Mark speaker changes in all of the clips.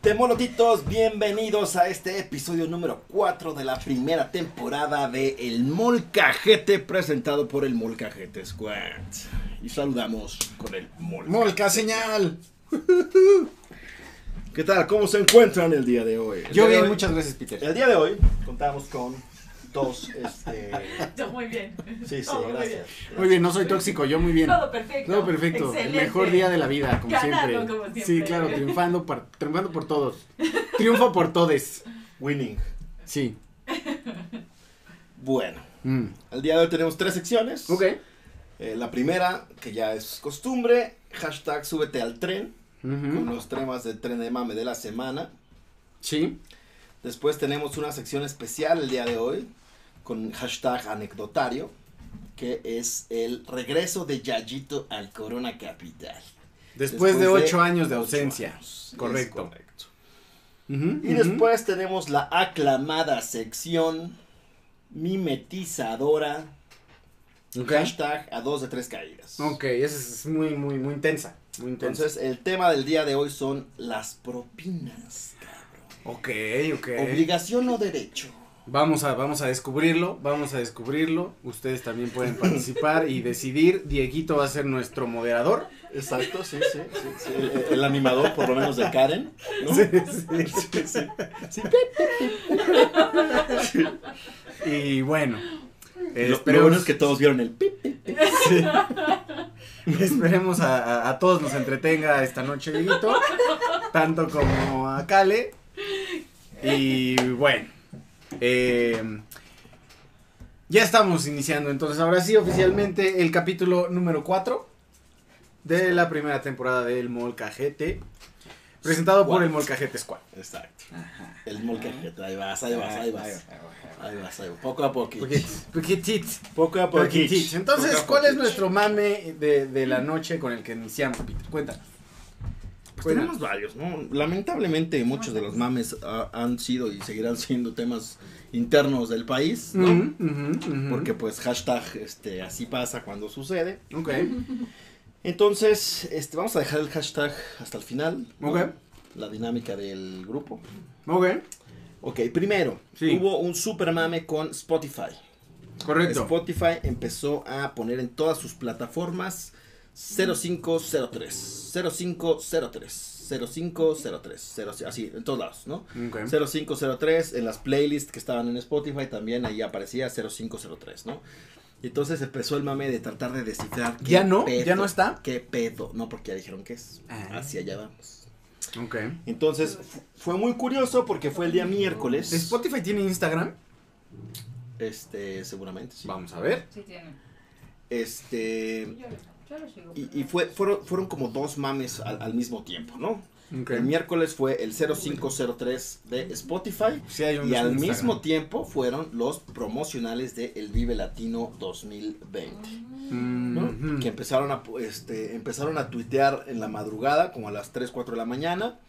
Speaker 1: Temolotitos, bienvenidos a este episodio número 4 de la primera temporada de El Molcajete presentado por el Molcajete Squad. Y saludamos con el Molcajete.
Speaker 2: Molca señal.
Speaker 1: ¿Qué tal? ¿Cómo se encuentran el día de hoy? El
Speaker 2: Yo
Speaker 1: día de
Speaker 2: bien,
Speaker 1: hoy-
Speaker 2: muchas gracias, Peter.
Speaker 1: El día de hoy contamos con dos, este...
Speaker 3: Yo muy bien.
Speaker 1: Sí, sí,
Speaker 3: Todo muy
Speaker 1: gracias.
Speaker 2: Muy bien, no soy tóxico, yo muy bien.
Speaker 3: Todo perfecto.
Speaker 2: Todo perfecto. El mejor día de la vida, como
Speaker 3: Ganando,
Speaker 2: siempre.
Speaker 3: como siempre.
Speaker 2: Sí, claro, triunfando por, triunfando por todos. Triunfo por todes.
Speaker 1: Winning.
Speaker 2: Sí.
Speaker 1: Bueno,
Speaker 2: Mm.
Speaker 1: el día de hoy tenemos tres secciones.
Speaker 2: Ok.
Speaker 1: Eh, la primera, que ya es costumbre, hashtag súbete al tren, con
Speaker 2: Ujú.
Speaker 1: los temas del tren de mame de la semana.
Speaker 2: Sí.
Speaker 1: Después tenemos una sección especial el día de hoy con hashtag anecdotario, que es el regreso de Yayito al Corona Capital.
Speaker 2: Después de ocho años de
Speaker 1: ocho
Speaker 2: ausencia.
Speaker 1: años. Es
Speaker 2: Correcto.
Speaker 1: correcto.
Speaker 2: Ujú,
Speaker 1: Y
Speaker 2: ujú.
Speaker 1: después tenemos la aclamada sección mimetizadora,
Speaker 2: Ok.
Speaker 1: hashtag a dos de tres caídas.
Speaker 2: Ok, esa es muy, muy, muy intensa. Muy intensa.
Speaker 1: Entonces, el tema del día de hoy son las propinas.
Speaker 2: Ok, ok.
Speaker 1: Obligación o derecho.
Speaker 2: Vamos a, vamos a descubrirlo, vamos a descubrirlo. Ustedes también pueden participar y decidir. Dieguito va a ser nuestro moderador.
Speaker 1: Exacto, sí, sí. sí, sí. El, el animador, por lo menos, de Karen. ¿no?
Speaker 2: Sí, sí, sí, sí. Sí. Y bueno, eh,
Speaker 1: Lo- Lo,
Speaker 2: esperemos,
Speaker 1: bueno es que todos vieron el pip.
Speaker 2: sí. esperemos a, a- a todos nos entretenga esta noche, Dieguito, tanto como a Cale. Y bueno, eh, ya estamos iniciando entonces, ahora sí, oficialmente el capítulo número 4 de la primera temporada del Molcajete, presentado por el Molcajete Squad.
Speaker 1: Exacto. El molcajete. Ahí vas, ahí vas, ahí vas. Ahí vas, ahí vas. Poco a poquito.
Speaker 2: Poquitis, poquitis,
Speaker 1: Poco a
Speaker 2: poquitis.
Speaker 1: poquito.
Speaker 2: Entonces,
Speaker 1: Poco a
Speaker 2: ¿cuál es
Speaker 1: poquito.
Speaker 2: nuestro mame de, de la noche con el que iniciamos, Peter? Cuéntanos.
Speaker 1: Pues tenemos
Speaker 2: Cuéntanos.
Speaker 1: varios, ¿no? Lamentablemente, muchos de los mames ah, han sido y seguirán siendo temas internos del país, ¿no?
Speaker 2: Ujú, ujú, ujú.
Speaker 1: Porque, pues, hashtag, este, así pasa cuando sucede.
Speaker 2: Ok.
Speaker 1: Entonces, este, vamos a dejar el hashtag hasta el final. ¿no?
Speaker 2: Ok.
Speaker 1: La dinámica del grupo.
Speaker 2: Ok.
Speaker 1: Ok, primero,
Speaker 2: Sí.
Speaker 1: hubo un super mame con Spotify.
Speaker 2: Correcto.
Speaker 1: Spotify empezó a poner en todas sus plataformas 0503, 0503, 0503, 05, así, en todos lados, ¿no?
Speaker 2: Ok.
Speaker 1: 0503, en las playlists que estaban en Spotify también ahí aparecía 0503, ¿no? Y entonces empezó el mame de tratar de descifrar. qué
Speaker 2: ¿Ya no? ¿Ya no está?
Speaker 1: ¿Qué pedo? No, porque ya dijeron que es.
Speaker 2: Ah.
Speaker 1: Hacia allá vamos.
Speaker 2: Ok.
Speaker 1: Entonces, fu- fue muy curioso porque fue el día miércoles.
Speaker 2: ¿Spotify tiene Instagram?
Speaker 1: Este, seguramente, sí.
Speaker 2: Vamos a ver.
Speaker 3: Sí, tiene.
Speaker 1: Este.
Speaker 3: Yo, lo- yo lo sigo.
Speaker 1: Y, y fue, fueron, fueron como dos mames al, al mismo tiempo, ¿no?
Speaker 2: Ok.
Speaker 1: El miércoles fue el 0503 de Spotify.
Speaker 2: Sí hay
Speaker 1: Y
Speaker 2: unos
Speaker 1: al
Speaker 2: en
Speaker 1: mismo
Speaker 2: Instagram.
Speaker 1: tiempo fueron los promocionales de El Vive Latino 2020. ¿no?
Speaker 2: Mm,
Speaker 1: Que empezaron a, pu- este, empezaron a tuitear en la madrugada, como a las 3, 4 de la mañana,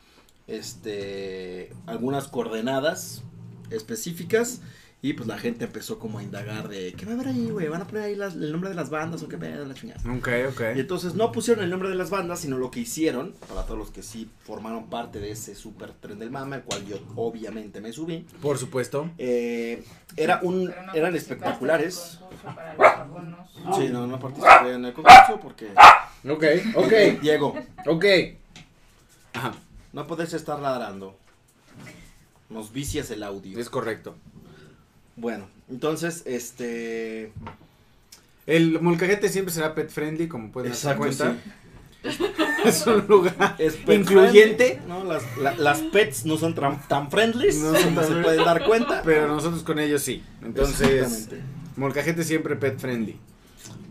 Speaker 1: este, algunas coordenadas específicas. Y pues la gente empezó como a indagar de, ¿qué va a haber ahí, güey? ¿Van a poner ahí las- el nombre de las bandas o qué pedo, la chingada?
Speaker 2: Ok, ok.
Speaker 1: Y entonces no pusieron el nombre de las bandas, sino lo que hicieron, para todos los que sí formaron parte de ese super tren del mame, al cual yo obviamente me subí,
Speaker 2: Por supuesto.
Speaker 1: eh, era un,
Speaker 3: Pero no
Speaker 1: eran
Speaker 3: participaste
Speaker 1: espectaculares. Ah.
Speaker 3: en el concurso para los abonos.
Speaker 2: Ah.
Speaker 1: Sí, no, no participé en el concurso porque...
Speaker 2: Ok,
Speaker 1: Ok, Diego,
Speaker 2: ok. Ajá,
Speaker 1: no podés estar ladrando. Nos vicias el audio.
Speaker 2: es correcto.
Speaker 1: Bueno, entonces, este...
Speaker 2: El molcajete siempre será pet friendly, como pueden darse
Speaker 1: Exacto,
Speaker 2: cuenta.
Speaker 1: sí.
Speaker 2: Es un lugar
Speaker 1: es pet
Speaker 2: incluyente.
Speaker 1: friendly, ¿no? Las, la- las pets no son tan, tan friendlies,
Speaker 2: No son
Speaker 1: como
Speaker 2: tan
Speaker 1: se
Speaker 2: friendly.
Speaker 1: pueden dar cuenta.
Speaker 2: Pero nosotros con ellos sí. Entonces,
Speaker 1: Exactamente.
Speaker 2: molcajete siempre pet friendly.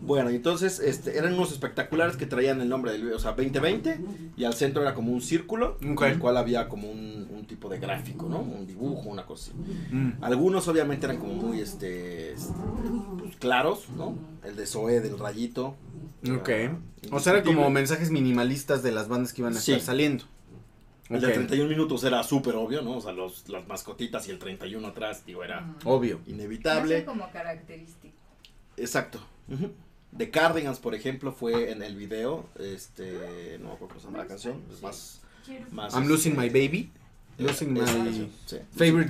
Speaker 1: Bueno, y entonces este, eran unos espectaculares que traían el nombre del o sea, 2020, y al centro era como un círculo,
Speaker 2: Ok.
Speaker 1: en el cual había como un, un tipo de gráfico, ¿no? Un dibujo, una cosa. así.
Speaker 2: Mm.
Speaker 1: Algunos obviamente eran como muy este, este, pues, claros, ¿no? El de Zoe, del rayito.
Speaker 2: Ok.
Speaker 1: era
Speaker 2: O sea, era como
Speaker 1: indiscutible.
Speaker 2: mensajes minimalistas de las bandas que iban a
Speaker 1: Sí.
Speaker 2: estar saliendo.
Speaker 1: El de
Speaker 2: Ok,
Speaker 1: 31 minutos era súper obvio, ¿no? O sea, los, las mascotitas y el 31 atrás, digo, era
Speaker 2: Obvio.
Speaker 1: inevitable.
Speaker 3: como característico.
Speaker 1: Exacto. Ujú. The Cardigans, por ejemplo, fue en el video, este, no me acuerdo cómo se llama la canción, es más... más
Speaker 2: I'm losing
Speaker 1: este,
Speaker 2: my baby. Losing
Speaker 1: Es-
Speaker 2: My
Speaker 1: sí.
Speaker 2: Favorite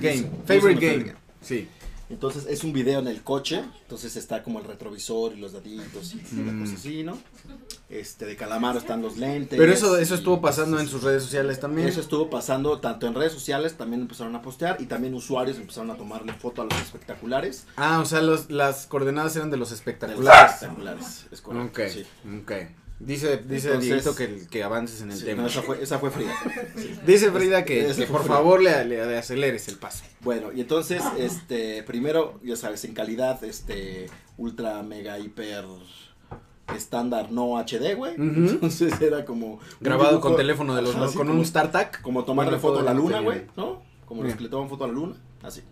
Speaker 1: Losing-
Speaker 2: Game.
Speaker 1: Losing
Speaker 2: Favorite
Speaker 1: My
Speaker 2: Game. Sí.
Speaker 1: Entonces es un video en el coche, entonces está como el retrovisor y los daditos y una
Speaker 2: Mm.
Speaker 1: cosa así, ¿no? Este, de Calamaro están los lentes.
Speaker 2: Pero eso, eso
Speaker 1: y-
Speaker 2: estuvo pasando en sus redes sociales también.
Speaker 1: Eso estuvo pasando tanto en redes sociales, también empezaron a postear y también usuarios empezaron a tomarle foto a los espectaculares.
Speaker 2: Ah, o sea, los, las coordenadas eran de los
Speaker 1: de los
Speaker 2: espectaculares.
Speaker 1: espectaculares, es correcto,
Speaker 2: Ok,
Speaker 1: sí.
Speaker 2: ok. Dice, dice
Speaker 1: Entonces-
Speaker 2: Dieguito que, el- que avances en el
Speaker 1: Sí,
Speaker 2: tema.
Speaker 1: no, esa, fue, esa fue fría.
Speaker 2: Dice Frida que,
Speaker 1: Esa
Speaker 2: que
Speaker 1: fue
Speaker 2: por
Speaker 1: Frida.
Speaker 2: favor le, le- le aceleres el paso.
Speaker 1: Bueno, y entonces, este, primero, ya sabes, en calidad, este, ultra, mega, hiper, estándar, no HD, güey.
Speaker 2: Ujú.
Speaker 1: Entonces era como... un
Speaker 2: Grabado
Speaker 1: dibujo-
Speaker 2: con teléfono de los
Speaker 1: Ajá, sí,
Speaker 2: con
Speaker 1: como-
Speaker 2: un StarTAC.
Speaker 1: Como tomarle
Speaker 2: Bueno,
Speaker 1: foto a
Speaker 2: todo
Speaker 1: la
Speaker 2: lo que
Speaker 1: luna,
Speaker 2: tenía.
Speaker 1: güey, ¿no? Como los
Speaker 2: Bien.
Speaker 1: que le toman foto a la luna, así.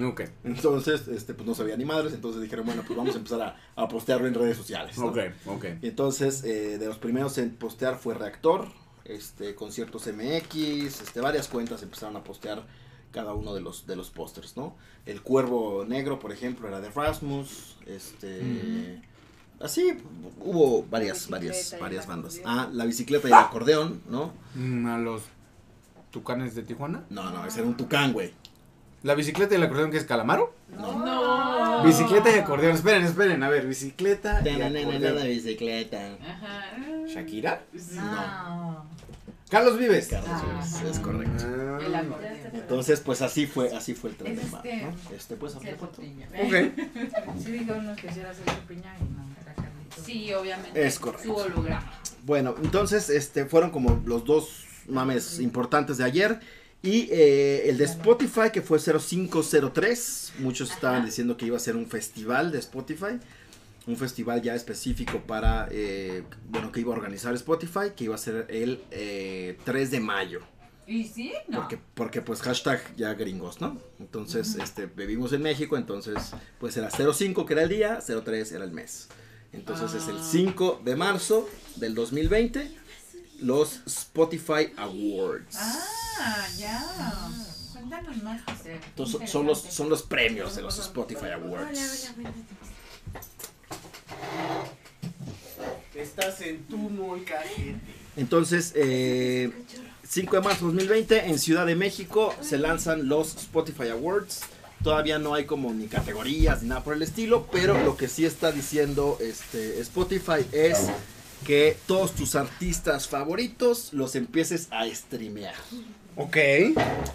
Speaker 2: Ok,
Speaker 1: Entonces, este, pues no sabía ni madres, entonces dijeron, bueno, pues vamos a empezar a, a postearlo en redes sociales. ¿no?
Speaker 2: ok, ok.
Speaker 1: Y entonces, eh, de los primeros en postear fue Reactor, este, Conciertos MX, este, varias cuentas empezaron a postear cada uno de los de los pósters, ¿no? El Cuervo Negro, por ejemplo, era de Rasmus, este...
Speaker 2: Mm.
Speaker 1: Así, hubo varias,
Speaker 3: La
Speaker 1: varias,
Speaker 3: bicicleta y
Speaker 1: varias
Speaker 3: el
Speaker 1: bandas.
Speaker 3: acordeón.
Speaker 1: Ah, la bicicleta y el acordeón, ¿no?
Speaker 2: Mm, A los tucanes de Tijuana.
Speaker 1: No, no, ese era un tucán, güey.
Speaker 2: La bicicleta y el acordeón que es calamaro.
Speaker 1: No. Ah.
Speaker 3: No.
Speaker 2: Bicicleta y acordeón. Esperen, esperen. A ver, bicicleta
Speaker 3: Ah,
Speaker 2: y acordeón.
Speaker 1: bicicleta.
Speaker 3: Ajá.
Speaker 2: Shakira.
Speaker 3: No.
Speaker 2: Carlos Vives.
Speaker 1: Carlos Vives,
Speaker 3: Ajá.
Speaker 1: es correcto.
Speaker 2: Ah,
Speaker 3: El acordeón.
Speaker 1: Entonces, pues así fue, así fue el tren
Speaker 3: Es
Speaker 1: de mar,
Speaker 3: este-
Speaker 1: ¿no? Este, pues,
Speaker 3: Sí,
Speaker 1: ¿a poco?
Speaker 2: ok.
Speaker 3: Eh, Sí, digo, no quisiera ser piña y no, era Carlitos. Sí, obviamente.
Speaker 1: Es correcto.
Speaker 3: Su holograma.
Speaker 1: Bueno, entonces este fueron como los dos mames importantes de ayer. Y eh, el de Spotify, que fue 0503. Muchos estaban diciendo que iba a ser un festival de Spotify. Un festival ya específico para, eh, bueno, que iba a organizar Spotify, que iba a ser el eh, 3 de mayo.
Speaker 3: ¿Y sí? No.
Speaker 1: Porque, porque pues hashtag ya gringos, ¿no? Entonces, este, vivimos en México, entonces, pues era 05 que era el día, 03 era el mes. Entonces es el
Speaker 3: Ah.
Speaker 1: 5 de marzo del 2020, los Spotify Awards.
Speaker 3: Ah, ya. Cuéntanos más, José.
Speaker 1: Entonces son los, son los premios de los Spotify Awards.
Speaker 2: Estás en tu molcajete.
Speaker 1: Entonces, eh, 5 de marzo 2020 en Ciudad de México se lanzan los Spotify Awards. Todavía no hay como ni categorías ni nada por el estilo, pero lo que sí está diciendo este Spotify es que todos tus artistas favoritos los empieces a streamear.
Speaker 2: Ok.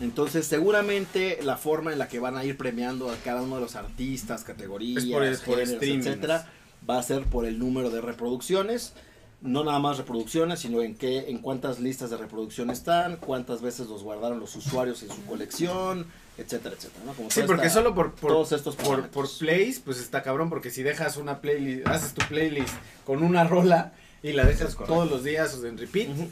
Speaker 1: Entonces, seguramente la forma en la que van a ir premiando a cada uno de los artistas, categorías,
Speaker 2: Es por- es por
Speaker 1: géneros,
Speaker 2: streamings.
Speaker 1: etcétera, va a ser por el número de reproducciones. No nada más reproducciones, sino en qué, en cuántas listas de reproducción están, cuántas veces los guardaron los usuarios en su colección, etcétera, etcétera. ¿no? Como
Speaker 2: Sí,
Speaker 1: toda
Speaker 2: porque
Speaker 1: esta-
Speaker 2: solo por, por,
Speaker 1: Pues todos estos
Speaker 2: por, por
Speaker 1: parámetros.
Speaker 2: plays, pues está cabrón, porque si dejas una playlist, haces tu playlist con una rola y la dejas
Speaker 1: correcto.
Speaker 2: todos los días o en repeat,
Speaker 1: Ujú.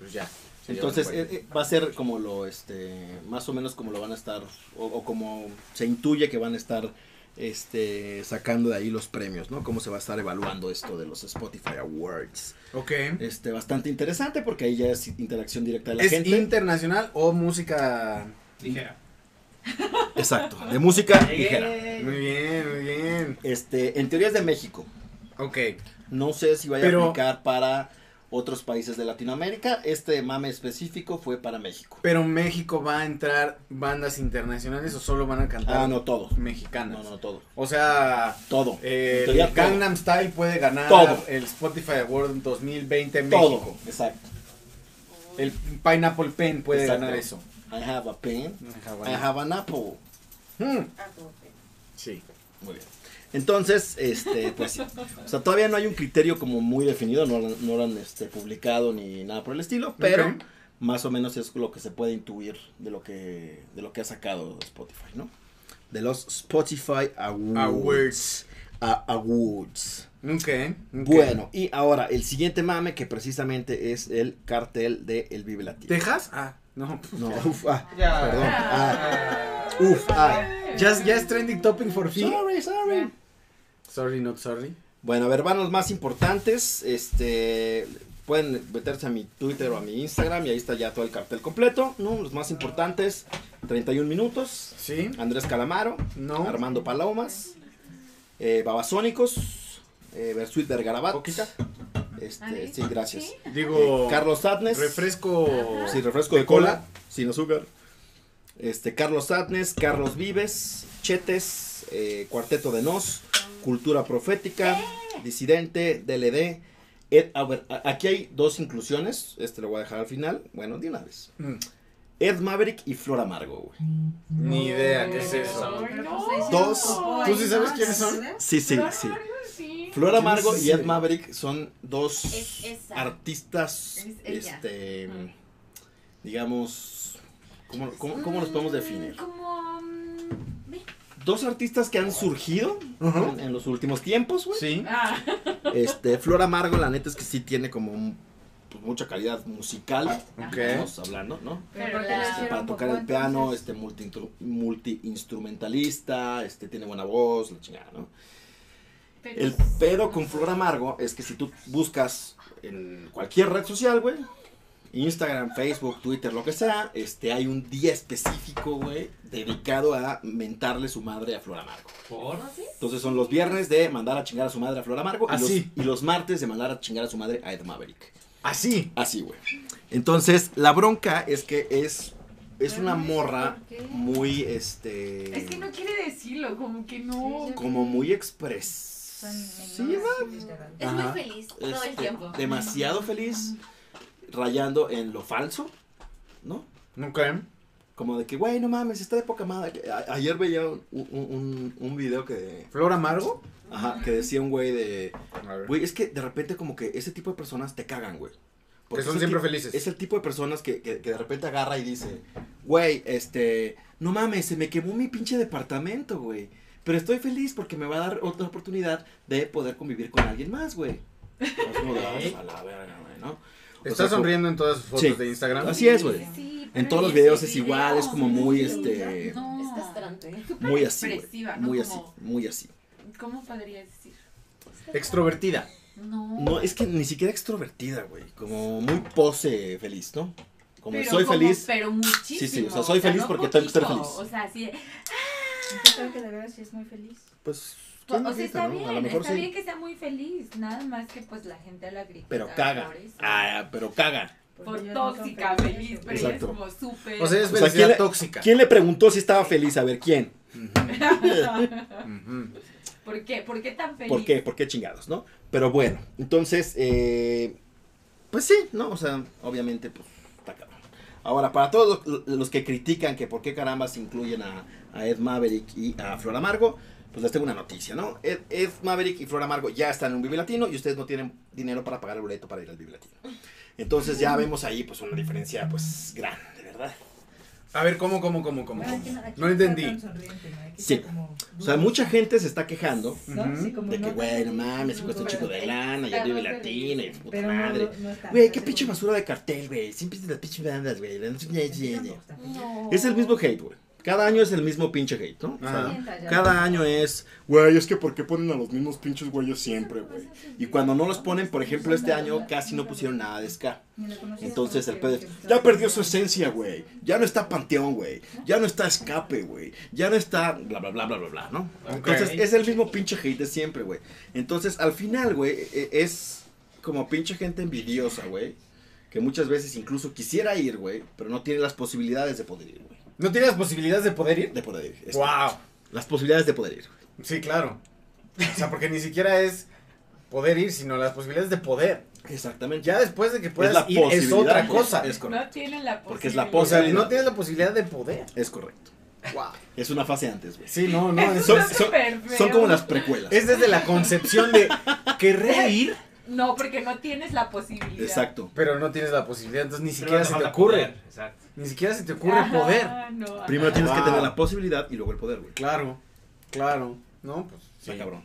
Speaker 2: pues ya. se lleva
Speaker 1: Entonces
Speaker 2: un buen.
Speaker 1: eh, eh, va a ser como lo, este, más o menos como lo van a estar, o, o como se intuye que van a estar, este, sacando de ahí los premios, ¿no? Cómo se va a estar evaluando esto de los Spotify Awards.
Speaker 2: ok.
Speaker 1: Este, bastante interesante porque ahí ya es interacción directa de la
Speaker 2: ¿Es
Speaker 1: gente.
Speaker 2: internacional o música
Speaker 4: Ligera.
Speaker 1: Exacto, de música ligera.
Speaker 3: Eh.
Speaker 2: Muy bien, muy
Speaker 1: Eh,
Speaker 2: bien.
Speaker 1: Este, en teoría es de México.
Speaker 2: Ok.
Speaker 1: No sé si vaya
Speaker 2: Pero-
Speaker 1: a aplicar para otros países de Latinoamérica. Este mame específico fue para México.
Speaker 2: Pero México va a entrar bandas internacionales o solo van a cantar
Speaker 1: Ah, no, todos.
Speaker 2: mexicanas.
Speaker 1: No, no, todo.
Speaker 2: O sea,
Speaker 1: Todo. En
Speaker 2: eh,
Speaker 1: teoría,
Speaker 2: el
Speaker 1: todo.
Speaker 2: Gangnam Style puede ganar
Speaker 1: Todo.
Speaker 2: el Spotify Award 2020 en
Speaker 1: Todo.
Speaker 2: México.
Speaker 1: Exacto.
Speaker 2: El Pineapple Pen puede
Speaker 1: Exacto.
Speaker 2: ganar eso.
Speaker 1: I have a pen. I have an apple.
Speaker 2: Hmm. Sí.
Speaker 1: Muy bien. Entonces, este, pues sí. O sea, todavía no hay un criterio como muy definido, no, lo- no lo han este, publicado ni nada por el estilo, pero
Speaker 2: Ok.
Speaker 1: más o menos es lo que se puede intuir de lo que, de lo que ha sacado Spotify, ¿no? De los Spotify Awards.
Speaker 2: Awards.
Speaker 1: A- awards.
Speaker 2: Ok. ok.
Speaker 1: Bueno, y ahora el siguiente mame que precisamente es el cartel de El Vive Latino.
Speaker 2: ¿Texas? Ah, no.
Speaker 1: No, uf, ah,
Speaker 4: Ya.
Speaker 1: perdón.
Speaker 3: Ah.
Speaker 1: ah, uf, ah.
Speaker 2: Ya, es- ya es trending topic for fee.
Speaker 1: Sorry, sorry.
Speaker 2: Sorry, not sorry.
Speaker 1: Bueno, a ver, van los más importantes. Este, pueden meterse a mi Twitter o a mi Instagram y ahí está ya todo el cartel completo. ¿no? Los más importantes, 31 minutos.
Speaker 2: Sí.
Speaker 1: Andrés Calamaro,
Speaker 2: No.
Speaker 1: Ah, Armando Palomas, eh, Babasónicos, eh, Versuit Vergarabat.
Speaker 2: Poquita.
Speaker 1: Este,
Speaker 3: Ahí.
Speaker 1: sí, gracias.
Speaker 3: Sí.
Speaker 1: Eh,
Speaker 2: Digo,
Speaker 1: Carlos Sadness.
Speaker 2: refresco
Speaker 1: Sí, refresco de cola. sin azúcar. Este, Carlos Satnes, Carlos Vives, Chetes, eh, Cuarteto de Nos, Cultura Profética, Disidente, DLD. Ed, a ver, a- aquí hay dos inclusiones, este lo voy a dejar al final, bueno, de una vez.
Speaker 2: Mm.
Speaker 1: Ed Maverick y Flor Amargo, güey.
Speaker 2: Ni idea qué es eso. ¿Tú sí sabes quiénes son?
Speaker 1: Sí, sí,
Speaker 3: Flor
Speaker 1: sí.
Speaker 3: Amargo, sí.
Speaker 1: Flor Amargo
Speaker 2: Sí, sí,
Speaker 1: y Ed
Speaker 2: sí.
Speaker 1: Maverick son dos
Speaker 4: Es esa.
Speaker 1: artistas,
Speaker 4: Es ella.
Speaker 1: este,
Speaker 3: Mm.
Speaker 1: digamos, ¿cómo, cómo, cómo los podemos
Speaker 5: Mm,
Speaker 1: definir?
Speaker 4: Como. mm, ve,
Speaker 1: Dos artistas que han surgido
Speaker 2: Ujú.
Speaker 1: en, en los últimos tiempos, güey.
Speaker 2: Sí.
Speaker 3: Ah,
Speaker 1: Este, Flor Amargo, la neta es que sí tiene como un- pues, mucha calidad musical,
Speaker 2: Ok.
Speaker 1: estamos hablando, ¿no?
Speaker 4: Pero
Speaker 3: pero
Speaker 4: la-
Speaker 3: la...
Speaker 1: Este, para tocar el piano, este multi-instru- multi-instrumentalista, este tiene buena voz, la chingada, ¿no? El pedo con Flor Amargo es que si tú buscas en cualquier red social, güey, Instagram, Facebook, Twitter, lo que sea, este hay un día específico, güey, dedicado a mentarle su madre a Flor Amargo.
Speaker 6: ¿Por?
Speaker 1: Entonces son los viernes de mandar a chingar a su madre a Flor Amargo y,
Speaker 2: Ah,
Speaker 1: los,
Speaker 2: sí.
Speaker 1: y los martes de mandar a chingar a su madre a Ed Maverick.
Speaker 2: Así.
Speaker 1: Así, güey. Entonces, la bronca es que es es una morra muy este
Speaker 3: Es que no quiere decirlo, como que no.
Speaker 4: Sí,
Speaker 1: como muy expresiva.
Speaker 4: Es
Speaker 1: Ajá.
Speaker 4: muy feliz todo el
Speaker 1: este,
Speaker 4: tiempo.
Speaker 1: demasiado feliz, rayando en lo falso, ¿no?
Speaker 2: Ok.
Speaker 1: Como de que, güey, no mames, está de poca madre. A- ayer veía un, un- un- un video que,
Speaker 2: ¿Flor Amargo?
Speaker 1: ajá, que decía un güey de,
Speaker 2: A ver.
Speaker 1: güey, es que de repente como que ese tipo de personas te cagan, güey. Porque
Speaker 2: Que son
Speaker 1: ese
Speaker 2: siempre
Speaker 1: tipo-
Speaker 2: felices.
Speaker 1: Es el tipo de personas que, que- que de repente agarra y dice, güey, este, no mames, se me quemó mi pinche departamento, güey. Pero estoy feliz porque me va a dar otra oportunidad de poder convivir con alguien más, güey. Es como de, "Ah, a la verga, güey, ¿no? O sea,
Speaker 2: Está
Speaker 1: como-
Speaker 2: sonriendo en todas sus fotos
Speaker 1: Sí.
Speaker 2: de Instagram.
Speaker 1: Así es, güey.
Speaker 4: Sí,
Speaker 1: En
Speaker 4: pero
Speaker 1: todos los
Speaker 4: ese
Speaker 1: videos es
Speaker 4: video,
Speaker 1: igual, es como muy,
Speaker 4: sí.
Speaker 1: este,
Speaker 3: No.
Speaker 4: Es castrante.
Speaker 3: Súper
Speaker 1: muy así, güey.
Speaker 3: expresiva, ¿no?
Speaker 1: Muy así,
Speaker 3: Como-
Speaker 1: muy así.
Speaker 3: ¿Cómo podrías decir?
Speaker 2: Extrovertida.
Speaker 3: No.
Speaker 1: No, es que ni siquiera extrovertida, güey. Como muy pose feliz, ¿no? Como
Speaker 3: pero
Speaker 1: soy
Speaker 3: como-
Speaker 1: feliz.
Speaker 3: Pero muchísimo.
Speaker 1: Sí, sí, o sea, soy feliz
Speaker 3: no
Speaker 1: porque tengo que estar
Speaker 3: poquito,
Speaker 1: feliz.
Speaker 3: O sea, sí. Ah.
Speaker 4: Yo creo que de verdad sí es muy feliz.
Speaker 1: Pues, ¿quién
Speaker 3: O sea,
Speaker 1: quita,
Speaker 3: está
Speaker 1: no?
Speaker 3: bien,
Speaker 1: A lo mejor
Speaker 3: está
Speaker 1: sí.
Speaker 3: bien que sea muy feliz, nada más que pues la gente la grita.
Speaker 1: Pero caga.
Speaker 3: Por, eso.
Speaker 1: Ah, pero caga.
Speaker 3: Por tóxica, feliz, pero ella es
Speaker 1: Exacto.
Speaker 3: como súper.
Speaker 2: O sea, es
Speaker 1: O sea,
Speaker 2: felicidad
Speaker 1: ¿quién le-
Speaker 2: tóxica.
Speaker 1: ¿Quién le preguntó si estaba feliz? A ver, ¿quién?
Speaker 2: Ujú.
Speaker 3: ¿Por qué? ¿Por qué tan feliz?
Speaker 1: ¿Por qué? ¿Por qué chingados, no? Pero bueno, entonces, eh, pues sí, ¿no? O sea, obviamente, pues, está cabrón. Ahora, para todos los, los que critican que por qué caramba se incluyen a, a Ed Maverick y a Flor Amargo, pues les tengo una noticia, ¿no? Ed, Ed Maverick y Flor Amargo ya están en un Vive Latino y ustedes no tienen dinero para pagar el boleto para ir al Vive Latino. Entonces ya vemos ahí, pues, una diferencia, pues, grande, ¿verdad?
Speaker 2: A ver, ¿cómo, cómo, cómo, cómo?
Speaker 5: Bueno, aquí aquí
Speaker 2: No lo entendí.
Speaker 5: está tan sonriente, ¿no? Aquí está
Speaker 1: Sí.
Speaker 5: como-
Speaker 1: O sea, mucha gente se está quejando
Speaker 5: ¿No? Sí, como
Speaker 1: de que,
Speaker 5: no-
Speaker 1: güey, no mames, se cuesta un chico de lana y el Vive Latino y puta
Speaker 5: Pero no,
Speaker 1: madre.
Speaker 5: no- no está-
Speaker 1: Güey,
Speaker 5: no
Speaker 1: qué
Speaker 5: se
Speaker 1: pinche
Speaker 5: burla.
Speaker 1: basura de cartel, güey. Siempre es de las pinches bandas, güey. La-
Speaker 4: No.
Speaker 1: Es el mismo hate, güey. Cada año es el mismo pinche hate, ¿no? O sea,
Speaker 2: Ajá.
Speaker 1: cada año es, güey, es que ¿por qué ponen a los mismos pinches güeyes siempre, güey? Y cuando no los ponen, por ejemplo, este año casi no pusieron nada de ska.
Speaker 5: Ni lo conocía,
Speaker 1: Entonces el
Speaker 5: pero
Speaker 1: pedo es,
Speaker 5: que-
Speaker 1: ya perdió su esencia, güey. Ya no está Panteón, güey. Ya no está Escape, güey. Ya no está bla, bla, bla, bla, bla, bla, ¿no?
Speaker 2: Ok.
Speaker 1: Entonces es el mismo pinche hate de siempre, güey. Entonces al final, güey, e- es como pinche gente envidiosa, güey. Que muchas veces incluso quisiera ir, güey, pero no tiene las posibilidades de poder ir, güey.
Speaker 2: ¿No tienes posibilidades de poder ir?
Speaker 1: De poder ir. este,
Speaker 2: ¡Wow!
Speaker 1: Las posibilidades de poder ir.
Speaker 2: Sí, claro. O sea, porque ni siquiera es poder ir, sino las posibilidades de poder.
Speaker 1: Exactamente.
Speaker 2: Ya después de que
Speaker 1: es la
Speaker 2: puedas ir, es
Speaker 1: posibilidad,
Speaker 2: otra
Speaker 1: güey.
Speaker 2: cosa.
Speaker 1: Es correcto.
Speaker 3: No tienen la posibilidad.
Speaker 1: Porque es la
Speaker 2: O sea,
Speaker 1: posibilidad.
Speaker 2: no tienes la posibilidad de poder.
Speaker 1: Es correcto.
Speaker 2: ¡Wow!
Speaker 1: Es una fase antes, güey.
Speaker 2: Sí, no, no.
Speaker 3: Es
Speaker 2: Es,
Speaker 1: Son,
Speaker 3: Está
Speaker 1: son-
Speaker 3: súper feo.
Speaker 1: son como las precuelas.
Speaker 2: es desde la concepción de querré ir,
Speaker 3: No, porque no tienes la posibilidad.
Speaker 1: Exacto.
Speaker 2: pero no tienes la posibilidad. Entonces ni
Speaker 6: Primero
Speaker 2: siquiera
Speaker 6: te
Speaker 2: se te
Speaker 6: falta
Speaker 2: ocurre.
Speaker 6: poder, Exacto.
Speaker 2: Ni siquiera se te ocurre
Speaker 3: Ajá,
Speaker 2: poder.
Speaker 3: no, ajá.
Speaker 1: Primero tienes que
Speaker 2: Wow.
Speaker 1: tener la posibilidad y luego el poder, güey.
Speaker 2: Claro, claro. No, pues.
Speaker 1: Está
Speaker 2: sí.
Speaker 1: cabrón.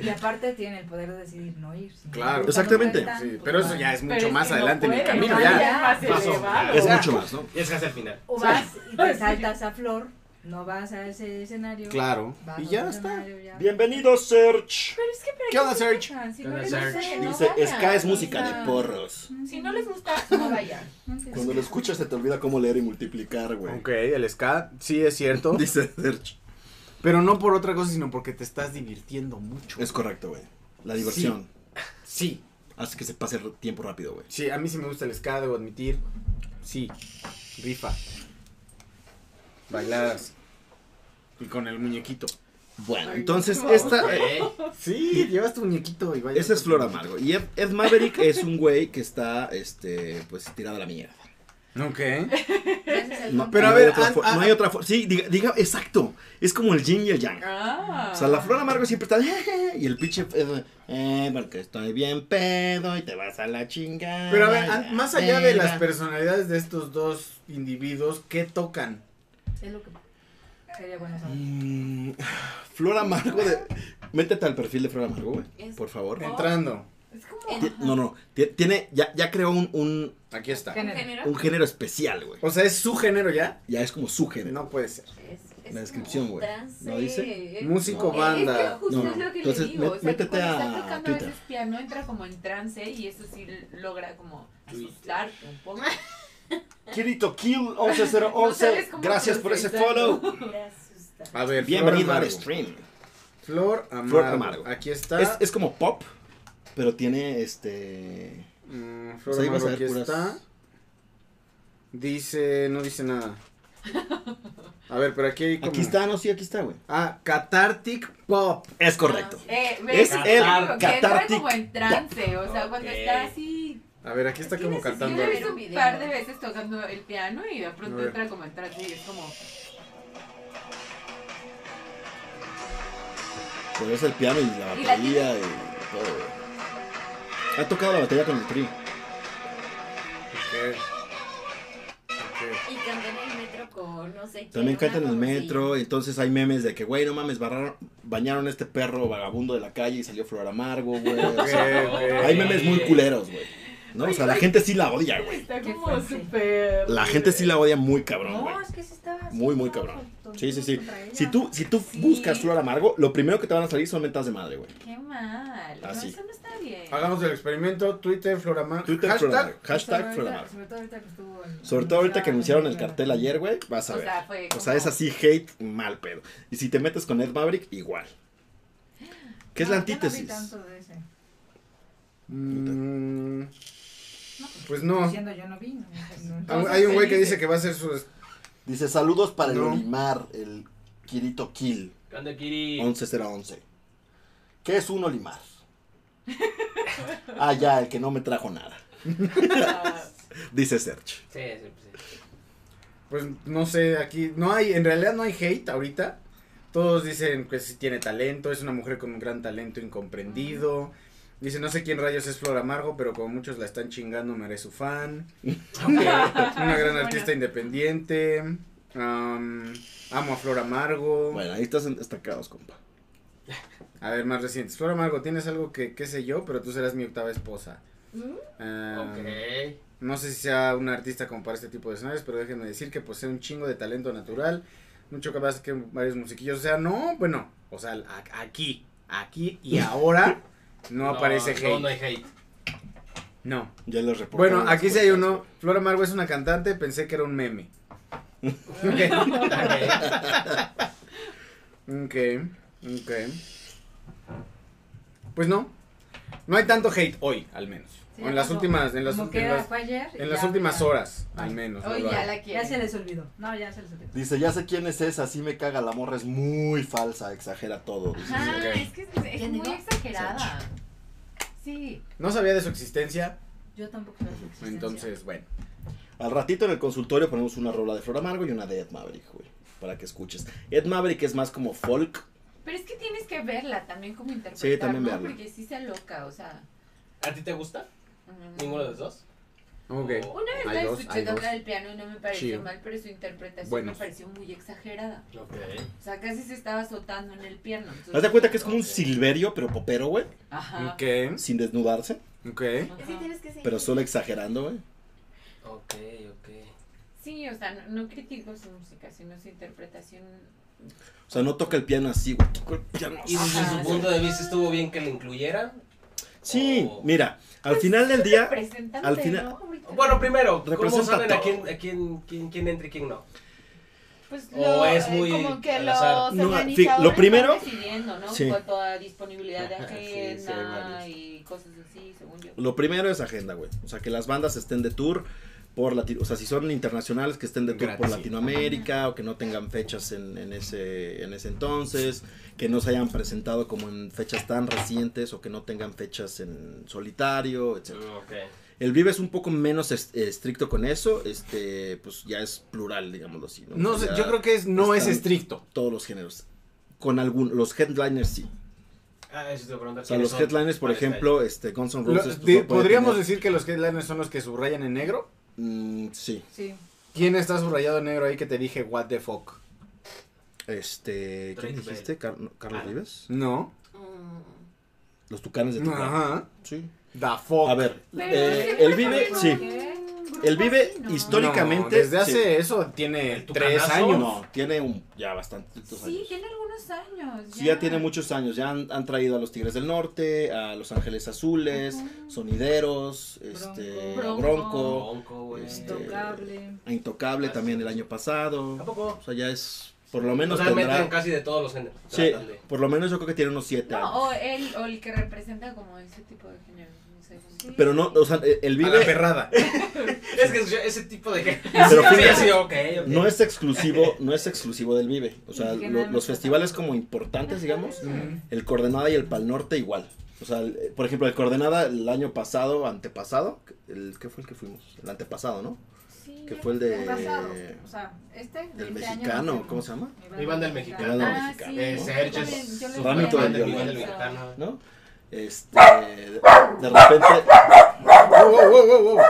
Speaker 5: Y aparte tiene el poder de decidir no ir. si no
Speaker 2: Claro.
Speaker 5: le gusta, no
Speaker 1: Exactamente.
Speaker 5: faltan,
Speaker 2: Sí,
Speaker 5: pues,
Speaker 2: pero eso
Speaker 5: va.
Speaker 2: ya es
Speaker 3: Pero
Speaker 2: mucho
Speaker 3: es
Speaker 2: más
Speaker 3: que no
Speaker 2: adelante en el
Speaker 3: puede,
Speaker 2: camino,
Speaker 3: ¿no?
Speaker 2: ya.
Speaker 3: es más
Speaker 6: Paso.
Speaker 3: elevado.
Speaker 1: Es
Speaker 6: O sea,
Speaker 1: mucho más, ¿no?
Speaker 6: Y es casi al final.
Speaker 5: O vas y te saltas a Flor, no vas a ese escenario.
Speaker 2: Claro.
Speaker 5: vas
Speaker 2: Y
Speaker 5: a
Speaker 2: ya
Speaker 5: otro
Speaker 2: está.
Speaker 5: escenario, ya. Ah,
Speaker 1: Bienvenido, Search.
Speaker 3: Pero es que
Speaker 2: ¿Qué onda, Serge?
Speaker 3: para si
Speaker 6: ¿Qué
Speaker 3: no
Speaker 6: onda,
Speaker 3: les
Speaker 6: Serge?
Speaker 3: gusta, no
Speaker 1: Dice,
Speaker 3: vayan.
Speaker 1: Ska es música
Speaker 3: O sea,
Speaker 1: de porros.
Speaker 3: Si no les gusta,
Speaker 7: Ah.
Speaker 3: no vayan.
Speaker 1: Cuando lo escuchas se te olvida cómo leer y multiplicar, güey.
Speaker 2: Ok, el ska sí es cierto.
Speaker 1: Dice Search.
Speaker 2: pero no por otra cosa, sino porque te estás divirtiendo mucho.
Speaker 1: Es correcto, güey. La diversión
Speaker 2: Sí,
Speaker 1: hace que se pase el tiempo rápido, güey.
Speaker 2: sí, a mí sí me gusta el ska, debo admitir. Sí. Rifa. Bailadas. Y con el muñequito.
Speaker 1: Bueno, entonces esta,
Speaker 2: Sí, llevas tu muñequito y bailas.
Speaker 1: esa es Flor Amargo. Y Ed, Ed Maverick es un güey que está, este, pues tirado a la mierda.
Speaker 2: Ok.
Speaker 8: Gracias al
Speaker 1: No,
Speaker 2: Pero
Speaker 1: no
Speaker 2: a
Speaker 1: hay
Speaker 2: ver,
Speaker 1: otra
Speaker 2: an-
Speaker 1: fo-
Speaker 2: a-
Speaker 1: no hay otra forma. Sí, diga, diga, exacto. Es como el yin y el yang.
Speaker 7: Ah.
Speaker 1: O sea, la flor amargo siempre está. Y el pinche. eh, eh, porque estoy bien pedo y te vas a la chingada.
Speaker 2: Pero a ver, an- más allá de las
Speaker 1: personas.
Speaker 2: personalidades de estos dos individuos, ¿qué tocan?
Speaker 5: Es lo que sería bueno saber.
Speaker 2: Mm,
Speaker 1: Flor amargo. De... Métete al perfil de Flor amargo, güey. Por
Speaker 7: Oh.
Speaker 1: favor.
Speaker 2: Entrando.
Speaker 8: Es como
Speaker 1: Ti- No, no. ti- Tiene. Ya, ya creó un, un,
Speaker 2: Aquí está.
Speaker 8: un
Speaker 5: Género.
Speaker 8: género.
Speaker 1: un género especial, güey.
Speaker 2: O sea, ¿es su género ya?
Speaker 1: Ya es como su género.
Speaker 2: No puede ser.
Speaker 8: Es, es
Speaker 1: La descripción,
Speaker 8: como
Speaker 1: güey.
Speaker 8: trance.
Speaker 1: ¿No dice?
Speaker 2: Músico,
Speaker 1: No.
Speaker 2: banda.
Speaker 7: Eh, Es que justo
Speaker 1: No,
Speaker 7: es lo que
Speaker 1: entonces,
Speaker 7: le digo.
Speaker 1: mé-
Speaker 7: o sea,
Speaker 1: métete
Speaker 7: cuando está
Speaker 1: a
Speaker 7: tocando
Speaker 1: Twitter.
Speaker 7: a veces piano, entra como en trance y eso sí logra como asustarte un poco.
Speaker 1: Kirito Kill
Speaker 7: No sabes cómo procesarlo.
Speaker 8: Te asusta.
Speaker 2: A ver,
Speaker 1: Bienvenido
Speaker 2: Flor
Speaker 1: al
Speaker 2: Amargo.
Speaker 1: stream.
Speaker 2: Flor Amargo.
Speaker 1: Flor Amargo.
Speaker 2: Aquí está.
Speaker 1: Es, es como pop, pero tiene este.
Speaker 2: Mm,
Speaker 1: o
Speaker 2: Flor
Speaker 1: sea, ahí vas a
Speaker 2: Amargo,
Speaker 1: ver
Speaker 2: aquí
Speaker 1: puras-
Speaker 2: está. Dice, no dice nada. A ver, pero aquí hay como...
Speaker 1: Aquí está, no, sí, aquí está, güey.
Speaker 2: Ah, Cathartic Pop.
Speaker 1: Es correcto.
Speaker 7: Eh,
Speaker 1: Es
Speaker 7: ¿ves?
Speaker 1: el
Speaker 7: Digo que entra
Speaker 1: catártico.
Speaker 7: como en trance, o sea, cuando
Speaker 1: Ok.
Speaker 7: está así.
Speaker 2: A ver, aquí está como
Speaker 8: Tienes-
Speaker 7: Yo
Speaker 2: cantando
Speaker 7: lo he
Speaker 8: ver
Speaker 2: algo.
Speaker 7: visto
Speaker 8: un
Speaker 7: un
Speaker 8: video.
Speaker 7: par de veces tocando el piano y de
Speaker 2: A
Speaker 7: pronto
Speaker 2: ver.
Speaker 7: entra como en trance y es como.
Speaker 1: Por eso Pues el piano y la
Speaker 7: Y la
Speaker 1: batería y, todo, güey. Ha tocado la batería con el trío.
Speaker 2: Ok. Ok.
Speaker 8: Y canta en el metro con no sé quién.
Speaker 1: También
Speaker 8: una
Speaker 1: canta en el
Speaker 8: cosa así.
Speaker 1: metro, entonces hay memes de que, güey, no mames, barraron- bañaron a este perro vagabundo de la calle y salió Flor Amargo, güey. o
Speaker 2: Ok,
Speaker 1: sea,
Speaker 2: ok.
Speaker 1: hay memes muy culeros, güey. ¿No? O sea, la gente sí la odia, güey.
Speaker 7: Está
Speaker 5: Qué
Speaker 7: como
Speaker 5: fuerte.
Speaker 7: súper.
Speaker 1: La gente sí la odia muy cabrón, güey.
Speaker 5: No, es que sí estaba.
Speaker 1: Muy, muy
Speaker 5: estaba
Speaker 1: cabrón.
Speaker 5: con-
Speaker 1: Sí, sí, sí.
Speaker 5: contra ella.
Speaker 1: Si tú, si tú
Speaker 7: Sí.
Speaker 1: buscas Flor Amargo, lo primero que te van a salir son mentas de madre, güey.
Speaker 7: Qué mal. No,
Speaker 1: Así. Ah,
Speaker 7: eso no está bien.
Speaker 2: Hagamos el experimento. Twitter, Flor Amargo.
Speaker 1: Twitter Flor Amargo.
Speaker 2: Hashtag.
Speaker 1: Hashtag
Speaker 5: Sobre
Speaker 1: Flor Amargo.
Speaker 5: ahorita- Sobre todo ahorita que estuvo. en-
Speaker 1: Sobre todo ahorita que anunciaron el
Speaker 5: Claro.
Speaker 1: cartel ayer, güey, vas a
Speaker 7: O
Speaker 1: ver.
Speaker 7: sea, fue
Speaker 1: O sea,
Speaker 7: como-
Speaker 1: es así hate mal pedo. Y si te metes con Ed Maverick, igual. ¿Qué es la
Speaker 5: No, yo no vi
Speaker 1: antítesis?
Speaker 5: tanto de ese.
Speaker 2: Mm, Pues no.
Speaker 5: Diciendo yo no vi. no, no.
Speaker 2: Ah, Hay un güey que dice que va a ser su...
Speaker 1: Dice saludos para
Speaker 2: No.
Speaker 1: olimar, el Kirito Kill,
Speaker 6: ¿Qué onda, Kiri?
Speaker 1: 11011. ¿Qué es un olimar? ah, ya, el que no me trajo nada.
Speaker 7: Ah,
Speaker 1: Dice Serge.
Speaker 6: Sí, sí, sí.
Speaker 2: Pues no sé, aquí no hay, en realidad no hay hate ahorita. Todos dicen que sí tiene talento, es una mujer con un gran talento incomprendido. Dice, no sé quién rayos es Flor Amargo, pero como muchos la están chingando, me haré su fan. una gran artista independiente. Am, amo a Flor Amargo.
Speaker 1: Bueno, ahí estás en- destacados, compa.
Speaker 2: A ver, más recientes. Flor Amargo, tienes algo que, qué sé yo, pero tú serás mi octava esposa.
Speaker 1: Ah.
Speaker 2: Am,
Speaker 6: Mm. Ok.
Speaker 2: No sé si sea un artista como para este tipo de escenarios, pero déjenme decir que posee un chingo de talento natural. Mucho capaz que varios musiquillos. O sea, no, bueno, o sea, a- aquí, aquí y ahora no, aparece hate.
Speaker 6: No,
Speaker 2: No,
Speaker 6: no hay hate.
Speaker 1: Ya les reporté.
Speaker 2: Bueno,
Speaker 1: las
Speaker 2: aquí sí hay
Speaker 1: cuentas,
Speaker 2: uno. Flor Amargo es una cantante, pensé que era un meme.
Speaker 6: Ok.
Speaker 2: Ok, ok. Pues no, no hay tanto hate hoy, al menos.
Speaker 5: Sí,
Speaker 2: o en las
Speaker 5: como-
Speaker 2: últimas, en las,
Speaker 5: Como
Speaker 2: en
Speaker 5: que era-
Speaker 2: las-
Speaker 5: fue ayer. y
Speaker 2: en las
Speaker 5: ya
Speaker 2: últimas
Speaker 5: ahorita-
Speaker 2: horas, al menos.
Speaker 7: Hoy
Speaker 2: lo
Speaker 7: ya
Speaker 2: hay.
Speaker 7: la quiero.
Speaker 5: Ya se les olvidó. No, ya se les olvidó.
Speaker 1: Dice, ya sé quién es esa, sí me caga, la morra es muy falsa, exagera todo. Dice,
Speaker 7: Ajá,
Speaker 2: Ok.
Speaker 7: es que es, es
Speaker 8: ¿Quién
Speaker 7: muy
Speaker 8: dijo?
Speaker 7: exagerada. Sí.
Speaker 2: No sabía de su existencia,
Speaker 5: Yo tampoco sabía su existencia.
Speaker 2: entonces, bueno.
Speaker 1: Al ratito en el consultorio ponemos una rola de Flor Amargo y una de Ed Maverick, güey. Para que escuches. Ed Maverick es más como folk.
Speaker 7: Pero es que tienes que verla también como interpretar,
Speaker 1: Sí, también
Speaker 7: ¿no?
Speaker 1: verla.
Speaker 7: Porque sí se loca, o sea.
Speaker 6: ¿A ti te gusta?
Speaker 7: mm.
Speaker 6: ¿Ninguno de los dos? Oh.
Speaker 2: Ok.
Speaker 6: O-
Speaker 7: Una vez
Speaker 2: Hay
Speaker 7: la
Speaker 2: dos,
Speaker 7: escuché
Speaker 2: hay dos.
Speaker 7: tocar el piano y no me pareció
Speaker 2: Chido.
Speaker 7: mal, pero su interpretación
Speaker 2: Buenos.
Speaker 7: me pareció muy exagerada.
Speaker 6: Ok.
Speaker 7: O sea, casi se estaba azotando en el piano. entonces-
Speaker 1: Haz de cuenta que es como un silverio, pero popero, güey.
Speaker 7: Ajá.
Speaker 2: Ok,
Speaker 1: Sin desnudarse,
Speaker 2: ok.
Speaker 7: Ajá.
Speaker 8: Sí, tienes que seguir.
Speaker 1: pero solo exagerando, güey.
Speaker 6: Ok, ok.
Speaker 7: Sí, o sea, no, no critico su música, sino su interpretación.
Speaker 1: O sea, no toca el piano así, güey. Toca el piano
Speaker 6: ¿Y
Speaker 1: así.
Speaker 6: desde
Speaker 7: Ajá,
Speaker 6: su
Speaker 7: sí.
Speaker 6: punto de vista estuvo bien que le incluyeran?
Speaker 1: Sí,
Speaker 6: O-
Speaker 1: mira, al final del
Speaker 7: Pues,
Speaker 1: día.
Speaker 7: Representante,
Speaker 1: al final-
Speaker 7: ¿no? Ahorita.
Speaker 6: Bueno, primero, ¿cómo
Speaker 1: Representa
Speaker 6: saben a
Speaker 1: todo.
Speaker 6: quién, a quién, quién, quién entra y quién no?
Speaker 7: Pues
Speaker 6: O
Speaker 7: lo,
Speaker 6: es
Speaker 7: eh,
Speaker 6: muy
Speaker 7: como que
Speaker 6: al
Speaker 7: los
Speaker 6: azar.
Speaker 1: No, fi- lo
Speaker 7: organizadores van
Speaker 1: primero-
Speaker 7: decidiendo, ¿no?
Speaker 1: Sí.
Speaker 7: Con toda disponibilidad de
Speaker 6: Ajá, sí, sí, hay
Speaker 7: agenda
Speaker 6: varios.
Speaker 7: y cosas así, según yo.
Speaker 1: Lo primero es agenda, güey. O sea, que las bandas estén de tour, por Latino, o sea, si son internacionales que estén de tour por
Speaker 2: Gratis.
Speaker 1: Latinoamérica o que no tengan fechas en, en ese, en ese entonces, que no se hayan presentado como en fechas tan recientes o que no tengan fechas en solitario, etc.
Speaker 6: Ok.
Speaker 1: El Vive es un poco menos est- estricto con eso, este, pues ya es plural, digámoslo así. ¿no?
Speaker 2: No sé, yo creo que es, no es
Speaker 1: están-
Speaker 2: estricto.
Speaker 1: Todos los géneros. Con algún, los headliners sí.
Speaker 6: Ah, eso te voy a preguntar.
Speaker 1: O sea, los
Speaker 6: ¿quiénes son?
Speaker 1: headliners, por
Speaker 6: Para estar
Speaker 1: ejemplo, este, Guns N'
Speaker 2: Lo-
Speaker 1: Roses. pues,
Speaker 2: di-
Speaker 1: no puede
Speaker 2: podríamos
Speaker 1: tener-
Speaker 2: decir que los headliners son los que subrayan en negro.
Speaker 1: Mm, sí.
Speaker 5: Sí.
Speaker 2: ¿Quién está subrayado en negro ahí que te dije what the fuck?
Speaker 1: Este, ¿quién
Speaker 6: Drake
Speaker 1: dijiste? Car- no, ¿Carlos
Speaker 6: Ah.
Speaker 1: Vives?
Speaker 2: No.
Speaker 1: Los Tucanes de Tucán.
Speaker 2: Ajá.
Speaker 1: Sí.
Speaker 2: The fuck.
Speaker 1: A ver,
Speaker 3: Pero
Speaker 1: eh,
Speaker 3: siempre
Speaker 1: el Vive,
Speaker 3: fue
Speaker 1: sí.
Speaker 3: como que un grupo
Speaker 1: El Vive
Speaker 3: así, ¿no?
Speaker 1: histórico- históricamente,
Speaker 2: No, desde hace
Speaker 1: sí.
Speaker 2: eso tiene
Speaker 6: ¿El
Speaker 2: tres
Speaker 6: tucanazo?
Speaker 2: años.
Speaker 1: No, tiene un, ya bastantes años.
Speaker 3: Sí, tiene algunos años.
Speaker 1: Sí, ya tiene muchos años. Ya han, han traído a los Tigres del Norte, a Los Ángeles Azules,
Speaker 3: Ujú.
Speaker 1: Sonideros, este,
Speaker 3: Bronco.
Speaker 1: Bronco,
Speaker 6: Bronco, güey.
Speaker 1: Este,
Speaker 5: Intocable.
Speaker 1: a Intocable
Speaker 6: Así
Speaker 1: también
Speaker 6: es.
Speaker 1: el año pasado.
Speaker 6: ¿A poco?
Speaker 1: O sea, ya es, por lo menos
Speaker 6: o sea, meten
Speaker 1: tendrá...
Speaker 6: casi de todos los géneros.
Speaker 1: Sí,
Speaker 6: Tratan de-
Speaker 1: por lo menos yo creo que tiene unos siete años.
Speaker 3: No, o el, o el que representa como ese tipo de género. No sé. Sí.
Speaker 1: Pero no, o sea, e, el
Speaker 2: A la
Speaker 1: Vive
Speaker 2: perrada.
Speaker 6: Es que escuché ese tipo de género.
Speaker 1: Pero
Speaker 6: Sí,
Speaker 1: fíjate,
Speaker 6: sí, ok, ok.
Speaker 1: no es exclusivo, no es exclusivo del Vive. O sea,
Speaker 5: Dije,
Speaker 1: lo-
Speaker 5: nada más
Speaker 1: los
Speaker 5: está
Speaker 1: festivales
Speaker 5: pasando.
Speaker 1: como importantes, digamos,
Speaker 2: Ujú.
Speaker 1: el Coordenada y el Pal Norte igual. O sea, el- por ejemplo, el Coordenada el año pasado, antepasado, el que fue el que fuimos, el antepasado, ¿no?
Speaker 5: Sí,
Speaker 1: que fue el de-
Speaker 5: pasado. O sea, este.
Speaker 1: eh, Del
Speaker 5: este año
Speaker 1: mexicano,
Speaker 5: no
Speaker 1: ¿cómo se llama?
Speaker 5: fue.
Speaker 6: Mi banda del
Speaker 1: La banda del
Speaker 6: mexicano.
Speaker 5: Ah,
Speaker 1: mexicano.
Speaker 5: sí.
Speaker 6: Eh,
Speaker 1: ¿no?
Speaker 6: Sergio.
Speaker 5: Yo le- yo le
Speaker 1: Ramito del
Speaker 6: Banda del
Speaker 1: Violeta.
Speaker 6: Mexicano.
Speaker 1: ¿No? Este, de, de repente,
Speaker 2: Wow, wow, wow, wow, wow.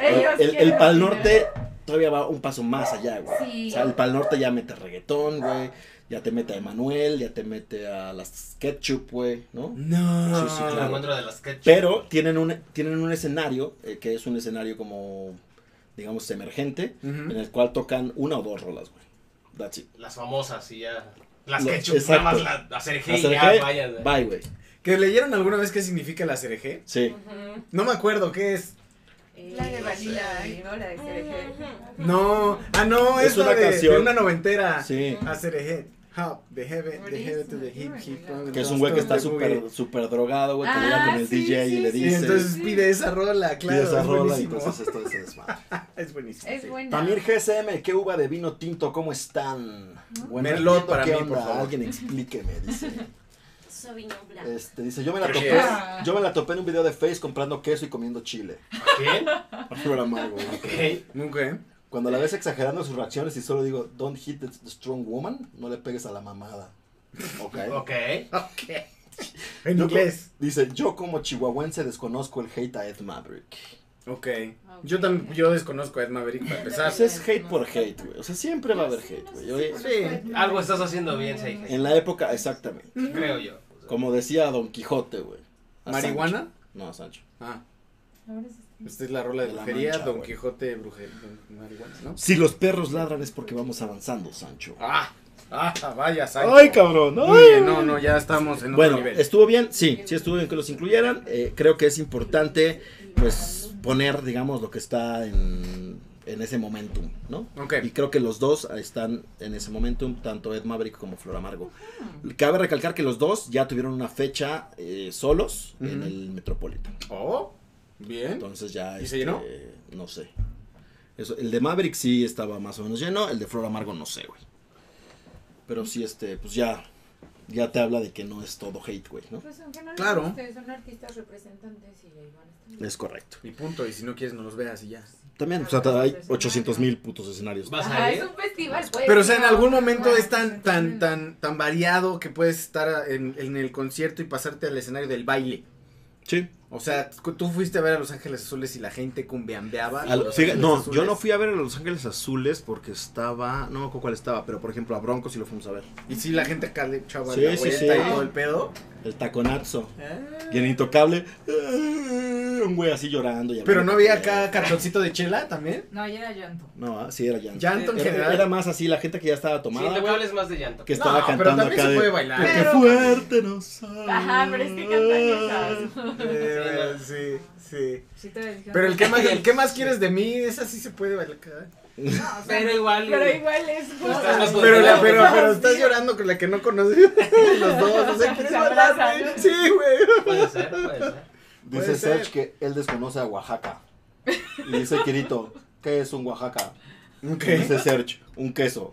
Speaker 5: Ellos
Speaker 1: el, el
Speaker 5: quieren
Speaker 1: Pal
Speaker 5: opinar.
Speaker 1: Norte todavía va un paso más allá, güey.
Speaker 3: Sí.
Speaker 1: O sea, el Pal Norte ya mete reggaetón, güey. Ya te mete a Emanuel, ya te mete a las Ketchup, güey, ¿no?
Speaker 2: No.
Speaker 1: Sí, sí,
Speaker 6: El
Speaker 1: claro.
Speaker 6: encuentro de las sketches.
Speaker 1: Pero tienen un, tienen un escenario, eh, que es un escenario como, digamos, emergente, en
Speaker 2: Ujú.
Speaker 1: el cual tocan una o dos rolas, güey. That's it.
Speaker 6: Las famosas y ya. Las
Speaker 1: Lo-
Speaker 6: ketchup,
Speaker 1: exacto.
Speaker 6: nada más la, hacer G y
Speaker 1: Hacer
Speaker 6: ya,
Speaker 1: G,
Speaker 6: vaya. güey.
Speaker 1: Bye, güey.
Speaker 2: ¿Que leyeron alguna vez qué significa la cereje?
Speaker 1: Sí.
Speaker 2: No me acuerdo qué es.
Speaker 5: La de Vanilla, ¿no? La de CDG.
Speaker 2: No. Ah, no, es,
Speaker 1: Es
Speaker 2: la
Speaker 1: una
Speaker 2: de,
Speaker 1: canción.
Speaker 2: de una noventera.
Speaker 1: Sí.
Speaker 2: A cereje. Hop, the heaven, the heaven to the hip, hip. hop,
Speaker 1: Que es un güey que está
Speaker 2: the boogie.
Speaker 1: súper super drogado, güey, que
Speaker 3: Ah,
Speaker 1: llega con el
Speaker 3: sí,
Speaker 1: DJ y
Speaker 3: sí,
Speaker 1: le
Speaker 3: sí,
Speaker 1: dice...
Speaker 2: Y entonces pide esa rola,
Speaker 1: pide
Speaker 2: claro.
Speaker 1: esa
Speaker 2: es
Speaker 1: rola y
Speaker 2: buenísimo.
Speaker 1: entonces esto es desmadre.
Speaker 2: Es buenísimo.
Speaker 3: Es buena.
Speaker 1: Pamir GSM, ¿qué uva de vino tinto? ¿Cómo están? Bueno,
Speaker 2: Merlot
Speaker 1: entiendo,
Speaker 2: para
Speaker 1: ¿qué
Speaker 2: mí, por favor.
Speaker 1: Alguien explíqueme, dice.
Speaker 4: Sauvignon Blanc.
Speaker 1: Este, dice, yo me, la
Speaker 6: Pero
Speaker 1: topé,
Speaker 6: sí
Speaker 3: es.
Speaker 1: yo me la topé en un video de Face comprando queso y comiendo chile.
Speaker 6: ¿Qué?
Speaker 1: Arturo Amargo, güey.
Speaker 6: ¿Qué?
Speaker 2: Nunca. ¿eh?
Speaker 1: Cuando la ves exagerando sus reacciones y solo digo, don't hit the the strong woman, no le pegues a la mamada. Ok.
Speaker 6: Ok.
Speaker 2: Ok. En
Speaker 1: Yo co-
Speaker 2: inglés.
Speaker 1: Dice, yo como chihuahuense desconozco el hate a Ed Maverick.
Speaker 2: Ok. Yo también, yo desconozco a Ed Maverick para empezar.
Speaker 1: Pues es hate por hate, güey. O sea, siempre va a haber hate, güey. Oye,
Speaker 2: Sí.
Speaker 6: Algo estás haciendo bien, Seige.
Speaker 1: En la época, exactamente.
Speaker 6: Creo yo.
Speaker 1: Como decía Don Quijote, güey. A
Speaker 2: ¿Marihuana?
Speaker 1: Sancho. No, a Sancho.
Speaker 2: Ah,
Speaker 3: Ahora sí.
Speaker 2: esta es la rola de
Speaker 1: De la
Speaker 2: brujería,
Speaker 1: mancha,
Speaker 2: Don
Speaker 1: güey.
Speaker 2: Quijote, brujería, don- marihuana, ¿no?
Speaker 1: Si los perros ladran es porque vamos avanzando, Sancho.
Speaker 2: Ah, ah, vaya, Sancho.
Speaker 1: ¡Ay, cabrón! ¡ay!
Speaker 2: Muy bien, no, no, ya estamos en
Speaker 1: Bueno,
Speaker 2: otro nivel.
Speaker 1: estuvo bien, sí, sí estuvo bien que los incluyeran. Eh, creo que es importante, pues, poner, digamos, lo que está en, en ese momentum, ¿no?
Speaker 2: Ok.
Speaker 1: Y creo que los dos están en ese momentum, tanto Ed Maverick como Flor Amargo. Cabe recalcar que los dos ya tuvieron una fecha eh, solos en
Speaker 2: Ujú.
Speaker 1: el Metropolitan.
Speaker 2: Oh, bien.
Speaker 1: Entonces ya. este,
Speaker 2: ¿Y se llenó?
Speaker 1: No sé. Eso, el de Maverick sí estaba más o menos lleno, el de Flor Amargo no sé, güey. Pero sí, este, pues ya. Ya te habla de que no es todo hate, güey, ¿no?
Speaker 3: Pues aunque no les
Speaker 2: Claro.
Speaker 3: guste, son artistas representantes y ahí van a estar.
Speaker 1: Es correcto.
Speaker 2: Y punto, y si no quieres no los veas y ya.
Speaker 1: También, o sea, hay 800 mil putos escenarios.
Speaker 6: ¿Vas
Speaker 3: Ajá,
Speaker 6: a
Speaker 3: es
Speaker 6: ir?
Speaker 3: un festival, pues.
Speaker 2: Pero o sea, en
Speaker 3: no,
Speaker 2: algún momento
Speaker 3: bueno,
Speaker 2: es tan,
Speaker 3: pues,
Speaker 2: tan, tan, tan variado que puedes estar en, en el concierto y pasarte al escenario del baile.
Speaker 1: Sí.
Speaker 2: O sea, cu- tú fuiste a ver a Los Ángeles Azules y la gente cumbiambeaba.
Speaker 1: Al-
Speaker 2: Los
Speaker 1: fíjate,
Speaker 2: Ángeles
Speaker 1: no,
Speaker 2: Azules.
Speaker 1: yo no fui a ver a Los Ángeles Azules porque estaba, no me acuerdo cuál estaba, pero por ejemplo a Broncos sí lo fuimos a ver.
Speaker 2: Y sí, la gente acá le echaba
Speaker 1: Sí,
Speaker 2: la
Speaker 1: sí,
Speaker 2: vuelta
Speaker 1: sí.
Speaker 2: y todo el pedo.
Speaker 1: El taconazo. Y en Intocable, Eh, un güey así llorando. y
Speaker 2: Pero no había acá
Speaker 1: hablando.
Speaker 2: cartoncito de chela también.
Speaker 5: No, ya era llanto.
Speaker 1: No, ah, sí era llanto.
Speaker 2: Llanto en
Speaker 1: Era,
Speaker 2: general.
Speaker 1: era más así la gente que ya estaba tomada,
Speaker 6: Siento que
Speaker 1: güey,
Speaker 6: hables más de llanto.
Speaker 1: que estaba
Speaker 2: No, pero
Speaker 1: cantando
Speaker 2: también
Speaker 1: acá
Speaker 2: se
Speaker 1: de,
Speaker 2: puede bailar.
Speaker 1: "Porque
Speaker 3: Pero-
Speaker 1: fuerte nos
Speaker 3: Ajá, pero es que cantan esas.
Speaker 2: Eh, sí, sí.
Speaker 5: Sí te dijeron.
Speaker 2: Pero el que más, el que más quieres de mí, esa sí se puede bailar. acá.
Speaker 5: No, o sea,
Speaker 6: Pero igual.
Speaker 3: Pero igual es.
Speaker 6: Estás
Speaker 1: pues,
Speaker 6: más
Speaker 2: Pero, la-
Speaker 6: controlado.
Speaker 2: pero, pero estás llorando con la que no conoces. Los dos, o sea, ¿quieres
Speaker 3: Se abrazan,
Speaker 2: bailar?
Speaker 3: ¿no?
Speaker 2: Sí, güey.
Speaker 6: Puede ser, puede ser.
Speaker 1: Dice
Speaker 2: ser.
Speaker 1: Serge que él desconoce a Oaxaca. Y dice Kirito, ¿qué es un Oaxaca? Y
Speaker 2: ¿Qué?
Speaker 1: Dice Serge, un queso.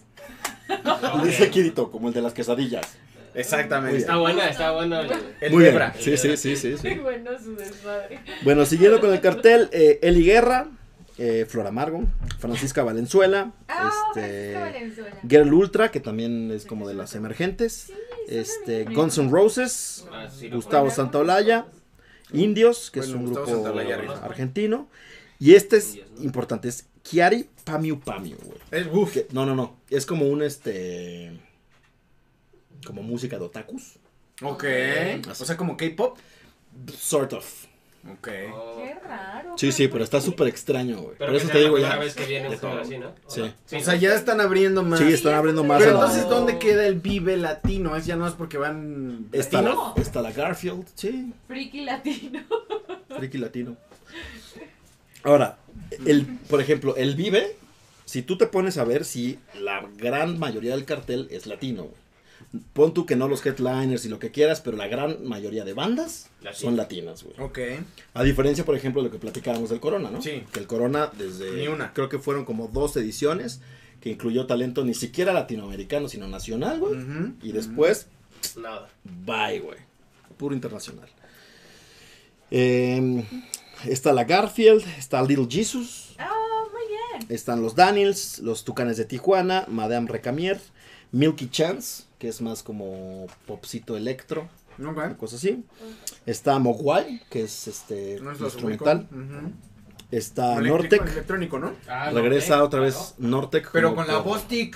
Speaker 1: Y
Speaker 6: Ok. Pues
Speaker 1: dice Kirito, como el de las quesadillas.
Speaker 2: Exactamente.
Speaker 6: Está buena, está buena.
Speaker 2: El
Speaker 1: Muy bien.
Speaker 2: Debra.
Speaker 1: Sí, sí, sí, sí, sí.
Speaker 3: bueno su desmadre.
Speaker 1: Bueno, siguiendo con el cartel, eh, Eli Guerra, eh, Flor Amargo, Francisca Valenzuela, este, Girl Ultra, que también es como de las emergentes, este, Guns N' Roses,
Speaker 6: Ah,
Speaker 1: Gustavo Santaolalla, Indios, que es
Speaker 2: Bueno,
Speaker 1: un
Speaker 2: Gustavo
Speaker 1: grupo
Speaker 2: Santaolalla
Speaker 6: rifa.
Speaker 1: argentino, y este es
Speaker 6: Indios, ¿no?
Speaker 1: importante, es Chiari Pamiu Pamiu, güey.
Speaker 2: Es uf.
Speaker 1: Que- No, no, no, es como un, este, como música de otakus,
Speaker 2: Ok.
Speaker 1: Así.
Speaker 2: O sea, como K-pop.
Speaker 1: sort of.
Speaker 2: Ok.
Speaker 3: Qué raro.
Speaker 1: Sí, sí, pero está súper extraño, güey. Por eso te digo ya.
Speaker 6: vez que viene
Speaker 1: de
Speaker 6: esto,
Speaker 1: todo.
Speaker 6: así, ¿no?
Speaker 1: Sí.
Speaker 2: O sea, ya están abriendo más.
Speaker 1: Sí, están abriendo más
Speaker 2: Pero
Speaker 1: a la-
Speaker 2: entonces,
Speaker 6: no.
Speaker 2: ¿dónde queda el vive latino? Es ya no es porque van.
Speaker 1: Está
Speaker 2: latinos?
Speaker 1: la, está la Garfield, sí,
Speaker 3: Friki latino.
Speaker 1: friki latino. Ahora, el, por ejemplo, el Vive, si tú te pones a ver si la gran mayoría del cartel es latino, güey. pon tú que no los headliners y lo que quieras, pero la gran mayoría de bandas son latinas, güey.
Speaker 2: Ok.
Speaker 1: A diferencia, por ejemplo, de lo que platicábamos del Corona, ¿no?
Speaker 2: Sí.
Speaker 1: Que el Corona desde...
Speaker 2: Ni una.
Speaker 1: Creo que fueron como dos ediciones que incluyó talento ni siquiera latinoamericano, sino nacional, güey.
Speaker 2: Ujú.
Speaker 1: Y después
Speaker 6: Nada.
Speaker 1: Bye, güey. Puro internacional. Eh, está la Garfield, está Little Jesus,
Speaker 3: Oh, muy bien.
Speaker 1: están los Daniels, los Tucanes de Tijuana, Madame Recamier, Milky Chance, que es más como popcito electro,
Speaker 2: Ok.
Speaker 1: cosas así. Está Mogwai, que es este
Speaker 2: No es los
Speaker 1: instrumental.
Speaker 2: ubico. Ujú.
Speaker 1: Está
Speaker 2: Eléctrico,
Speaker 1: Nortec.
Speaker 2: Electrónico, ¿no?
Speaker 1: Regresa otra vez Nortec.
Speaker 2: ¿eh? Pero
Speaker 1: como
Speaker 2: con la
Speaker 1: por-
Speaker 2: voz tic.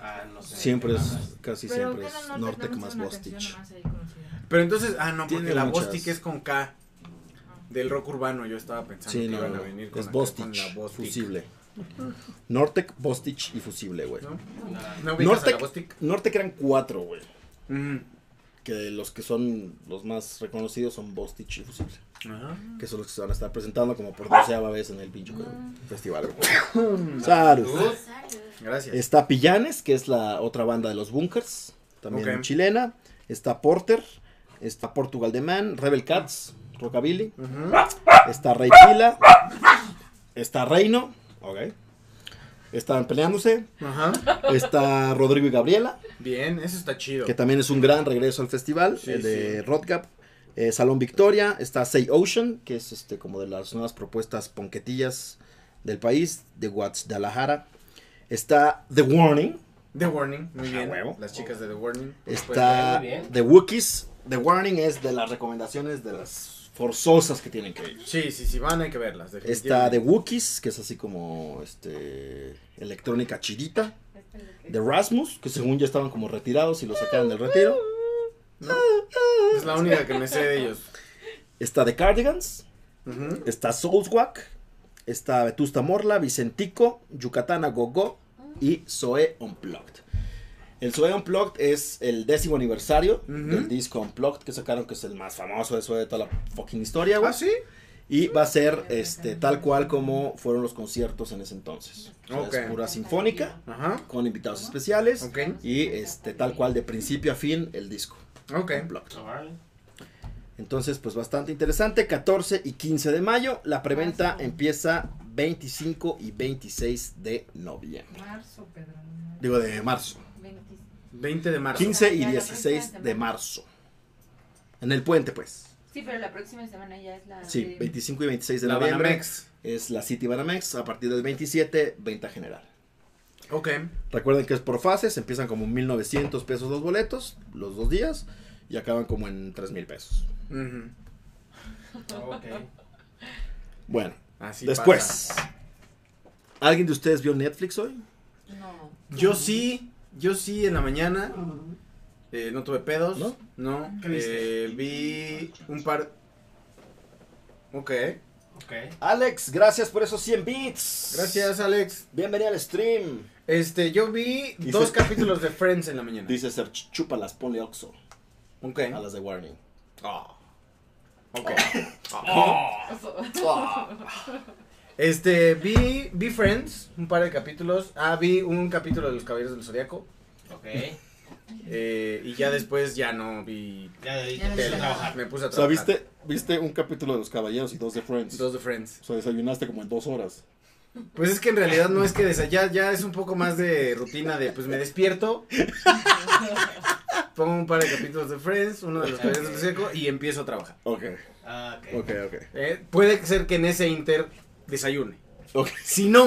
Speaker 6: Ah, no sé. Ah,
Speaker 1: Siempre es, casi
Speaker 5: Pero
Speaker 1: siempre
Speaker 5: cada
Speaker 1: es
Speaker 5: norte
Speaker 1: Nortec
Speaker 5: tenemos
Speaker 1: más
Speaker 5: una
Speaker 1: Bostich.
Speaker 5: canción nomás ahí conocida.
Speaker 2: Pero entonces, ah, no, porque
Speaker 1: Tiene
Speaker 2: la
Speaker 1: muchas.
Speaker 2: voz tic es con K. Del rock urbano, yo estaba pensando
Speaker 1: Sí,
Speaker 2: que
Speaker 1: no,
Speaker 2: iban a
Speaker 1: no,
Speaker 2: venir con,
Speaker 1: es
Speaker 2: la,
Speaker 1: Bostich,
Speaker 2: con la voz tic.
Speaker 1: fusible. Nortec, Bostich y fusible, güey.
Speaker 2: ¿No?
Speaker 6: Nada.
Speaker 2: ¿No ubicas a la
Speaker 1: Nortec,
Speaker 2: voz tic?
Speaker 1: Nortec eran cuatro, güey.
Speaker 2: Ujú.
Speaker 1: Que los que son los más reconocidos son Bostich y fusible.
Speaker 2: Ajá.
Speaker 1: Que son los que se van a estar presentando como por doceava vez en el pinche festival, güey. Salud.
Speaker 6: Salud.
Speaker 2: Gracias.
Speaker 1: Está Pillanes, que es la otra banda de los Bunkers, también
Speaker 2: Ok.
Speaker 1: chilena. Está Porter, está Portugal de Man, Rebel Cats, Rockabilly.
Speaker 2: Ujú.
Speaker 1: Está Rey Pila. Está Reino. Ok. Están peleándose.
Speaker 2: Ajá.
Speaker 1: Está Rodrigo y Gabriela,
Speaker 2: Bien, eso está chido.
Speaker 1: que también es un gran regreso al festival.
Speaker 2: Sí,
Speaker 1: el de
Speaker 2: sí.
Speaker 1: Rodgap. eh, Salón Victoria. Está Say Ocean, que es este como de las nuevas propuestas ponquetillas del país, de Guadalajara. Está The Warning.
Speaker 2: The Warning, muy bien.
Speaker 1: huevo.
Speaker 2: Las chicas de The Warning. pues,
Speaker 1: Está
Speaker 6: muy bien.
Speaker 1: The Wookiees. The Warning es de las recomendaciones de las forzosas que tienen que ir.
Speaker 2: pues, Sí, sí, sí, van, hay que verlas.
Speaker 1: Está The
Speaker 2: definitivamente.
Speaker 1: Wookiees, que es así como este electrónica chidita. The Rasmus, que según ya estaban como retirados y lo sacaron del retiro.
Speaker 2: Es la única que me sé de ellos.
Speaker 1: Está The Cardigans,
Speaker 2: Ujú.
Speaker 1: está Soulswack, está Vetusta Morla, Vicentico, Yucatán a Gogo y Zoe Unplugged. El Zoe Unplugged es el décimo aniversario
Speaker 2: Ujú.
Speaker 1: del disco Unplugged que sacaron, que es el más famoso de Zoe de toda la fucking historia, güey.
Speaker 2: ¿Ah, sí?
Speaker 1: Y va a ser este tal cual como fueron los conciertos en ese entonces. O sea,
Speaker 2: Ok.
Speaker 1: Es pura sinfónica
Speaker 2: Ajá.
Speaker 1: con invitados especiales
Speaker 2: Ok,
Speaker 1: y este tal cual de principio a fin el disco
Speaker 2: ok.
Speaker 1: Unplugged.
Speaker 6: Órale.
Speaker 1: Entonces, pues bastante interesante. 14 y 15 de mayo. La preventa empieza 25 y 26 de noviembre.
Speaker 3: Marzo, Pedro.
Speaker 1: Digo, de marzo.
Speaker 3: 20.
Speaker 2: 20 de marzo.
Speaker 1: 15 y 16 de marzo. En el puente, pues.
Speaker 3: Sí, pero la próxima semana ya es
Speaker 7: Ah,
Speaker 3: la.
Speaker 1: Sí,
Speaker 3: de-
Speaker 1: 25 y 26 de
Speaker 2: La
Speaker 1: noviembre.
Speaker 2: Banamex.
Speaker 1: Es la City Banamex. A partir del 27, venta general.
Speaker 2: Ok.
Speaker 1: Recuerden que es por fases. Empiezan como 1900 pesos los boletos, los dos días. Y acaban como en 3000 pesos.
Speaker 2: Ujú.
Speaker 6: Ok.
Speaker 1: Bueno,
Speaker 2: Así
Speaker 1: después.
Speaker 2: pasa.
Speaker 1: ¿Alguien de ustedes vio Netflix hoy?
Speaker 3: No.
Speaker 2: Yo sí, yo sí en la mañana. eh, no tuve pedos.
Speaker 1: ¿No?
Speaker 2: No. eh, vi un par. Ok.
Speaker 6: Ok.
Speaker 1: Alex, gracias por esos 100 bits.
Speaker 2: Gracias, Alex.
Speaker 1: Bienvenido al stream.
Speaker 2: Este, yo vi
Speaker 1: Dice-
Speaker 2: dos capítulos de Friends en la mañana.
Speaker 1: Dice ser chúpalas, ponle oxo.
Speaker 2: Ok.
Speaker 1: A las de Warning.
Speaker 2: Ah. Ok.
Speaker 6: Oh.
Speaker 3: Oso.
Speaker 1: Ah.
Speaker 2: Este, vi, vi Friends, un par de capítulos. Ah, vi un capítulo de Los Caballeros del Zodíaco.
Speaker 6: Ok.
Speaker 2: eh, y ya después ya no vi
Speaker 6: Ya de ahí
Speaker 3: Ya no
Speaker 6: te
Speaker 3: hice
Speaker 6: a
Speaker 3: nada.
Speaker 6: trabajar.
Speaker 2: me puse a
Speaker 1: O sea,
Speaker 2: trabajar.
Speaker 1: viste, viste un capítulo de Los Caballeros y dos de Friends.
Speaker 2: Dos de Friends.
Speaker 1: O sea, desayunaste como en dos horas.
Speaker 2: Pues es que en realidad no es que desa- ya, ya es un poco más de rutina de pues me despierto, pongo un par de capítulos de Friends, uno de los caballeros del seco y empiezo a trabajar.
Speaker 1: Ok,
Speaker 6: Ah, ok.
Speaker 1: ok, ok.
Speaker 2: Eh, puede ser que en ese inter desayune.
Speaker 1: Ok.
Speaker 2: Si no,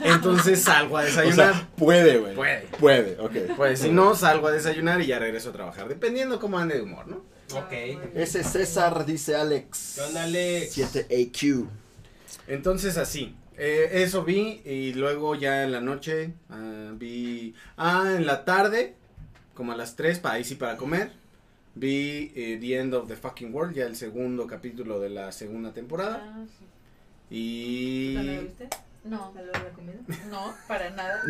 Speaker 2: entonces salgo a
Speaker 1: O
Speaker 2: desayunar.
Speaker 1: sea, puede, güey.
Speaker 2: Puede.
Speaker 1: Puede, ok.
Speaker 2: pues si no, salgo a desayunar y ya regreso a trabajar, dependiendo cómo ande de humor, ¿no?
Speaker 6: Ok.
Speaker 1: Ese César, dice Alex.
Speaker 6: ¿Qué onda, Alex?
Speaker 1: 7AQ.
Speaker 2: Entonces así, eh, eso vi y luego ya en la noche ah, vi, ah, en la tarde, como a las 3, para ahí sí para comer, vi eh, The End of the Fucking World, ya el segundo capítulo de la segunda temporada
Speaker 3: Ah, sí.
Speaker 2: y...
Speaker 5: ¿Ya lo viste?
Speaker 3: No,
Speaker 5: ¿Ya lo recomiendo?
Speaker 3: no, para nada.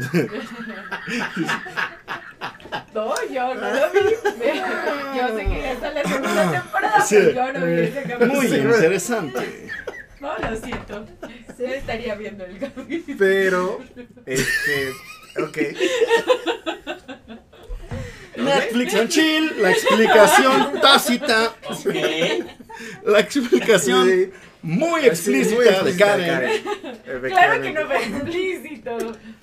Speaker 3: no, yo no lo vi. Yo sé que esta es la segunda temporada,
Speaker 1: Sí. Eh,
Speaker 3: pero yo no vi ese capítulo.
Speaker 1: Muy
Speaker 2: Sí.
Speaker 1: interesante.
Speaker 3: No, lo siento. Sí, estaría viendo el capítulo.
Speaker 2: Pero, este, ok.
Speaker 1: Netflix and chill. La explicación tácita.
Speaker 6: Ok.
Speaker 1: La explicación
Speaker 2: Sí,
Speaker 1: muy
Speaker 2: sí, muy
Speaker 1: explícita de
Speaker 2: explícita de
Speaker 1: Karen.
Speaker 2: Karen,
Speaker 3: Claro que
Speaker 2: efectivamente.
Speaker 3: no fue explícito.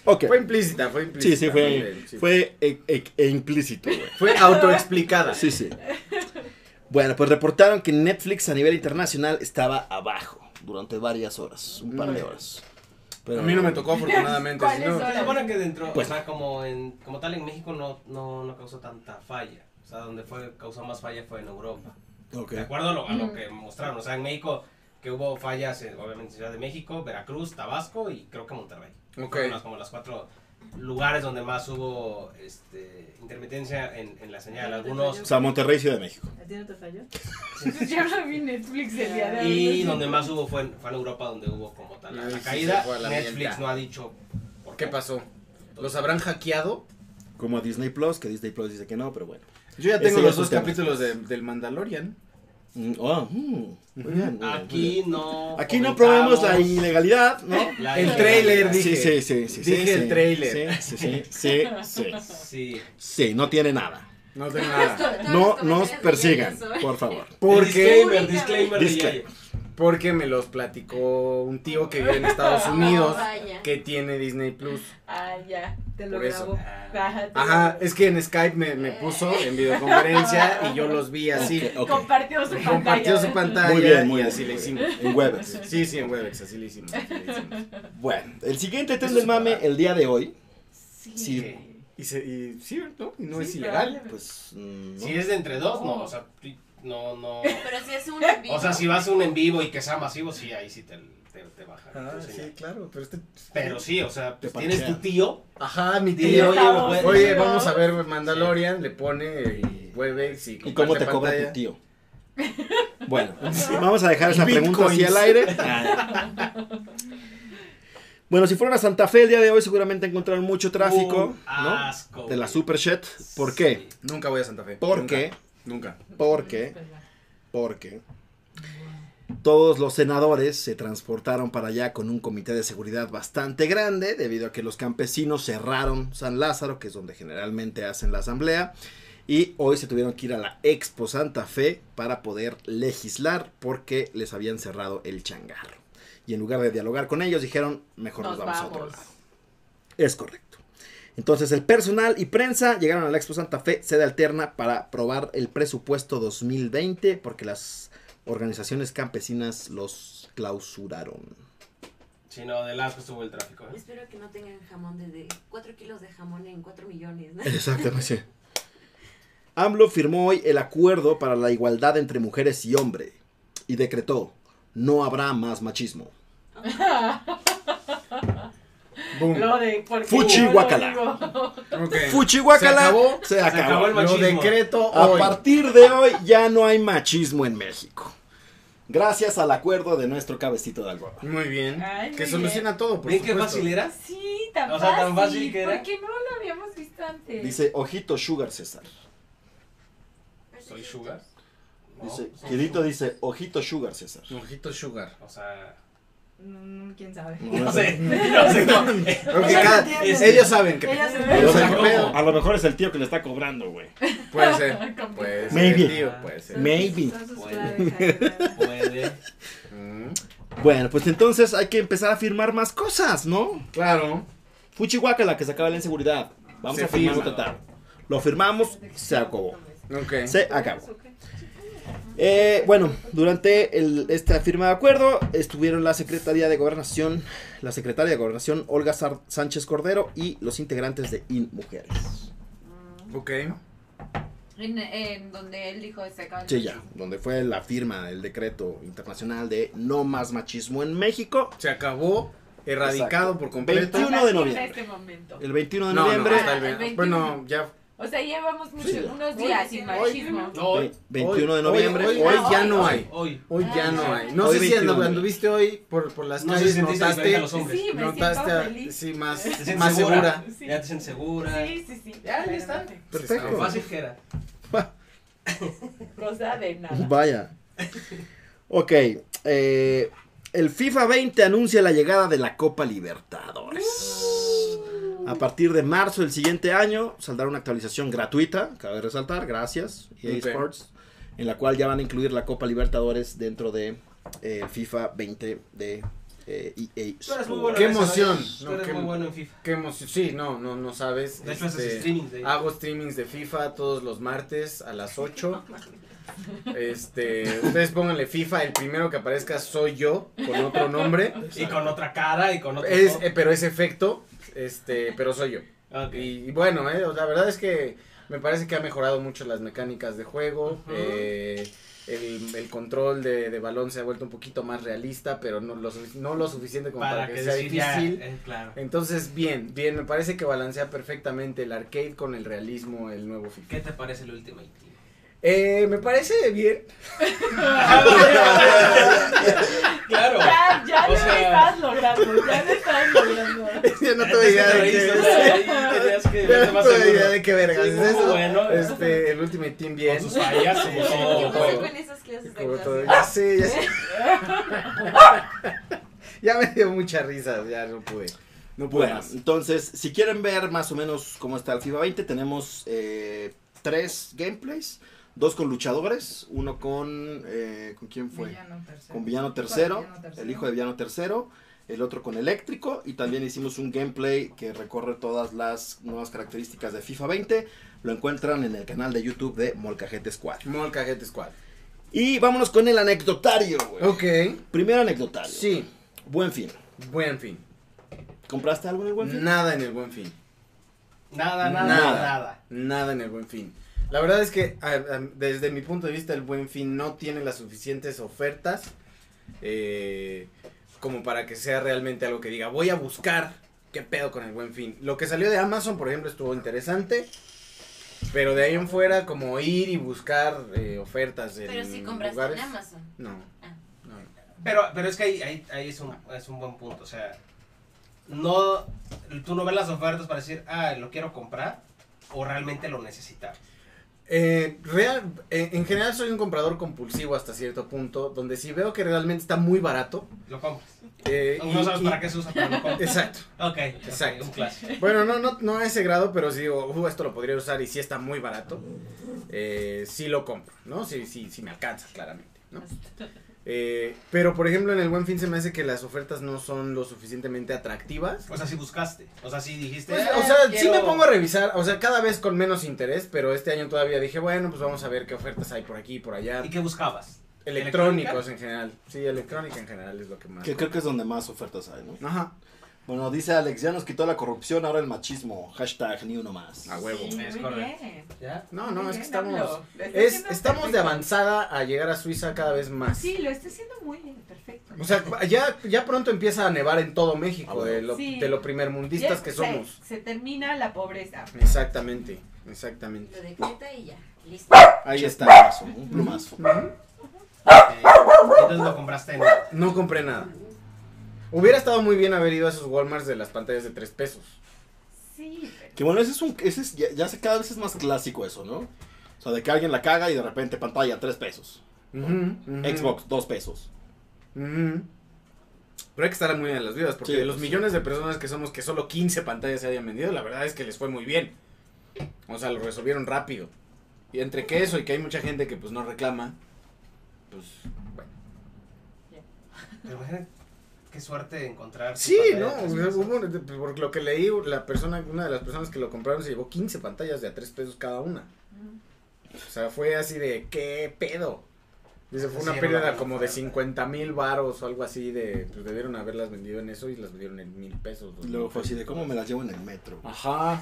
Speaker 1: Ok.
Speaker 2: Fue implícita, fue implícita.
Speaker 1: Sí, sí,
Speaker 2: muy
Speaker 1: fue,
Speaker 2: bien, sí.
Speaker 1: fue e- e- e implícito, güey.
Speaker 2: Fue autoexplicada.
Speaker 1: Sí, sí. Bueno, pues reportaron que Netflix a nivel internacional estaba abajo durante varias horas, un
Speaker 2: Mm.
Speaker 1: par de horas.
Speaker 2: A mí no me tocó afortunadamente.
Speaker 3: ¿Cuál
Speaker 2: si
Speaker 3: es
Speaker 2: no-
Speaker 6: Se supone que dentro,
Speaker 1: Pues-
Speaker 6: o sea, como, en, como tal en México no, no, no causó tanta falla. O sea, donde fue, causó más falla fue en Europa.
Speaker 1: Ok.
Speaker 6: De acuerdo a lo, a lo
Speaker 3: Ujú.
Speaker 6: que mostraron. O sea, en México que hubo fallas, en, obviamente, en Ciudad de México, Veracruz, Tabasco y creo que Monterrey.
Speaker 2: Ok.
Speaker 6: Fueron las- como las cuatro lugares donde más hubo este, intermitencia en, en la señal. Algunos
Speaker 1: O sea, Monterrey, Ciudad de México.
Speaker 5: ¿A ti no te falló?
Speaker 3: Yo no vi Netflix el día de hoy.
Speaker 6: y donde más hubo fue en, fue en Europa, donde hubo como tal la,
Speaker 2: Ahí
Speaker 6: la
Speaker 2: sí se
Speaker 6: caída.
Speaker 2: fue a la
Speaker 6: Netflix
Speaker 2: mierda.
Speaker 6: no ha dicho por
Speaker 2: ¿Qué pasó? ¿Los habrán hackeado?
Speaker 1: Como a Disney Plus, que Disney Plus dice que no, pero bueno.
Speaker 2: Yo ya
Speaker 1: Ese
Speaker 2: tengo
Speaker 1: ya
Speaker 2: los
Speaker 1: es un
Speaker 2: dos
Speaker 1: tema.
Speaker 2: capítulos de- del Mandalorian.
Speaker 1: Mm, oh, mm, muy bien, muy bien, muy bien.
Speaker 6: Aquí no.
Speaker 1: Aquí no
Speaker 6: comentamos
Speaker 1: probemos la ilegalidad, ¿no?
Speaker 6: la
Speaker 2: El
Speaker 6: ilegalidad.
Speaker 2: tráiler,
Speaker 1: Sí,
Speaker 2: dije.
Speaker 1: sí, sí, sí. sí,
Speaker 2: Dije el
Speaker 1: sí,
Speaker 2: tráiler.
Speaker 1: Sí, sí, sí, sí, sí.
Speaker 6: Sí.
Speaker 1: Sí, no tiene nada.
Speaker 2: No tengo nada.
Speaker 1: No nos persigan, por favor.
Speaker 2: ¿Por
Speaker 6: El
Speaker 2: qué?
Speaker 6: Disclaimer, disclaimer, de
Speaker 1: Disclaimer.
Speaker 6: Yayo.
Speaker 2: Porque me los platicó un tío que vive en Estados Unidos
Speaker 4: Oh, Vaya.
Speaker 2: que tiene Disney Plus.
Speaker 3: Ah, ya.
Speaker 5: Te lo
Speaker 2: Por eso.
Speaker 5: grabo.
Speaker 6: Ah,
Speaker 3: Ajá. te-
Speaker 2: Ajá, es que en Skype me, me puso en videoconferencia y yo los vi así.
Speaker 1: Ok, ok.
Speaker 3: Compartió su pantalla.
Speaker 2: Compartió su pantalla
Speaker 1: Muy bien, muy
Speaker 2: y
Speaker 1: bien,
Speaker 2: así
Speaker 1: muy
Speaker 2: le
Speaker 1: bien.
Speaker 2: hicimos.
Speaker 1: En Webex.
Speaker 2: Sí, sí, en Webex, así le hicimos. así le hicimos.
Speaker 1: Bueno, el siguiente tren del mame el día de hoy.
Speaker 3: Sí.
Speaker 1: Sí.
Speaker 2: Y, se, y sí, ¿no? Y no
Speaker 3: Sí,
Speaker 2: es ilegal.
Speaker 1: Pues. mm, no.
Speaker 6: Si es de entre dos, no. O sea, tú- no, no.
Speaker 4: Pero si es un en vivo.
Speaker 6: O sea, si vas a un en vivo y que sea masivo, sí, ahí sí te, te, te bajan. Entonces, ya.
Speaker 2: Ah, claro, pero este...
Speaker 6: Pero sí, o sea,
Speaker 1: Ah, Te
Speaker 6: pues, tienes tu
Speaker 1: parchean.
Speaker 6: tío.
Speaker 2: Ajá, mi
Speaker 6: Dile,
Speaker 2: tío.
Speaker 6: oye, pues,
Speaker 3: Estados
Speaker 6: güey,
Speaker 3: Unidos.
Speaker 2: Oye, vamos a ver Mandalorian, le pone Webex y
Speaker 1: ¿Y cómo
Speaker 2: comparte
Speaker 1: te cobra
Speaker 2: pantalla.
Speaker 1: tu tío? Bueno, vamos a dejar esa pregunta así
Speaker 2: Bitcoins.
Speaker 1: al aire. Ah. Bueno, si fueron a Santa Fe el día de hoy, seguramente encontraron mucho tráfico,
Speaker 6: un
Speaker 2: Ah,
Speaker 1: ¿no?
Speaker 6: Uh, Asco.
Speaker 1: De la
Speaker 6: güey.
Speaker 1: super shit. ¿Por qué?
Speaker 2: Nunca voy a Santa Fe.
Speaker 1: ¿Por
Speaker 2: Nunca.
Speaker 1: qué?
Speaker 2: Nunca.
Speaker 1: ¿Por qué?
Speaker 5: Pues
Speaker 1: Porque todos los senadores se transportaron para allá con un comité de seguridad bastante grande, debido a que los campesinos cerraron San Lázaro, que es donde generalmente hacen la asamblea, y hoy se tuvieron que ir a la Expo Santa Fe para poder legislar porque les habían cerrado el changarro. Y en lugar de dialogar con ellos, dijeron, mejor nos,
Speaker 3: Nos
Speaker 1: vamos, a
Speaker 3: vamos.
Speaker 1: otro lado. Es correcto. Entonces el personal y prensa llegaron a la Expo Santa Fe, sede alterna, para aprobar el presupuesto 2020 porque las organizaciones campesinas los clausuraron.
Speaker 6: Sí, no, del asco estuvo el tráfico. ¿eh?
Speaker 4: Espero que no tengan jamón de, de 4 kilos de jamón en 4 millones. ¿no?
Speaker 1: Exactamente. AMLO firmó hoy el acuerdo para la igualdad entre mujeres y hombres y decretó, no habrá más machismo.
Speaker 2: Boom.
Speaker 3: Lo de. porque
Speaker 1: Fuchi
Speaker 3: yo lo
Speaker 1: guacala.
Speaker 3: digo.
Speaker 2: Ok.
Speaker 1: Fuchihuacala
Speaker 2: Eh, Se acabó.
Speaker 1: se acabó.
Speaker 6: acabó el
Speaker 2: Lo
Speaker 6: machismo.
Speaker 2: decreto
Speaker 1: A
Speaker 2: hoy.
Speaker 1: partir de hoy ya no hay machismo en México. Gracias al acuerdo de nuestro cabecito de algodón.
Speaker 2: Muy bien.
Speaker 3: Ay, muy
Speaker 2: que
Speaker 3: bien.
Speaker 2: soluciona todo, por
Speaker 6: ¿Ven qué
Speaker 2: supuesto.
Speaker 6: fácil era?
Speaker 3: Sí, tan
Speaker 6: O
Speaker 3: fácil.
Speaker 6: sea, tan fácil que era.
Speaker 3: ¿Por qué no lo habíamos visto antes?
Speaker 1: Dice, ojito Sugar César.
Speaker 6: Soy Sugar. No,
Speaker 1: Dice,
Speaker 6: soy
Speaker 1: Quirito
Speaker 6: Sugar.
Speaker 1: dice, ojito Sugar César.
Speaker 2: Ojito Sugar.
Speaker 6: O sea,
Speaker 5: mm, quién sabe.
Speaker 6: No sé, no sé. Eh, No.
Speaker 2: Porque cada-
Speaker 5: entiendes.
Speaker 2: ellos saben que
Speaker 5: Ella se
Speaker 1: A
Speaker 5: ve.
Speaker 1: lo,
Speaker 2: O sea, ¿qué
Speaker 1: mejor,
Speaker 2: pedo?
Speaker 1: a lo mejor es el tío que le está cobrando, güey.
Speaker 2: puede ser. Puede ser.
Speaker 1: Maybe.
Speaker 2: tío, puede ser.
Speaker 1: Maybe.
Speaker 5: Son sus
Speaker 6: Puede.
Speaker 5: claves, ahí, ¿verdad?
Speaker 6: Puede.
Speaker 2: Mm,
Speaker 1: Bueno, pues entonces hay que empezar a firmar más cosas, ¿no?
Speaker 2: claro.
Speaker 1: Fuchihuaca la que se acaba la inseguridad. Vamos
Speaker 2: Se
Speaker 1: a firmar
Speaker 2: firma.
Speaker 1: un tratado. Lo firmamos, se acabó.
Speaker 2: Ok.
Speaker 1: Se acabó. Eh, bueno, durante el- esta firma de acuerdo estuvieron la Secretaría de Gobernación, la Secretaria de Gobernación Olga Sar- Sánchez Cordero y los integrantes de IN Mujeres.
Speaker 2: Ok.
Speaker 7: En, en donde él dijo se acaba el
Speaker 1: Sí, ya,
Speaker 7: machismo.
Speaker 1: donde fue la firma del decreto internacional de no más machismo en México.
Speaker 2: Se acabó. Erradicado
Speaker 1: Exacto.
Speaker 2: por completo.
Speaker 1: 21
Speaker 3: Hasta
Speaker 1: de
Speaker 3: aquí
Speaker 1: noviembre.
Speaker 3: este momento.
Speaker 1: El 21 de
Speaker 2: No, no,
Speaker 1: noviembre.
Speaker 2: hasta el
Speaker 7: Ah, el
Speaker 2: 20.
Speaker 7: 21.
Speaker 2: Bueno, ya.
Speaker 3: O sea, llevamos muchos,
Speaker 1: Sí, ya.
Speaker 3: unos días sin machismo.
Speaker 6: No, hoy.
Speaker 1: ve- 21 de
Speaker 2: hoy-
Speaker 1: noviembre.
Speaker 2: Hoy,
Speaker 1: hoy-
Speaker 2: hoy ya no
Speaker 6: hoy,
Speaker 2: hay.
Speaker 6: Hoy.
Speaker 2: Hoy ya
Speaker 3: Ah.
Speaker 2: no hay. No
Speaker 1: Hoy
Speaker 2: sé si
Speaker 1: 21
Speaker 2: andu-
Speaker 1: de
Speaker 2: anduviste hoy por, por las
Speaker 6: No sé
Speaker 2: calles,
Speaker 6: si te dicen
Speaker 2: notaste,
Speaker 6: los hombres.
Speaker 3: Sí, me
Speaker 2: notaste
Speaker 3: siento
Speaker 2: a-
Speaker 3: feliz.
Speaker 2: sí, más,
Speaker 6: Te sientes
Speaker 2: más segura.
Speaker 3: Sí.
Speaker 6: Ya te sientes segura.
Speaker 3: Sí, sí, sí.
Speaker 6: Ya, ya está.
Speaker 3: claramente.
Speaker 2: Sí,
Speaker 6: Lo
Speaker 1: Perfecto.
Speaker 6: fácil que era.
Speaker 3: Cosa de nada.
Speaker 1: Vaya. Ok. eh, el FIFA 20 anuncia la llegada de la Copa Libertadores.
Speaker 2: Uh.
Speaker 1: A partir de marzo del siguiente año saldrá una actualización gratuita, cabe resaltar, gracias, EA
Speaker 2: Ok.
Speaker 1: Sports, en la cual ya van a incluir la Copa Libertadores dentro de eh, FIFA 20 de eh, EA Sports.
Speaker 6: Tú eres muy bueno
Speaker 2: Qué
Speaker 6: en eso,
Speaker 2: emoción.
Speaker 6: ¿no? Tú
Speaker 2: No,
Speaker 6: eres
Speaker 2: qué-
Speaker 6: muy bueno en FIFA.
Speaker 2: Qué emoción. Sí, no, no, no sabes.
Speaker 6: De hecho, haces
Speaker 2: este,
Speaker 6: streaming de ahí.
Speaker 2: hago streamings de FIFA todos los martes a las 8. Este, ustedes pónganle FIFA, el primero que aparezca soy yo, con otro nombre.
Speaker 6: Y con otra cara y con otro.
Speaker 2: Es,
Speaker 6: todo.
Speaker 2: eh, pero es efecto, este, pero soy yo.
Speaker 6: Ok.
Speaker 2: Y, y bueno, eh, la verdad es que me parece que ha mejorado mucho las mecánicas de juego.
Speaker 6: Ujú.
Speaker 2: eh, el, el control de, de balón se ha vuelto un poquito más realista, pero no lo, sufic- no lo suficiente como para, que, sea
Speaker 6: decir ya,
Speaker 2: difícil.
Speaker 6: eh, claro.
Speaker 2: Entonces, bien, bien, me parece que balancea perfectamente el arcade con el realismo, el nuevo FIFA.
Speaker 6: ¿Qué te parece el último? Team?
Speaker 2: Eh, me parece bien.
Speaker 6: claro.
Speaker 3: Ya, ya
Speaker 6: O
Speaker 3: lo
Speaker 6: sea-
Speaker 3: estás logrando, ya lo estás logrando.
Speaker 2: Yo no
Speaker 6: Antes
Speaker 2: tuve
Speaker 6: te
Speaker 2: idea de
Speaker 6: reíste, o
Speaker 2: qué-
Speaker 6: sea, ahí tenías que
Speaker 2: Yo
Speaker 6: verte
Speaker 2: no
Speaker 6: más
Speaker 2: tuve
Speaker 6: seguro.
Speaker 2: idea de qué vergas
Speaker 6: Sí,
Speaker 2: es
Speaker 6: muy
Speaker 2: eso.
Speaker 6: bueno.
Speaker 2: Este, el Ultimate Team bien.
Speaker 6: Con sus fallas, como todo,
Speaker 7: ¿Qué
Speaker 6: como
Speaker 7: pasó
Speaker 6: todo.
Speaker 7: con esas clases de
Speaker 2: Oh, Como todo,
Speaker 7: actuación?
Speaker 2: ya sé, ya sé. ya me dio mucha risa, ya no pude. No pude
Speaker 1: Bueno,
Speaker 2: más.
Speaker 1: entonces, si quieren ver más o menos cómo está el FIFA 20, tenemos eh, tres gameplays, dos con luchadores, uno con... eh, ¿Con quién fue?
Speaker 5: Villano tercero.
Speaker 1: Con Villano
Speaker 5: Con
Speaker 1: Tercero,
Speaker 5: Villano Tercero.
Speaker 1: el hijo de Villano Tercero, el otro con Eléctrico, y también hicimos un gameplay que recorre todas las nuevas características de FIFA 20, lo encuentran en el canal de YouTube de Molcajete Squad.
Speaker 2: Molcajete Squad.
Speaker 1: Y vámonos con el anecdotario, güey.
Speaker 2: Ok.
Speaker 1: Primero anecdotario.
Speaker 2: Sí,
Speaker 1: Buen fin.
Speaker 2: buen fin.
Speaker 1: ¿Compraste algo en el buen fin?
Speaker 2: Nada en el buen fin.
Speaker 6: Nada, nada,
Speaker 2: Nada.
Speaker 6: nada.
Speaker 2: Nada en el buen fin. La verdad es que a- a- desde mi punto de vista el buen fin no tiene las suficientes ofertas eh, como para que sea realmente algo que diga voy a buscar qué pedo con el buen fin. Lo que salió de Amazon, por ejemplo, estuvo interesante. Pero de ahí en fuera, como ir y buscar eh, ofertas en
Speaker 7: Pero si compraste
Speaker 2: lugares.
Speaker 7: en Amazon.
Speaker 2: No,
Speaker 7: Ah.
Speaker 2: no.
Speaker 6: Pero, pero es que ahí, ahí, ahí es, un, es un buen punto. O sea, no, tú no ves las ofertas para decir, ah, lo quiero comprar o realmente lo necesitas.
Speaker 2: Eh, real, eh, en general soy un comprador compulsivo hasta cierto punto, donde si veo que realmente está muy barato.
Speaker 6: Lo compras.
Speaker 2: eh,
Speaker 6: No
Speaker 2: y-
Speaker 6: sabes
Speaker 2: y-
Speaker 6: para qué se usa, pero lo compras.
Speaker 2: Exacto.
Speaker 6: Ok,
Speaker 2: Exacto.
Speaker 6: exacto. Un clásico.
Speaker 2: Bueno, no, no, no a ese grado, pero si digo, "Uh, esto lo podría usar y si está muy barato, eh, sí lo compro, ¿no? Si sí, sí me alcanza, claramente, ¿no? Eh, pero, por ejemplo, en el Buen Fin se me hace que las ofertas no son lo suficientemente atractivas.
Speaker 6: O sea, si buscaste. O sea, si dijiste.
Speaker 2: Pues,
Speaker 6: "Ah,
Speaker 2: o sea, sí
Speaker 6: quiero-
Speaker 2: me pongo a revisar, o sea, cada vez con menos interés, pero este año todavía dije, bueno, pues vamos a ver qué ofertas hay por aquí y por allá.
Speaker 6: ¿Y qué buscabas?
Speaker 2: Electrónicos en general. Sí, electrónica en general es lo que más.
Speaker 1: Que creo que es donde más ofertas hay, ¿no?
Speaker 2: Ajá.
Speaker 1: Bueno, dice Alex, ya nos quitó la corrupción, ahora el machismo. Hashtag ni uno más.
Speaker 2: A huevo.
Speaker 5: Sí,
Speaker 6: Es
Speaker 5: muy
Speaker 6: correcto.
Speaker 5: bien.
Speaker 6: ¿Ya?
Speaker 2: No, no,
Speaker 3: Muy
Speaker 2: es
Speaker 3: bien,
Speaker 2: que estamos...
Speaker 3: AMLO. Lo está
Speaker 2: Es,
Speaker 3: haciendo
Speaker 2: estamos de
Speaker 3: perfecto.
Speaker 2: avanzada a llegar a Suiza cada vez más.
Speaker 3: Sí, lo está haciendo muy bien, perfecto.
Speaker 2: O sea, ya, ya pronto empieza a nevar en todo México,
Speaker 1: Ah, bueno.
Speaker 2: de, lo,
Speaker 3: Sí.
Speaker 2: de lo primermundistas
Speaker 3: Ya
Speaker 2: que
Speaker 3: se-
Speaker 2: somos.
Speaker 3: Se termina la pobreza.
Speaker 2: Exactamente, exactamente.
Speaker 7: Lo decreta y ya. Listo.
Speaker 1: Ahí está, Amazon, un plumazo.
Speaker 6: Ok. Entonces lo compraste en.
Speaker 2: No compré nada. Hubiera estado muy bien haber ido a esos Walmarts de las pantallas de tres pesos.
Speaker 3: Sí, pero-
Speaker 1: Que bueno, ese es un, ese es, ya, ya sé, cada vez es más clásico eso, ¿no? O sea, de que alguien la caga y de repente pantalla, 3 pesos.
Speaker 2: Ujú, ujú,
Speaker 1: Xbox, 2 pesos.
Speaker 2: ujú. Pero hay que estar muy bien en las vidas, porque
Speaker 1: Sí,
Speaker 2: de los
Speaker 1: pues, sí.
Speaker 2: millones de personas que somos que solo 15 pantallas se hayan vendido, la verdad es que les fue muy bien. O sea, lo resolvieron rápido. Y entre que eso y que hay mucha gente que pues no reclama, pues bueno.
Speaker 6: Pero imagínate qué suerte de encontrar.
Speaker 2: Sí,
Speaker 6: tus
Speaker 2: no,
Speaker 6: pantallas.
Speaker 2: o sea, hubo- por lo que leí, la persona, una de las personas que lo compraron se llevó 15 pantallas de a 3 pesos cada una. O sea, fue así de, ¿qué pedo? Dice, fue
Speaker 6: Sí,
Speaker 2: una
Speaker 6: era una
Speaker 2: pérdida
Speaker 6: buena
Speaker 2: como de
Speaker 6: oferta.
Speaker 2: 50 mil varos o algo así de, pues debieron haberlas vendido en eso y las vendieron en mil pesos. dos
Speaker 1: Y Luego
Speaker 2: mil
Speaker 1: fue así
Speaker 2: pesos.
Speaker 1: de cómo me las llevo en el metro.
Speaker 2: Ah,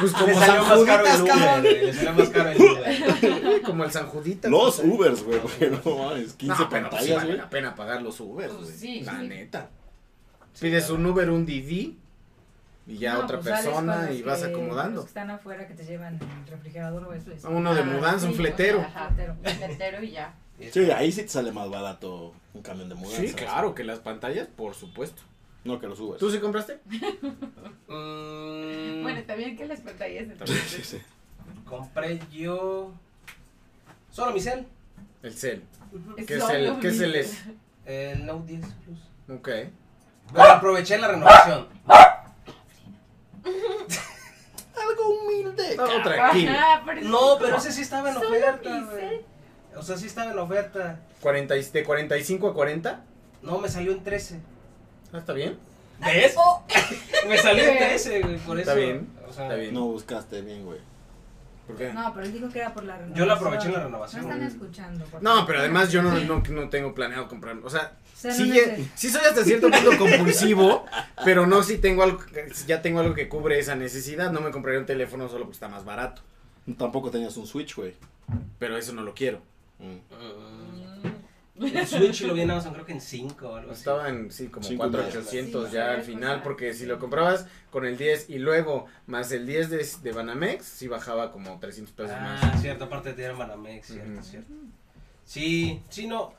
Speaker 2: pues
Speaker 6: Ah, Le
Speaker 2: como San
Speaker 6: salió más caro
Speaker 2: Juditas,
Speaker 6: el Uber,
Speaker 2: cabrón.
Speaker 6: güey, le salió más caro el Uber.
Speaker 2: Como el San Juditas.
Speaker 1: Los
Speaker 2: pues,
Speaker 1: Ubers, güey, porque no mames, 15
Speaker 2: no, pero pues sí
Speaker 1: pantallas,
Speaker 2: vale
Speaker 1: güey.
Speaker 2: la pena pagar los Ubers,
Speaker 7: Pues
Speaker 2: güey.
Speaker 7: sí,
Speaker 2: la
Speaker 7: sí.
Speaker 2: neta. Pides un Uber, un Didi y ya
Speaker 5: No,
Speaker 2: otra
Speaker 5: pues, sales con
Speaker 2: persona
Speaker 5: los
Speaker 2: y vas
Speaker 5: que-
Speaker 2: acomodando.
Speaker 5: Los que están afuera que te llevan el refrigerador o eso. Es.
Speaker 2: Uno de
Speaker 7: Ah,
Speaker 2: mudanza, un
Speaker 7: sí, o sea,
Speaker 2: fletero.
Speaker 7: ajá,
Speaker 5: Fletero.
Speaker 7: Un fletero y ya.
Speaker 1: Sí, ahí sí te sale más barato un camión de mudanza.
Speaker 2: Sí, claro, que las pantallas, por supuesto.
Speaker 1: No que los Ubers.
Speaker 2: ¿Tú sí compraste?
Speaker 6: Mm,
Speaker 7: Bueno, también que las pantallas
Speaker 1: Sí, sí.
Speaker 6: compré yo. Solo mi cel.
Speaker 2: El cel.
Speaker 7: Es
Speaker 2: ¿Qué
Speaker 7: solo
Speaker 2: cel, ¿qué
Speaker 7: mi-
Speaker 2: cel es?
Speaker 6: El Note 10 Plus.
Speaker 2: Ok.
Speaker 6: Bueno, aproveché la renovación.
Speaker 1: Algo humilde.
Speaker 2: Todo Ah, tranquilo.
Speaker 7: Ajá, pero
Speaker 6: No, pero ese sí estaba en
Speaker 7: Solo
Speaker 6: oferta,
Speaker 7: mi
Speaker 6: güey.
Speaker 7: cel.
Speaker 6: O sea, sí estaba en oferta.
Speaker 2: 40 y- de 45 a 40.
Speaker 6: No, me salió en 13.
Speaker 2: Ah, está bien.
Speaker 6: ¿Ves?
Speaker 7: Oh.
Speaker 6: Me salió en 13, güey, por eso.
Speaker 2: Está bien,
Speaker 6: O sea,
Speaker 2: Está bien.
Speaker 1: No buscaste bien, güey.
Speaker 2: ¿Por qué?
Speaker 5: No, pero él dijo que era por la renovación.
Speaker 6: Yo la aproveché en la
Speaker 5: No
Speaker 6: renovación.
Speaker 5: están escuchando. por
Speaker 2: No,
Speaker 5: favor.
Speaker 2: pero además yo no, no, no tengo planeado comprar. O sea,
Speaker 5: O sea, no
Speaker 2: sí,
Speaker 5: neces-
Speaker 2: eh, sí soy hasta cierto punto compulsivo, pero no si tengo algo, que- ya tengo algo que cubre esa necesidad. No me compraré un teléfono solo porque está más barato.
Speaker 1: Tampoco tenías un Switch, güey.
Speaker 2: Pero eso no lo quiero.
Speaker 1: Mm.
Speaker 6: Mm,
Speaker 7: Mm,
Speaker 6: El Switch lo vi en Amazon, creo que en 5 o algo así.
Speaker 2: Estaba en, sí, como
Speaker 1: Cinco
Speaker 2: 4,800
Speaker 5: mil.
Speaker 2: ya al
Speaker 5: Sí,
Speaker 2: final,
Speaker 5: ajá.
Speaker 2: porque si lo comprabas con el 10 y luego más el 10 de, de Banamex, sí bajaba como 300 pesos
Speaker 6: Ah,
Speaker 2: más.
Speaker 6: cierto, aparte te dieron Banamex, cierto,
Speaker 2: Ujú.
Speaker 6: cierto. Sí, sí, no.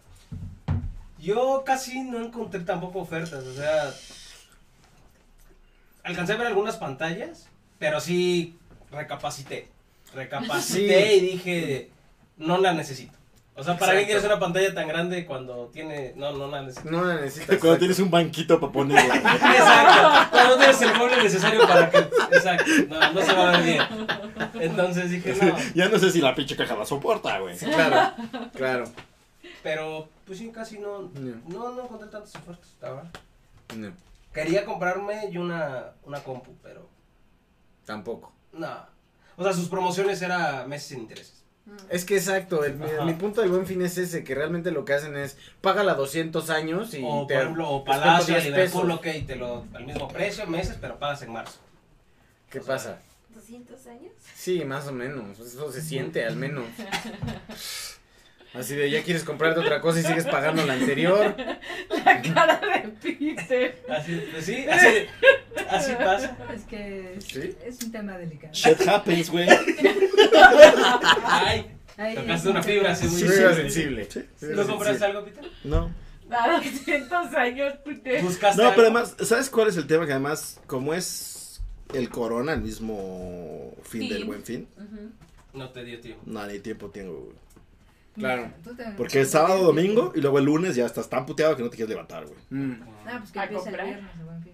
Speaker 6: Yo casi no encontré tampoco ofertas, o sea. Alcancé a ver algunas pantallas, pero sí recapacité. Recapacité
Speaker 2: Sí.
Speaker 6: y dije, no la necesito. O sea, para qué
Speaker 2: Exacto.
Speaker 6: quieres una pantalla tan grande cuando tiene. No, no la necesito.
Speaker 2: No la necesitas.
Speaker 1: Cuando tienes un banquito para ponerla, güey.
Speaker 6: Exacto, cuando no tienes el mueble necesario para que. Exacto, no, no se va a ver bien. Entonces dije, no.
Speaker 1: Ya no sé si la pinche caja la soporta, güey.
Speaker 2: Sí, claro, claro.
Speaker 6: Pero, pues sí, casi no.
Speaker 2: No,
Speaker 6: No, no encontré tantas ofertas, la verdad.
Speaker 2: no,
Speaker 6: Quería comprarme yo una, una compu, pero
Speaker 2: tampoco.
Speaker 6: no. O sea, sus promociones era meses sin intereses.
Speaker 2: Es que exacto, el- mi,
Speaker 6: Ajá.
Speaker 2: mi punto del buen fin es ese, que realmente lo que hacen es, págala 200 años y
Speaker 6: o,
Speaker 2: te
Speaker 6: por ejemplo, o
Speaker 2: te descuento
Speaker 6: Palacio,
Speaker 2: 10
Speaker 6: Liverpool,
Speaker 2: pesos.
Speaker 6: ok, te lo al mismo precio, meses, pero pagas en marzo.
Speaker 2: ¿Qué
Speaker 6: o sea,
Speaker 2: pasa?
Speaker 4: 200 años.
Speaker 2: Sí, más o menos, eso se siente al menos. Así de, ya quieres comprarte otra cosa y sigues pagando la anterior.
Speaker 9: La cara de Peter.
Speaker 6: Así, pues sí, así, así pasa.
Speaker 5: Es que es,
Speaker 2: ¿Sí?
Speaker 5: es un tema delicado.
Speaker 1: Shit happens, güey.
Speaker 6: Ay,
Speaker 5: Ahí-
Speaker 6: tocaste una fibra así muy
Speaker 2: Sí,
Speaker 6: sensible.
Speaker 2: fibra sensible.
Speaker 6: ¿No compraste algo, Peter?
Speaker 1: No.
Speaker 9: A 200 años, Peter.
Speaker 6: ¿Buscaste
Speaker 1: No,
Speaker 6: algo?
Speaker 1: pero además, ¿sabes cuál es el tema? Que además, como es el corona, el mismo fin
Speaker 7: Sí.
Speaker 1: del buen fin,
Speaker 7: ujú.
Speaker 6: No te dio tiempo.
Speaker 1: no, ni tiempo tengo, güey.
Speaker 2: Claro.
Speaker 5: Tú también-
Speaker 1: Porque es sábado, domingo y luego el lunes ya estás tan puteado que no te quieres levantar, güey.
Speaker 2: Mm.
Speaker 5: Ah, pues que
Speaker 7: A
Speaker 5: empieza el
Speaker 7: comprar.
Speaker 5: viernes, el buen fin.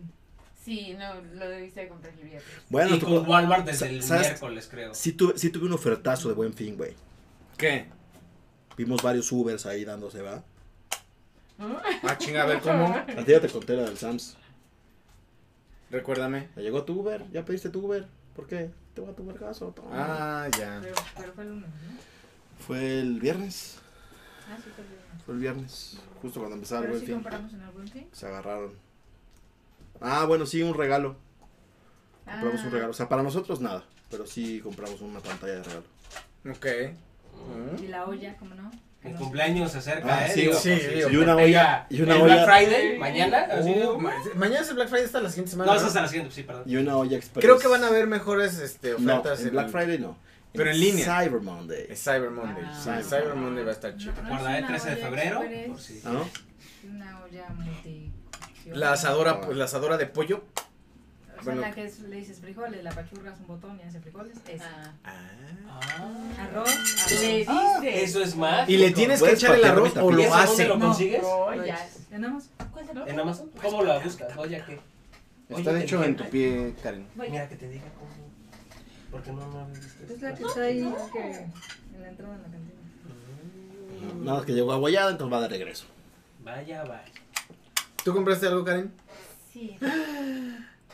Speaker 7: Sí, no, lo debiste de comprar el viernes.
Speaker 1: Bueno,
Speaker 6: y
Speaker 1: tú-
Speaker 6: con Walmart desde el
Speaker 1: ¿sabes?
Speaker 6: miércoles, creo.
Speaker 1: sí, tuve, sí tuve un ofertazo de buen fin, güey.
Speaker 2: ¿Qué?
Speaker 1: Vimos varios Ubers ahí dándose, ¿va?
Speaker 2: Ah, chinga, a ver cómo.
Speaker 1: A ti ya te conté la del Sams.
Speaker 2: Recuérdame.
Speaker 1: Ya llegó tu Uber, ya pediste tu Uber. ¿Por qué? Te va a tu vergazo. toma.
Speaker 2: Ah, ya.
Speaker 5: Pero, pero fue el lunes, ¿no?
Speaker 1: Fue el viernes.
Speaker 5: Ah, sí, fue el lunes.
Speaker 1: Fue el viernes. Justo cuando empezaba el
Speaker 5: Pero
Speaker 1: buen
Speaker 5: sí
Speaker 1: fin.
Speaker 5: compramos en el buen fin.
Speaker 1: Se agarraron. Ah, bueno, sí, un regalo. Compramos
Speaker 5: Ah,
Speaker 1: un regalo. O sea, para nosotros nada. Pero sí compramos una pantalla de regalo.
Speaker 2: Ok. Mm.
Speaker 5: Y la olla, ¿cómo no?
Speaker 6: Mi cumpleaños se acerca,
Speaker 1: Ah,
Speaker 6: ¿eh?
Speaker 1: sí,
Speaker 2: sí,
Speaker 6: pues,
Speaker 2: digo,
Speaker 6: se
Speaker 1: y una
Speaker 6: pega
Speaker 1: olla- y una
Speaker 6: el Black
Speaker 1: olla-
Speaker 6: Friday, mañana. así,
Speaker 2: Uh,
Speaker 6: ¿no?
Speaker 2: ma- mañana es el Black Friday, está la siguiente semana.
Speaker 6: No,
Speaker 2: ¿no?
Speaker 6: esa es pues. la siguiente, sí, perdón.
Speaker 1: Y una olla express.
Speaker 2: Creo que van a haber mejores este, ofertas
Speaker 1: no, en
Speaker 2: el-
Speaker 1: Black Friday no.
Speaker 2: Pero en línea.
Speaker 1: Cyber Monday.
Speaker 2: Es Cyber Monday.
Speaker 7: Ah.
Speaker 2: Sí, Cyber Monday va a estar chido.
Speaker 6: Guarda, ¿eh? 13 de febrero. por si-
Speaker 1: Ah, ¿no?
Speaker 5: Una olla multi.
Speaker 2: Ah. La asadora, pues, la asadora de pollo.
Speaker 5: O sea,
Speaker 2: Bueno,
Speaker 5: la que es- le dices frijoles, la pachurra es un botón y hace frijoles. Es
Speaker 4: Ah.
Speaker 2: Ah.
Speaker 5: arroz, arroz. Ah,
Speaker 7: Le diste.
Speaker 6: Eso es más.
Speaker 2: Y le tienes que
Speaker 1: Puedes
Speaker 2: echar el
Speaker 1: patearme
Speaker 2: arroz
Speaker 1: esta
Speaker 2: o
Speaker 6: ¿Y
Speaker 2: lo
Speaker 6: eso dónde
Speaker 2: hace.
Speaker 6: lo
Speaker 5: No.
Speaker 6: consigues?
Speaker 7: Joyas.
Speaker 5: ¿Tenemos?
Speaker 6: ¿En Amazon? ¿Cómo la buscas? Oye, ¿qué?
Speaker 2: Está
Speaker 6: Oye,
Speaker 2: hecho en tu
Speaker 6: inteligente.
Speaker 2: pie, Karen.
Speaker 6: Mira que te diga cómo. Porque no, pues, no viste.
Speaker 5: Es la que está ahí que en la entrada de la cantina.
Speaker 1: Nada más que llegó abollada, entonces va de regreso.
Speaker 6: Vaya, vaya.
Speaker 2: ¿Tú compraste algo, Karen?
Speaker 4: Sí,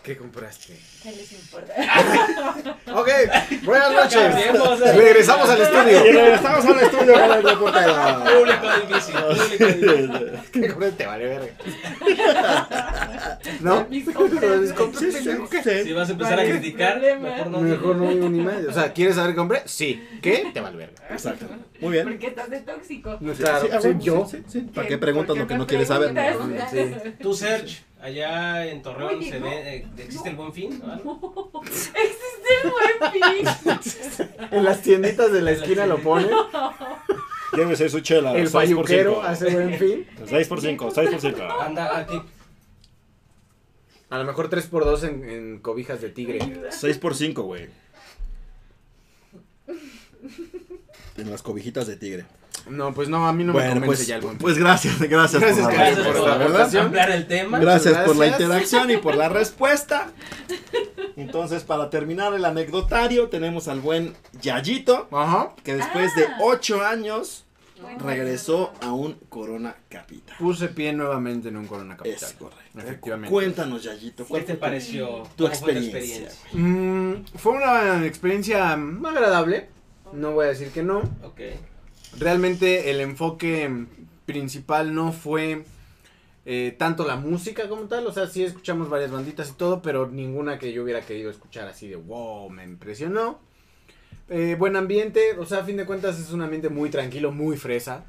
Speaker 2: ¿Qué compraste?
Speaker 4: ¿qué les importa?
Speaker 2: Ok, buenas noches.
Speaker 6: Cambiemos de-
Speaker 2: Regresamos al
Speaker 1: Y
Speaker 2: estudio.
Speaker 1: regresamos al estudio con el reportero.
Speaker 6: Público difícil. Público difícil.
Speaker 2: ¿Qué compraste? Vale, verga. ¿No? Mis compras, pendejo, ¿qué?
Speaker 6: Si vas a empezar a
Speaker 7: Varios
Speaker 6: criticar,
Speaker 7: problemas.
Speaker 6: mejor no.
Speaker 2: Mejor no digo ni madre. O sea, ¿quieres saber qué compré? Sí. ¿Qué? Te vale verga.
Speaker 1: Exacto. Muy bien.
Speaker 7: Porque estás de tóxico.
Speaker 2: No,
Speaker 1: Sí, ah, bueno,
Speaker 2: yo.
Speaker 1: sí, sí, sí. ¿Para qué preguntas
Speaker 7: ¿Por
Speaker 1: lo que
Speaker 7: me
Speaker 1: no quieres saber?
Speaker 7: preguntas?
Speaker 6: Tu search, allá en Torreón,
Speaker 7: Oye,
Speaker 6: se
Speaker 7: no.
Speaker 6: ve, eh, ¿existe el buen fin? o algo?
Speaker 7: Existe el buen fin.
Speaker 10: En las tienditas de la esquina lo ponen.
Speaker 1: Llévese su chela.
Speaker 10: El payuquero hace buen fin.
Speaker 1: 6 por 5, 6 por 5.
Speaker 6: Anda, ah, aquí.
Speaker 2: A lo mejor 3x2 en, en cobijas de tigre.
Speaker 1: 6 por 5, güey. En las cobijitas de tigre.
Speaker 2: No, pues no, a mí no me
Speaker 1: bueno,
Speaker 2: convence
Speaker 1: pues,
Speaker 2: ya el buen
Speaker 1: pues gracias, gracias,
Speaker 2: Gracias,
Speaker 1: por la respuesta.
Speaker 2: Karen,
Speaker 6: Gracias por
Speaker 2: la verdad.
Speaker 6: ampliar el tema.
Speaker 1: Gracias por la
Speaker 2: Gracias.
Speaker 1: interacción y por la respuesta. Entonces, para terminar el anecdotario, tenemos al buen Yayito,
Speaker 2: Ajá.
Speaker 1: que después de 8 años regresó a un Corona Capital.
Speaker 2: Puse pie nuevamente en un Corona Capital.
Speaker 1: Es correcto.
Speaker 2: Efectivamente.
Speaker 1: Cuéntanos, Yayito,
Speaker 6: ¿Qué
Speaker 1: ¿cuál
Speaker 6: te
Speaker 1: fue tu-
Speaker 6: pareció?
Speaker 1: tu
Speaker 6: ¿Cómo fue
Speaker 1: experiencia?
Speaker 2: Mm, fue una experiencia agradable. No voy a decir que no.
Speaker 6: Ok.
Speaker 2: Realmente el enfoque principal no fue eh, tanto la música como tal. O sea, sí escuchamos varias banditas y todo, pero ninguna que yo hubiera querido escuchar así de wow, me impresionó. Eh, buen ambiente, o sea, a fin de cuentas es un ambiente muy tranquilo, muy fresa.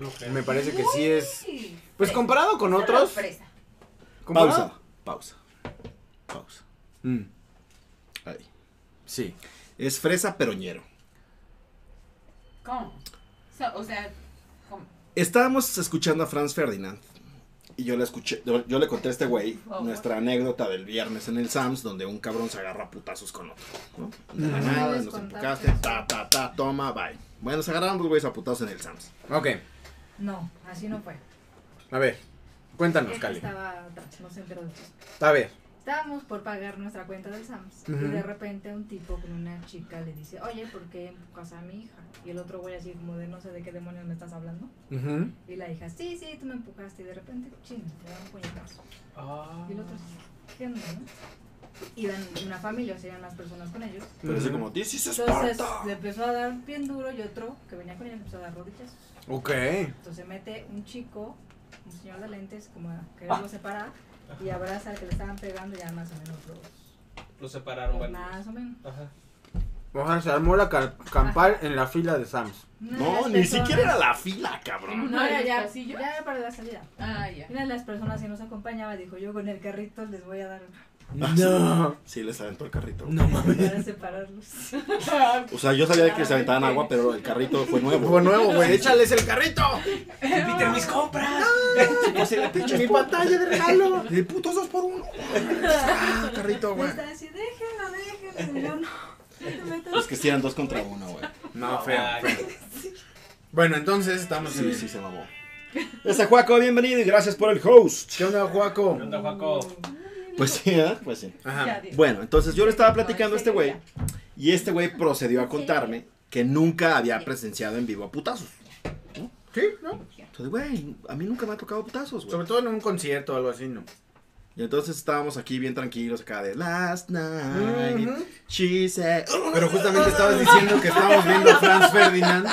Speaker 6: Ok.
Speaker 2: Me parece que sí es.
Speaker 4: Sí.
Speaker 2: Pues comparado con otros.
Speaker 4: Sorpresa.
Speaker 2: comparado-
Speaker 1: Pausa, pausa, pausa.
Speaker 2: Mm,
Speaker 1: Ahí.
Speaker 2: sí.
Speaker 1: Es fresa peroñero.
Speaker 4: ¿Cómo? So- o sea, ¿cómo?
Speaker 1: Estábamos escuchando a Franz Ferdinand y yo le escuché, yo, yo le conté a este güey
Speaker 4: Por favor.
Speaker 1: nuestra anécdota del viernes en el Sams donde un cabrón se agarra a putazos con otro, ¿no? De la
Speaker 2: Ujú.
Speaker 1: nada,
Speaker 5: Les
Speaker 1: nos
Speaker 5: contaste
Speaker 1: empujaste,
Speaker 5: eso.
Speaker 1: ta, ta, ta, toma, bye. Bueno, se agarraron los güeyes a putazos en el Sams.
Speaker 2: Ok,
Speaker 5: No, así no fue.
Speaker 2: a ver. Cuéntanos,
Speaker 5: Este
Speaker 2: Cali.
Speaker 5: estaba atrás, no se enteró de eso.
Speaker 2: A ver.
Speaker 5: Estábamos por pagar nuestra cuenta del Sams
Speaker 2: Ujú.
Speaker 5: y de repente un tipo con una chica le dice, oye, ¿por qué empujas a mi hija? Y el otro güey así como de no sé de qué demonios me estás hablando.
Speaker 2: Ujú.
Speaker 5: Y la hija, sí, sí, tú me empujaste y de repente, ching, te dan un puñetazo.
Speaker 6: Ah.
Speaker 5: Y el otro, ¿qué onda? no?". Iban una familia, o sea, iban más personas con ellos.
Speaker 1: Pero así
Speaker 2: Ujú.
Speaker 1: como, this is
Speaker 5: Entonces
Speaker 1: Sparta".
Speaker 5: le empezó a dar bien duro y otro que venía con él le empezó a dar rodillas.
Speaker 2: Ok.
Speaker 5: Entonces se mete un chico, un señor de lentes, como a quererlo separar y abraza al que le estaban pegando y ya más o menos los-
Speaker 6: Lo separaron, bueno.
Speaker 5: Más o menos.
Speaker 6: Ajá.
Speaker 2: O sea, se armó la car- campal en la fila de Sams.
Speaker 1: No, ni siquiera era la fila, cabrón.
Speaker 5: No, era ya,
Speaker 4: pasillo.
Speaker 5: ya era para la salida.
Speaker 4: Ah, ya.
Speaker 5: Una de las personas que nos acompañaba dijo, yo con el carrito les voy a dar
Speaker 2: No.
Speaker 1: Sí, les aventó el carrito.
Speaker 5: para separarlos.
Speaker 1: O sea, yo sabía que les aventaban agua, pero el carrito fue nuevo.
Speaker 2: Fue nuevo, güey. Échales el carrito.
Speaker 6: Peter, mis compras.
Speaker 2: Mi pantalla de regalo.
Speaker 1: De putos dos por uno. Ah, carrito,
Speaker 5: Y
Speaker 1: güey.
Speaker 5: estaba así, déjenla, déjenla. Y yo, no, no te metas.
Speaker 1: Es que sí eran dos contra uno, güey.
Speaker 2: No, feo.
Speaker 6: Ah,
Speaker 2: feo. Bueno, entonces estamos.
Speaker 1: Sí,
Speaker 2: en-
Speaker 1: sí, se mamó. Ese Juaco, bienvenido y gracias por el host.
Speaker 2: ¿Qué onda, Juaco?
Speaker 6: ¿Qué onda, Juaco?
Speaker 1: Pues sí, ¿eh? Pues sí.
Speaker 7: Ah.
Speaker 2: Ajá.
Speaker 1: Bueno, entonces yo le estaba platicando a este güey y este güey procedió a contarme que nunca había presenciado en vivo a putazos.
Speaker 2: Sí, ¿no?
Speaker 1: Entonces, güey, a mí nunca me ha tocado putazos, güey.
Speaker 2: Sobre todo en un concierto o algo así, ¿no?
Speaker 1: Y entonces estábamos aquí bien tranquilos acá de Last Night.
Speaker 2: Ujú.
Speaker 1: She said.
Speaker 2: Pero justamente estabas diciendo que estábamos viendo a Franz Ferdinand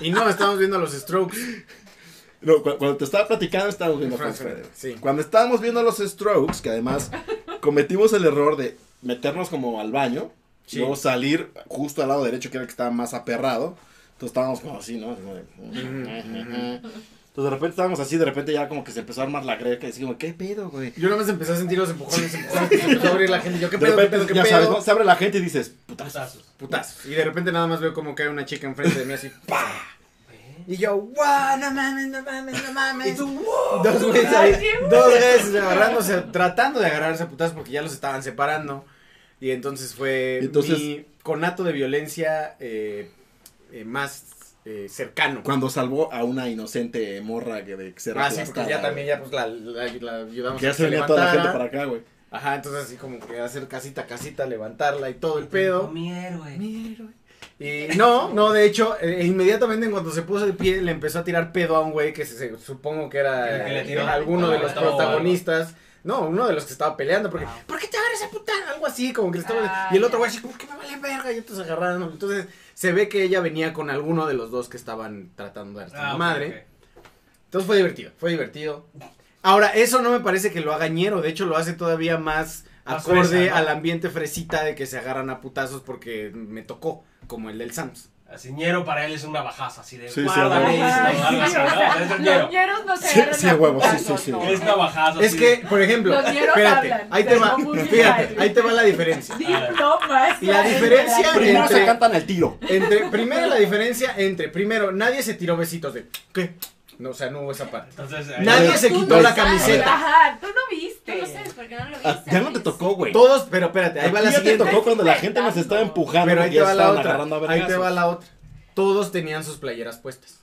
Speaker 2: y no, estábamos viendo a los Strokes.
Speaker 1: No, cu- cuando te estaba platicando estábamos viendo a
Speaker 2: Franz
Speaker 1: Franz Ferdinand.
Speaker 2: Ferdinand, sí.
Speaker 1: Cuando estábamos viendo los Strokes, que además cometimos el error de meternos como al baño,
Speaker 2: Sí.
Speaker 1: y luego salir justo al lado derecho, que era el que estaba más aperrado. Entonces estábamos como así, ¿no? Así como de- Entonces de repente estábamos así, de repente ya como que se empezó a armar la greca y decimos, ¿qué pedo, güey?
Speaker 2: Yo nada más empecé a sentir los empujones, empujones, que se empezó a abrir la gente. Yo, ¿qué
Speaker 1: De
Speaker 2: pedo, qué
Speaker 1: repente,
Speaker 2: pedo, qué
Speaker 1: ya sabes, ¿no?
Speaker 2: pedo?
Speaker 1: se abre la gente y dices,
Speaker 6: Putazos.
Speaker 2: Putazos. Y de repente nada más veo como cae una chica enfrente de mí así. ¡Pah!
Speaker 6: ¿Eh?
Speaker 2: Y yo, wow, no mames, no mames, no mames.
Speaker 10: Y tú,
Speaker 2: Dos güeyes
Speaker 3: Ay,
Speaker 2: ahí,
Speaker 3: sí,
Speaker 2: dos güeyes agarrándose, tratando de agarrarse a putazos porque ya los estaban separando. Y entonces fue
Speaker 1: Entonces-
Speaker 2: mi conato de violencia eh, eh, más eh, cercano.
Speaker 1: Cuando salvó a una inocente morra que de que se
Speaker 2: Ah, sí, porque
Speaker 1: aplastada,
Speaker 2: ya
Speaker 1: güey.
Speaker 2: también ya pues la, la- la ayudamos
Speaker 1: Que
Speaker 2: a
Speaker 1: ya
Speaker 2: que
Speaker 1: se venía toda la gente
Speaker 2: levantara.
Speaker 1: para acá, güey.
Speaker 2: Ajá, entonces así como que hacer casita a casita, levantarla y todo el
Speaker 6: Pero
Speaker 2: pedo.
Speaker 6: mi héroe.
Speaker 2: Y no, no, de hecho, eh, inmediatamente en cuanto se puso de pie, le empezó a tirar pedo a un güey que se, se- supongo que era
Speaker 6: El que le tiró.
Speaker 2: alguno de los
Speaker 6: Ah, no.
Speaker 2: protagonistas. No, uno de los que estaba peleando, porque,
Speaker 6: Ah.
Speaker 2: ¿por qué te agarras a puta? Algo así, como que le estaba.
Speaker 7: Ah,
Speaker 2: y el otro
Speaker 7: ya.
Speaker 2: güey así, como que me vale verga, y entonces agarraron. Entonces, se ve que ella venía con alguno de los dos que estaban tratando de darse
Speaker 6: Ah,
Speaker 2: la
Speaker 6: ok,
Speaker 2: madre.
Speaker 6: ok.
Speaker 2: Entonces fue divertido, fue divertido. Ahora, eso no me parece que lo haga ñero, de hecho lo hace todavía más
Speaker 6: Más
Speaker 2: acorde
Speaker 6: fresa, ¿no?
Speaker 2: al ambiente fresita de que se agarran a putazos porque me tocó, como el del Sams.
Speaker 6: Así, ñero para él es una bajaza, así de
Speaker 1: Sí, sí,
Speaker 6: guárdale
Speaker 1: a huevo.
Speaker 6: esto, algo así, ¿no? O sea, es el ñero.
Speaker 3: Los ñeros no se
Speaker 1: Sí,
Speaker 3: agarran
Speaker 1: sí,
Speaker 3: a
Speaker 1: a huevo, sí,
Speaker 3: putazos,
Speaker 1: sí, sí.
Speaker 3: no.
Speaker 6: Es una bajaza.
Speaker 2: Es
Speaker 6: así
Speaker 2: que,
Speaker 6: de-
Speaker 2: por ejemplo,
Speaker 3: Los ñeros
Speaker 2: espérate,
Speaker 3: hablan,
Speaker 2: ahí te
Speaker 3: pero
Speaker 2: va,
Speaker 3: no buscan.
Speaker 2: fíjate, ahí te va la diferencia.
Speaker 3: Diplomas.
Speaker 2: Y la diferencia
Speaker 1: Primero se
Speaker 2: entre-
Speaker 1: cantan al tiro.
Speaker 2: Entre, primero la diferencia entre, primero, nadie se tiró besitos de, ¿qué? No, o sea, no hubo esa parte.
Speaker 6: Entonces, ahí-
Speaker 2: Nadie
Speaker 1: Tú
Speaker 2: se
Speaker 1: no
Speaker 2: quitó la
Speaker 1: sabes.
Speaker 2: camiseta.
Speaker 3: Ajá, tú no viste.
Speaker 4: Tú no sabes porque no lo pues,
Speaker 1: Ah,
Speaker 4: viste.
Speaker 1: Ya no te
Speaker 4: Alex.
Speaker 1: tocó, güey.
Speaker 2: Todos, pero espérate, ahí va
Speaker 1: A
Speaker 2: la
Speaker 1: ti ya te
Speaker 2: siguiente.
Speaker 1: tocó cuando la gente nos estaba empujando.
Speaker 2: Pero ahí
Speaker 1: porque
Speaker 2: te
Speaker 1: ya
Speaker 2: va la
Speaker 1: estaban
Speaker 2: otra.
Speaker 1: agarrando a
Speaker 2: Ahí te va
Speaker 1: vergazos.
Speaker 2: la otra. Todos tenían sus playeras puestas.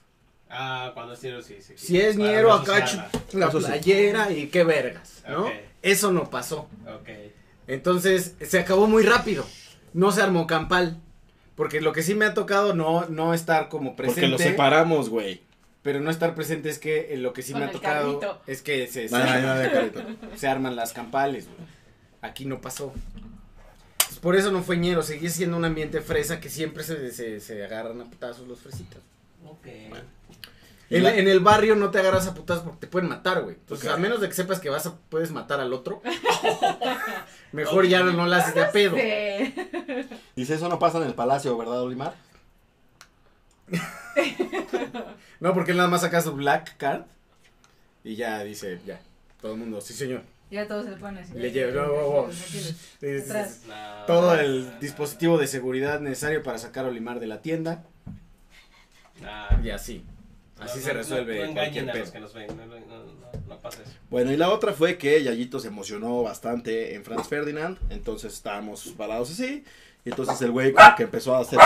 Speaker 6: Ah, cuando es ñero, sí, sí.
Speaker 2: Si es
Speaker 6: Para
Speaker 2: ñero
Speaker 6: no
Speaker 2: acá,
Speaker 6: asociarla.
Speaker 2: chu- la
Speaker 1: Eso sí.
Speaker 2: playera y qué vergas, ¿no?
Speaker 6: Ok.
Speaker 2: Eso no pasó.
Speaker 6: Ok.
Speaker 2: Entonces, se acabó muy rápido. No se armó campal. Porque lo que sí me ha tocado no, no estar como
Speaker 1: Porque
Speaker 2: presente.
Speaker 1: los separamos, güey.
Speaker 2: Pero no estar presente es que eh, lo que sí
Speaker 3: Con
Speaker 2: me ha
Speaker 3: el
Speaker 2: tocado
Speaker 3: carrito.
Speaker 2: es que se, se-
Speaker 1: No, no, no, de carita.
Speaker 2: se arman las campales, güey. Aquí no pasó. Entonces, por eso no fue ñero, seguía siendo un ambiente fresa que siempre se, se, se agarran a putazos los fresitas.
Speaker 6: Ok.
Speaker 2: En,
Speaker 1: La-
Speaker 2: en el barrio no te agarras a putazos porque te pueden matar, güey. Entonces,
Speaker 1: Ok.
Speaker 2: a menos de que sepas que vas a, puedes matar al otro, mejor ya no, no la haces de a pedo.
Speaker 3: Sí.
Speaker 1: Dice, eso no pasa en el palacio, ¿verdad, Olimar?
Speaker 2: No, porque él nada más saca su black card y ya dice, ya, todo el mundo, sí señor.
Speaker 5: Ya todos se le ponen así.
Speaker 2: Le llevo-
Speaker 5: Ya,
Speaker 2: wow, wow.
Speaker 5: ya, ya, ya, ya.
Speaker 2: Es- es-
Speaker 5: Atrás.
Speaker 6: No,
Speaker 2: todo
Speaker 6: no,
Speaker 2: el
Speaker 6: no, no,
Speaker 2: dispositivo de seguridad necesario para sacar a Olimar de la tienda
Speaker 6: no,
Speaker 2: y así. Así
Speaker 6: No,
Speaker 2: se
Speaker 6: no,
Speaker 2: resuelve
Speaker 6: No, no
Speaker 2: cualquier
Speaker 6: engañen a los
Speaker 2: pedo.
Speaker 6: que nos ven. No, no, no, no, no pasa eso.
Speaker 1: Bueno, y la otra fue que Yayito se emocionó bastante en Franz Ferdinand, entonces estábamos parados así, y entonces el güey como que empezó a hacer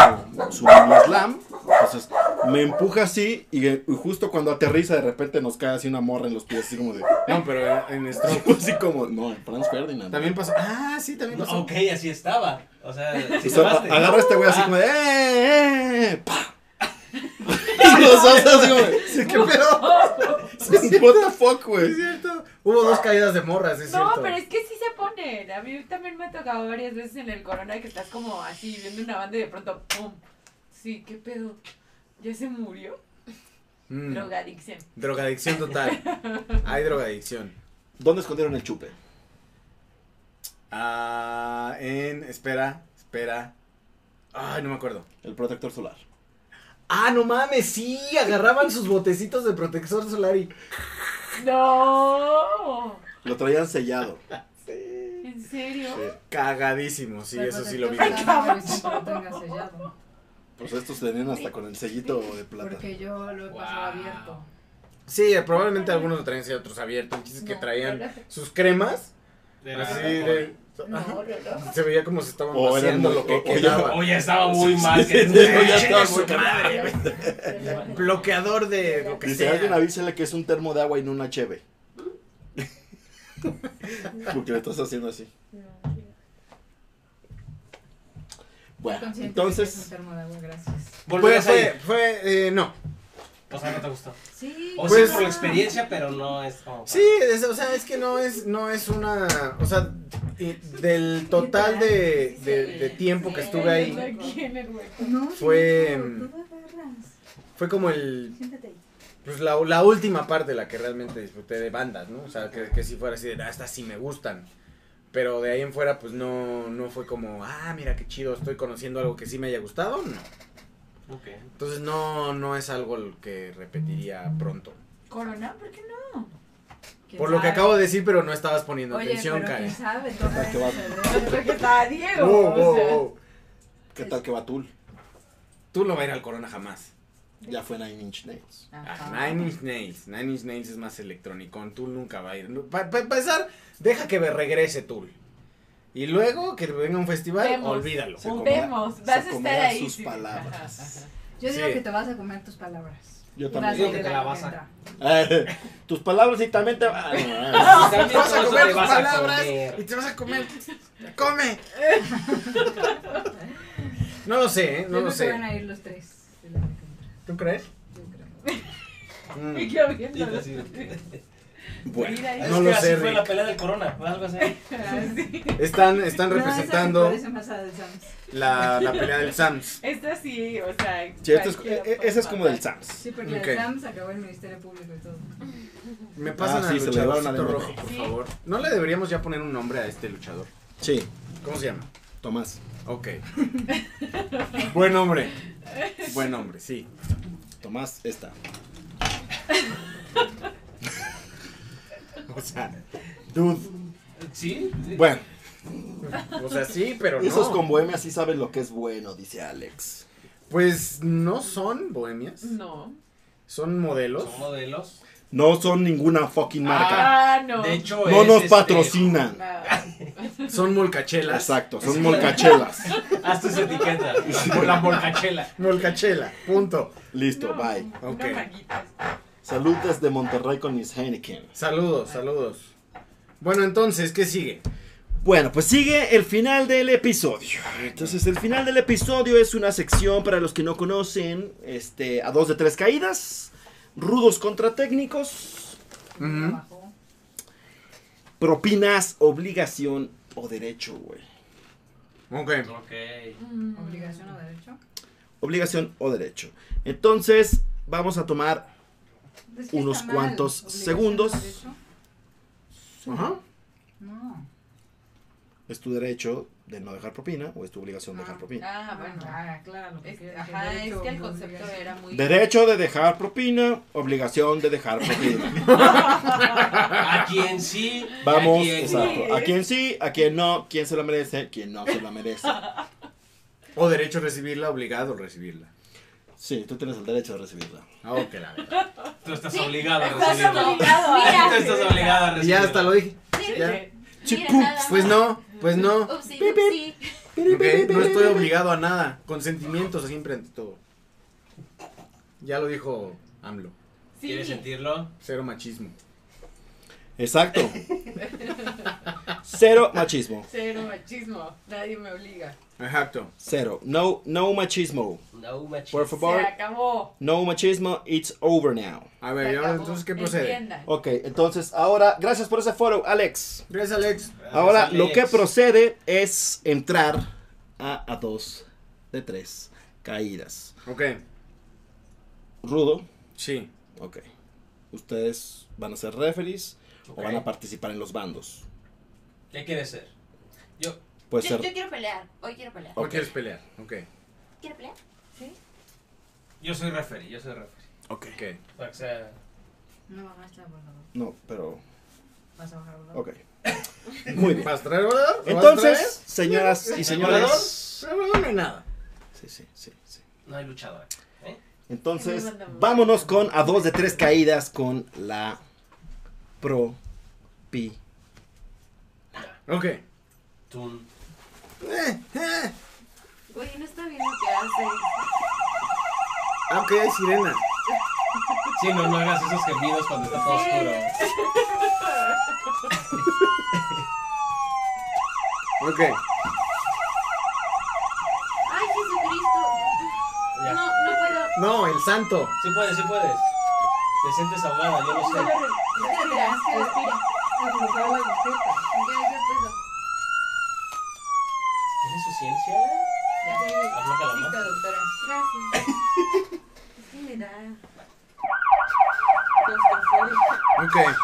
Speaker 1: su, su mini slam, entonces me empuja así, y, y justo cuando aterriza de repente nos cae así una morra en los pies, así como de,
Speaker 2: No, pero en en Stroke
Speaker 1: así como, no, en Franz Ferdinand.
Speaker 2: también pasó. Ah, sí, también
Speaker 6: No,
Speaker 2: pasó.
Speaker 6: ok, así estaba. O sea, sí
Speaker 1: O sea,
Speaker 6: tomaste.
Speaker 1: a- agarra a este güey así
Speaker 6: Ah.
Speaker 1: como de, ¡eh, eh, pa! y los hace así como de,
Speaker 2: Sí, qué pedo.
Speaker 1: what the fuck,
Speaker 2: Es
Speaker 1: güey.
Speaker 2: cierto. Hubo dos caídas de morras, es
Speaker 7: No,
Speaker 2: cierto.
Speaker 7: pero es que sí se ponen. A mí también me ha tocado varias veces en el corona que estás como así viendo una banda y de pronto ¡pum! Sí, ¿qué pedo? ¿Ya se murió?
Speaker 2: Mm,
Speaker 7: Drogadicción.
Speaker 2: drogadicción total. Hay drogadicción.
Speaker 1: ¿Dónde escondieron el chupe?
Speaker 2: Ah, en. Espera, espera. Ay, no me acuerdo.
Speaker 1: El protector solar.
Speaker 2: Ah, no mames, sí, agarraban sus botecitos de protector solar y.
Speaker 7: ¡No!
Speaker 1: Lo traían sellado.
Speaker 7: ¿En serio?
Speaker 1: Sí.
Speaker 2: Cagadísimo, sí,
Speaker 5: Pero
Speaker 2: eso sí lo vi.
Speaker 5: protector solar no es que lo tenga sellado,
Speaker 1: Pues estos tenían hasta con el sellito de plata.
Speaker 5: Porque yo lo he pasado
Speaker 6: Wow.
Speaker 5: abierto.
Speaker 2: Sí, probablemente algunos lo traían sí, otros abiertos. El chiste es que
Speaker 5: No,
Speaker 2: traían
Speaker 5: pero-
Speaker 2: sus cremas.
Speaker 6: De la-
Speaker 2: Así de. ajá,
Speaker 5: No, no, no.
Speaker 2: Se veía como se estaban
Speaker 1: O eran
Speaker 2: vaciando
Speaker 1: muy-
Speaker 2: lo que
Speaker 1: o- o ya-
Speaker 2: quedaba.
Speaker 6: Oye, estaba muy mal. Que
Speaker 1: Sí, ya
Speaker 6: Oye,
Speaker 1: estaba
Speaker 6: su
Speaker 1: muy mal.
Speaker 6: madre, güey.
Speaker 2: Bloqueador de lo que
Speaker 1: Dice,
Speaker 2: sea.
Speaker 1: alguien avísale que es un termo de agua y no una cheve. Porque lo estás haciendo así. Bueno,
Speaker 5: Consciente que es un
Speaker 1: entonces,
Speaker 5: termo de agua, gracias.
Speaker 2: Fue,
Speaker 6: Volvemos ahí.
Speaker 2: fue, fue, eh, no.
Speaker 6: O sea, no te gustó.
Speaker 5: Sí.
Speaker 6: O
Speaker 2: Pues-
Speaker 6: sí, por la experiencia, pero no es como. para-
Speaker 2: Sí, es- o sea, es que no es, no es una, o sea, y del total de, de- de tiempo que estuve ahí,
Speaker 3: Aquí en el hueco.
Speaker 5: No,
Speaker 2: Fue,
Speaker 5: no,
Speaker 2: mm,
Speaker 5: tú agarras.
Speaker 2: fue como el,
Speaker 5: Siéntate ahí.
Speaker 2: pues la, la última parte la que realmente disfruté de bandas, ¿no? O sea, que, que sí fuera así de, ah, estas sí me gustan. Pero de ahí en fuera, pues no, no fue como, ah, mira qué chido, estoy conociendo algo que sí me haya gustado, no.
Speaker 6: Ok.
Speaker 2: Entonces no, no es algo el que repetiría pronto.
Speaker 7: ¿Corona? ¿Por qué no?
Speaker 5: ¿Quién
Speaker 2: Por lo que
Speaker 5: sabe?
Speaker 2: acabo de decir, pero no estabas poniendo
Speaker 5: Oye,
Speaker 2: atención,
Speaker 5: pero
Speaker 2: Karen.
Speaker 5: quién sabe, todo
Speaker 1: Porque va-
Speaker 5: eso se ve.
Speaker 3: Porque estaba Diego.
Speaker 2: Wow,
Speaker 3: o
Speaker 2: wow,
Speaker 3: sea.
Speaker 2: wow.
Speaker 1: ¿qué tal que Batul?
Speaker 2: Tú no vas a ir al Corona jamás.
Speaker 1: ya fue Nine Inch Nails.
Speaker 2: Ah, Nine Inch Nails. Nine Inch Nails es más electronicón. Tool nunca va a ir. Para empezar, deja que regrese Tool. Y luego que venga un festival,
Speaker 7: Vemos.
Speaker 2: olvídalo.
Speaker 1: Se comerá-
Speaker 7: Vemos, vas
Speaker 1: se
Speaker 7: a estar
Speaker 1: comerá
Speaker 7: ahí.
Speaker 1: sus
Speaker 7: sí.
Speaker 1: palabras.
Speaker 5: Yo digo
Speaker 2: Sí.
Speaker 5: que te vas a comer tus palabras.
Speaker 1: Yo
Speaker 5: Vas a
Speaker 6: digo
Speaker 1: también.
Speaker 6: que
Speaker 5: llegar
Speaker 6: te la
Speaker 5: a
Speaker 6: vas a-
Speaker 5: entrar.
Speaker 1: Eh, tus palabras y también te va- Ah, no,
Speaker 6: También
Speaker 2: Vas a
Speaker 6: tú
Speaker 2: comer
Speaker 6: te
Speaker 2: tus
Speaker 6: vas a
Speaker 2: palabras
Speaker 6: comer.
Speaker 2: y te vas a comer. ¡Come! no lo sé, ¿eh? no
Speaker 5: Yo creo
Speaker 2: lo
Speaker 5: que
Speaker 2: sé.
Speaker 5: van a ir los tres. de la hora que entra.
Speaker 2: ¿Tú crees?
Speaker 5: Yo creo.
Speaker 2: Mm.
Speaker 7: Y yo viendo.
Speaker 1: Bueno,
Speaker 7: Mira,
Speaker 2: No
Speaker 6: Es
Speaker 2: lo
Speaker 6: que así
Speaker 2: sé,
Speaker 6: fue
Speaker 2: Rick.
Speaker 6: la pelea del corona, o algo así.
Speaker 7: así.
Speaker 2: Están, están
Speaker 5: No, esa me
Speaker 2: representando
Speaker 5: parece más a de Sams.
Speaker 2: la, la pelea del Sams.
Speaker 7: Esta sí, o sea.
Speaker 1: sí, esto es-
Speaker 7: cualquiera
Speaker 1: eh, eh,
Speaker 7: puede
Speaker 1: ese es como
Speaker 7: pasar.
Speaker 1: del Sams.
Speaker 5: Sí, porque
Speaker 2: Ok.
Speaker 5: la de Sams acabó el Ministerio Público y todo.
Speaker 2: Me pasan
Speaker 1: Ah,
Speaker 2: al
Speaker 1: sí, se le llevaron
Speaker 2: luchadorcito
Speaker 1: al
Speaker 2: rojo, por
Speaker 7: Sí.
Speaker 2: favor. ¿No le deberíamos ya poner un nombre a este luchador?
Speaker 1: Sí,
Speaker 2: ¿Cómo se llama?
Speaker 1: Tomás.
Speaker 2: Ok. Buen hombre. Buen hombre, sí.
Speaker 1: Tomás, esta.
Speaker 2: O sea, dude.
Speaker 6: Sí, sí.
Speaker 1: Bueno,
Speaker 2: O sea, sí, pero no.
Speaker 1: esos con bohemia sí saben lo que es bueno, dice Alex.
Speaker 2: Pues no son bohemias.
Speaker 7: No.
Speaker 2: Son modelos.
Speaker 6: Son modelos.
Speaker 1: No son ninguna fucking marca.
Speaker 7: Ah, no.
Speaker 6: De hecho,
Speaker 1: no
Speaker 6: es,
Speaker 1: nos
Speaker 6: este,
Speaker 1: patrocinan.
Speaker 7: Ah,
Speaker 2: Son molcachelas.
Speaker 1: Exacto, son molcachelas.
Speaker 6: Haz tus etiquetas. Por la morcachela.
Speaker 2: Molcachela. Punto.
Speaker 1: Listo,
Speaker 7: no,
Speaker 1: bye.
Speaker 7: no
Speaker 2: Ok.
Speaker 7: manguitas.
Speaker 1: Salud desde Monterrey con mis Heineken.
Speaker 2: Saludos, saludos. Bueno, entonces, ¿qué sigue?
Speaker 1: Bueno, pues sigue el final del episodio. Entonces, el final del episodio es una sección para los que no conocen, este, a dos de tres caídas, rudos contra técnicos,
Speaker 5: Trabajó.
Speaker 1: propinas, obligación o derecho, güey.
Speaker 2: Ok.
Speaker 6: Ok.
Speaker 7: Mm.
Speaker 5: Obligación o derecho.
Speaker 1: Obligación o derecho. Entonces, vamos a tomar
Speaker 5: Es que
Speaker 1: Unos
Speaker 5: está mal.
Speaker 1: cuantos
Speaker 5: Obligación o
Speaker 1: segundos.
Speaker 5: derecho.
Speaker 2: Ajá.
Speaker 5: No.
Speaker 1: es tu derecho de no dejar propina o es tu obligación dejar propina.
Speaker 7: Ah, bueno.
Speaker 5: Ah, claro. lo que
Speaker 7: Es-
Speaker 5: quieras,
Speaker 7: ajá, es
Speaker 5: derecho
Speaker 7: que el
Speaker 5: o
Speaker 7: concepto
Speaker 5: obligación.
Speaker 7: era muy.
Speaker 1: Derecho de dejar propina, obligación de dejar propina.
Speaker 6: A quien sí.
Speaker 1: Vamos,
Speaker 6: a quien no.
Speaker 1: exacto. A quien sí, a quien no, quién se la merece, quién no se la merece.
Speaker 2: O derecho a recibirla, obligado a recibirla.
Speaker 1: Sí, tú tienes el derecho de recibirla.
Speaker 2: Ah, ok, la verdad.
Speaker 6: Tú estás obligado a
Speaker 7: Estás
Speaker 6: recibirlo.
Speaker 7: obligado.
Speaker 4: Mira.
Speaker 6: Tú estás obligado a
Speaker 2: Y ya
Speaker 6: recibirlo.
Speaker 2: hasta lo dije.
Speaker 4: Sí,
Speaker 2: Ya.
Speaker 7: Sí.
Speaker 4: mira,
Speaker 1: Chipu.
Speaker 4: nada Oh, más.
Speaker 2: Pues no, pues no.
Speaker 4: Upsi, upsi.
Speaker 2: Ok, No estoy obligado a nada. Consentimientos siempre ante todo. Ya lo dijo AMLO.
Speaker 6: ¿Quieres
Speaker 7: Sí.
Speaker 6: sentirlo?
Speaker 2: Cero machismo.
Speaker 1: Exacto. Cero machismo.
Speaker 7: Cero machismo. Nadie me obliga.
Speaker 2: Exacto.
Speaker 1: Cero. No, no machismo.
Speaker 6: No, macho.
Speaker 1: Por
Speaker 7: Se
Speaker 1: favor,
Speaker 7: acabó.
Speaker 1: no machismo. It's over now.
Speaker 2: A ver,
Speaker 7: Se
Speaker 2: ¿y ahora
Speaker 7: acabó.
Speaker 2: entonces qué procede?
Speaker 7: Entiendan.
Speaker 1: Ok, entonces ahora, gracias por ese follow, Alex.
Speaker 2: Gracias, Alex.
Speaker 1: Ahora
Speaker 6: Alex.
Speaker 1: lo que procede es entrar a, a dos de tres caídas.
Speaker 2: Ok,
Speaker 1: Rudo,
Speaker 2: sí.
Speaker 1: ok. Ustedes van a ser referees o
Speaker 6: Ok.
Speaker 1: van a participar en los bandos.
Speaker 6: ¿Qué quieres ser? Yo.
Speaker 1: Puede
Speaker 4: Yo,
Speaker 1: ser.
Speaker 4: yo quiero pelear. Hoy quiero pelear.
Speaker 2: ¿O
Speaker 1: Ok.
Speaker 2: quieres pelear? Ok.
Speaker 4: ¿Quiere pelear?
Speaker 6: Yo soy referee, yo soy referee.
Speaker 2: Ok.
Speaker 6: Para que sea.
Speaker 5: No bajaste la bola. ¿no?
Speaker 1: No, pero.
Speaker 5: Vas a bajar la bola.
Speaker 1: Ok. Muy bien.
Speaker 2: ¿Vas a traer volador? ¿Lo vas a
Speaker 1: Entonces,
Speaker 2: traer?
Speaker 1: señoras y señores.
Speaker 2: ¿Volador? Volador no hay nada.
Speaker 1: Sí, sí, sí, sí.
Speaker 6: No hay luchador. ¿eh?
Speaker 1: Entonces,
Speaker 7: Ahí mandamos.
Speaker 1: vámonos con a dos de tres caídas con la Pro Pi.
Speaker 2: Ok.
Speaker 6: Tun.
Speaker 2: Eh.
Speaker 4: Oye, no está bien lo que hace.
Speaker 2: Ah, ok, hay sirena.
Speaker 6: Sí, no, no hagas esos gemidos cuando está todo oscuro.
Speaker 2: Ok.
Speaker 4: ¡Ay, Jesucristo!
Speaker 6: Ya.
Speaker 4: No, no puedo.
Speaker 2: No, el santo.
Speaker 6: Sí puedes, sí puedes. Te sientes ahogada, yo no sé.
Speaker 5: Respira, respira. A colocar la bofeta.
Speaker 4: Ya, ya puedo.
Speaker 6: ¿Tienes su ciencia?
Speaker 5: Ya, ya, ya.
Speaker 6: Afloja la
Speaker 5: Listo,
Speaker 6: mano.
Speaker 5: doctora.
Speaker 4: Gracias. Es que me da.
Speaker 2: Ok.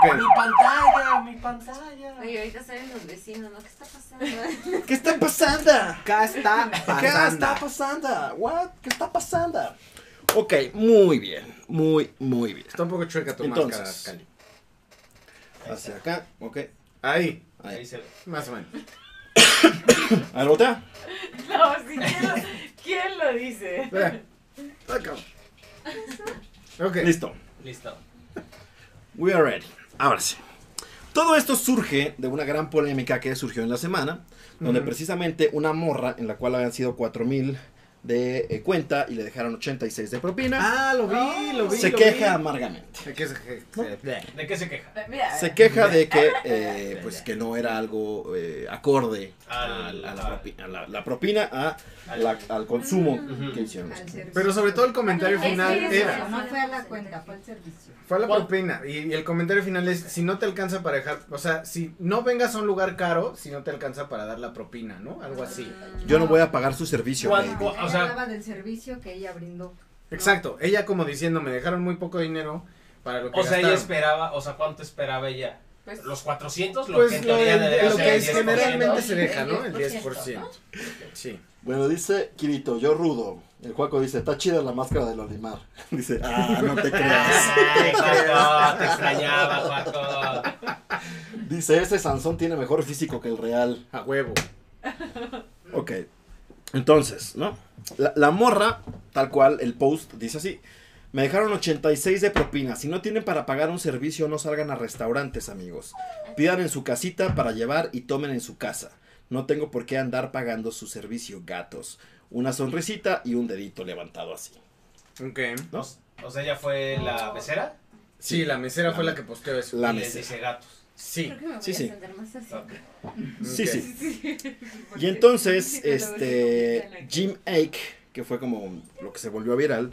Speaker 2: Ok.
Speaker 6: pantalla, mi pantalla.
Speaker 4: Oye, ahorita salen los vecinos, ¿no? ¿Qué está pasando?
Speaker 1: ¿Qué está pasando?
Speaker 2: Acá está.
Speaker 1: ¿Qué está pasando? What? ¿Qué está pasando? Ok, muy bien. Muy, muy bien.
Speaker 2: Está un poco chueca tu
Speaker 1: Entonces.
Speaker 2: máscara, Cali.
Speaker 1: Hacia acá, ok.
Speaker 2: Ahí,
Speaker 6: Ahí se ve.
Speaker 2: más o menos.
Speaker 1: ¿Alota?
Speaker 7: No, sí quiero, ¿Quién lo dice?
Speaker 2: Espera. Ah, cabrón. Ok.
Speaker 1: Listo.
Speaker 6: Listo.
Speaker 1: We are ready. Ahora sí. Todo esto surge de una gran polémica que surgió en la semana, donde
Speaker 2: Ujú.
Speaker 1: precisamente una morra en la cual habían sido 4000 de eh, cuenta y le dejaron 86 de propina,
Speaker 2: Ah, lo vi, lo vi.
Speaker 1: se
Speaker 2: lo
Speaker 1: queja
Speaker 2: vi.
Speaker 1: amargamente.
Speaker 2: Se queja. se- se-
Speaker 6: ¿De qué se queja?
Speaker 7: Mira,
Speaker 1: Se queja de que, eh, pues, que no era algo eh, acorde a,
Speaker 6: Al-
Speaker 1: a la, propi- a la- la propina, a la- al consumo
Speaker 6: Ujú.
Speaker 1: que hicieron.
Speaker 5: Al servicio.
Speaker 2: Pero sobre todo el comentario
Speaker 4: Es que
Speaker 2: final
Speaker 4: es
Speaker 2: era.
Speaker 4: eso.
Speaker 5: No fue a la cuenta, fue al servicio.
Speaker 2: Fue a la
Speaker 6: ¿Cuál?
Speaker 2: propina. Y, y el comentario final es, si no te alcanza para dejar, o sea, si no vengas a un lugar caro, si no te alcanza para dar la propina, ¿no? Algo así.
Speaker 4: Ah.
Speaker 1: Yo no voy a pagar su servicio.
Speaker 6: ¿Cuál?
Speaker 1: baby.
Speaker 6: O
Speaker 5: Ella
Speaker 6: sea-
Speaker 5: Ah. hablaba del servicio que ella brindó.
Speaker 2: Exacto. Ella como diciendo, me dejaron muy poco dinero para lo que
Speaker 6: O sea, ella
Speaker 2: gastaron".
Speaker 6: esperaba, o sea, ¿cuánto esperaba ella?
Speaker 7: pues,
Speaker 6: ¿Los 400? Lo que
Speaker 2: Pues
Speaker 6: en
Speaker 2: lo,
Speaker 6: teoría
Speaker 2: del-
Speaker 6: debería
Speaker 2: lo
Speaker 6: ser
Speaker 2: que
Speaker 6: el
Speaker 2: es
Speaker 6: 10%.
Speaker 2: generalmente se
Speaker 5: El
Speaker 2: deja, ¿no? El
Speaker 5: 10%,
Speaker 2: 10%. Sí.
Speaker 1: Bueno, dice Kirito, yo rudo. El Juaco dice, está chida la máscara del Olimar. Dice, ah, no te creas.
Speaker 6: Ay, Juaco, te extrañaba, Juaco.
Speaker 1: Dice, ese Sansón tiene mejor físico que el real.
Speaker 2: A huevo.
Speaker 1: Ok. Entonces, ¿no? La, la morra, tal cual, el post dice así. Me dejaron 86 de propina. Si no tienen para pagar un servicio, no salgan a restaurantes, amigos. Pidan en su casita para llevar y tomen en su casa. No tengo por qué andar pagando su servicio, gatos. Una sonrisita y un dedito levantado así.
Speaker 2: Ok.
Speaker 1: ¿No?
Speaker 4: Ah,
Speaker 6: O sea, ella fue la mesera
Speaker 2: Sí, la mesera fue la que posteó eso.
Speaker 1: La
Speaker 6: y les
Speaker 1: mesera.
Speaker 6: dice gatos.
Speaker 2: Sí.
Speaker 4: Creo que me voy
Speaker 1: Sí,
Speaker 4: a
Speaker 1: sí.
Speaker 4: sentar más así.
Speaker 6: Ok.
Speaker 1: Sí,
Speaker 2: Ok.
Speaker 1: sí.
Speaker 7: porque-
Speaker 1: Y entonces,
Speaker 7: porque luego se
Speaker 1: este,
Speaker 7: complican aquí.
Speaker 1: Jim Ake, que fue como lo que se volvió viral,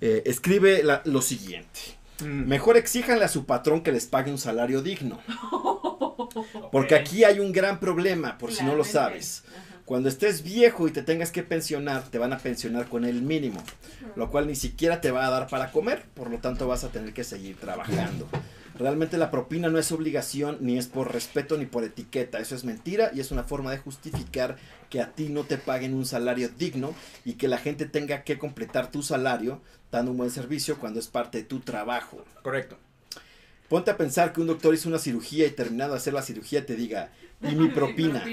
Speaker 1: eh, escribe la- lo siguiente.
Speaker 2: Mm.
Speaker 1: Mejor exíjanle a su patrón que les pague un salario digno,
Speaker 6: Ok.
Speaker 1: porque aquí hay un gran problema, por si no lo
Speaker 7: Claramente.
Speaker 1: sabes.
Speaker 7: Ajá.
Speaker 1: Cuando estés viejo y te tengas que pensionar, te van a pensionar con el mínimo, lo cual ni siquiera te va a dar para comer, por lo tanto vas a tener que seguir trabajando. Realmente la propina no es obligación, ni es por respeto, ni por etiqueta. Eso es mentira y es una forma de justificar que a ti no te paguen un salario digno y que la gente tenga que completar tu salario dando un buen servicio cuando es parte de tu trabajo.
Speaker 2: Correcto.
Speaker 1: Ponte a pensar que un doctor hizo una cirugía y terminado de hacer la cirugía te diga, y mi propina.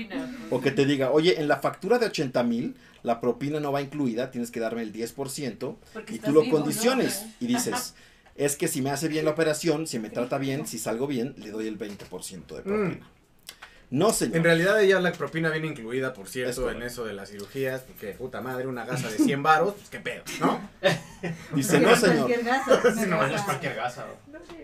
Speaker 1: O que te diga, oye, en la factura de 80 mil, la propina no va incluida, tienes que darme el 10%.
Speaker 7: Porque
Speaker 1: Y tú
Speaker 7: estás
Speaker 1: lo
Speaker 7: vivo, ¿no?
Speaker 1: condiciones y dices, es que si me hace bien la operación, si me trata bien, si salgo bien, le doy el 20%
Speaker 2: Mm.
Speaker 1: de propina. No,
Speaker 2: En
Speaker 1: señor.
Speaker 2: realidad ella la propina viene incluida, por
Speaker 1: Es
Speaker 2: cierto,
Speaker 1: correcto.
Speaker 2: en eso de las cirugías, porque puta madre, una gasa de 100 varos, pues qué pedo, ¿no?
Speaker 1: Dice, no, señor.
Speaker 5: Cualquier gasto,
Speaker 2: No,
Speaker 5: una
Speaker 6: No Pues es
Speaker 5: cosa.
Speaker 6: cualquier gasa.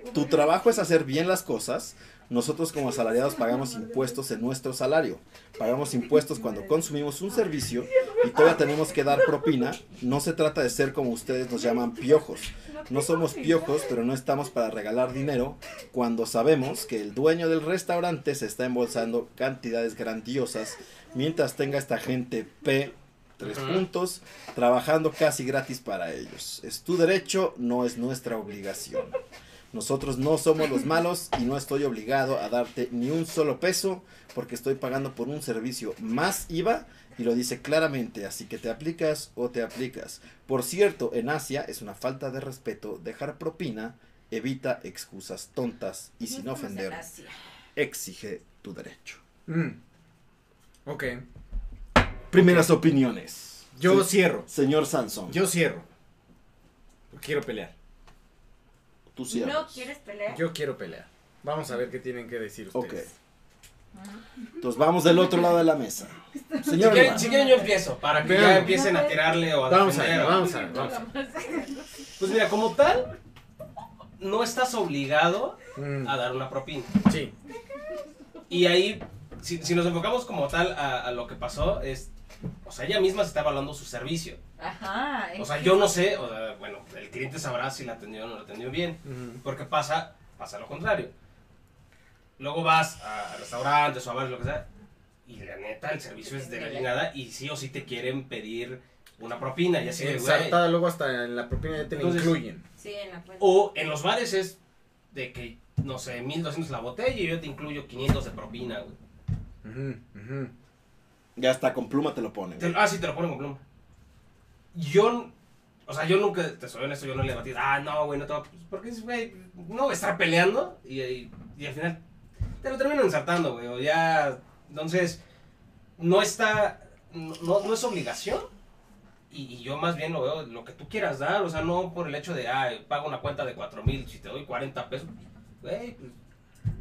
Speaker 6: ¿no?
Speaker 1: Tu trabajo es hacer bien las cosas. Nosotros como asalariados pagamos impuestos en nuestro salario. Pagamos impuestos cuando consumimos un servicio y todavía tenemos que dar propina. No se trata de ser como ustedes nos llaman piojos.
Speaker 7: pues,
Speaker 1: No somos piojos, pero no estamos para regalar dinero cuando sabemos que el dueño del restaurante se está embolsando cantidades grandiosas mientras tenga esta gente P tres
Speaker 6: Ujú.
Speaker 1: puntos trabajando casi gratis para ellos. Es tu derecho, no es nuestra obligación. Nosotros no somos los malos y no estoy obligado a darte ni un solo peso porque estoy pagando por un servicio más IVA y lo dice claramente, así que te aplicas o te aplicas. Por cierto, en Asia es una falta de respeto dejar propina, evita excusas tontas y sin ofender, exige tu derecho.
Speaker 2: Mm. Ok.
Speaker 1: Primeras opiniones.
Speaker 2: Yo
Speaker 1: Se-
Speaker 2: cierro.
Speaker 1: Señor Sansón,
Speaker 2: Yo cierro. Quiero pelear.
Speaker 1: tú cierras.
Speaker 7: ¿No quieres pelear?
Speaker 2: Yo quiero pelear. Vamos a ver qué tienen que decir
Speaker 1: Ok.
Speaker 2: ustedes.
Speaker 1: Entonces vamos del otro lado de la mesa.
Speaker 6: Si
Speaker 1: Señor
Speaker 6: quieren,
Speaker 1: Iván,
Speaker 6: si quieren yo empiezo, para que ya
Speaker 2: Vean.
Speaker 6: empiecen a tirarle o a
Speaker 2: Vamos a
Speaker 6: defender,
Speaker 2: ver,
Speaker 6: ¿no?
Speaker 2: vamos a ver, vamos a ver.
Speaker 6: Pues mira, como tal, no estás obligado
Speaker 2: Mm,
Speaker 1: Ah,
Speaker 6: a dar una propina.
Speaker 2: Sí.
Speaker 6: Y ahí, si, si nos enfocamos como tal a, a lo que pasó, es, o sea, ella misma se está evaluando su servicio.
Speaker 7: Ajá.
Speaker 6: O
Speaker 7: es
Speaker 6: sea,
Speaker 7: que-
Speaker 6: yo no sé, o sea, bueno, el cliente sabrá si la atendió o no la atendió bien.
Speaker 2: Mm.
Speaker 6: Porque pasa, pasa lo contrario. Luego vas a, a restaurantes o a bares, lo que sea, y la neta, el servicio es de la chingada y sí o sí te quieren pedir una propina, y así de güey.
Speaker 2: Ensartada luego hasta en la propina ya te la
Speaker 6: Entonces-
Speaker 2: incluyen.
Speaker 4: Sí, en la cuenta.
Speaker 6: O en los bares es de que, no sé, 1200 la botella y yo te incluyo 500 de propina, güey.
Speaker 2: Ujú, ujú.
Speaker 1: ya está, con pluma te lo ponen.
Speaker 6: Te- ah, sí, te lo ponen con pluma. Yo, n- o sea, yo nunca, te soy honesto, yo no le batí, ah, no, güey, no te va a-". Porque es, güey, no voy a estar peleando y, y, y al final te lo terminan ensartando, güey, o ya. Entonces, no está, no, no no es obligación, Y, y yo más bien lo veo lo que tú quieras dar, o sea, no por el hecho de, ah, pago una cuenta de 4 mil, si te doy 40 pesos, güey, pues,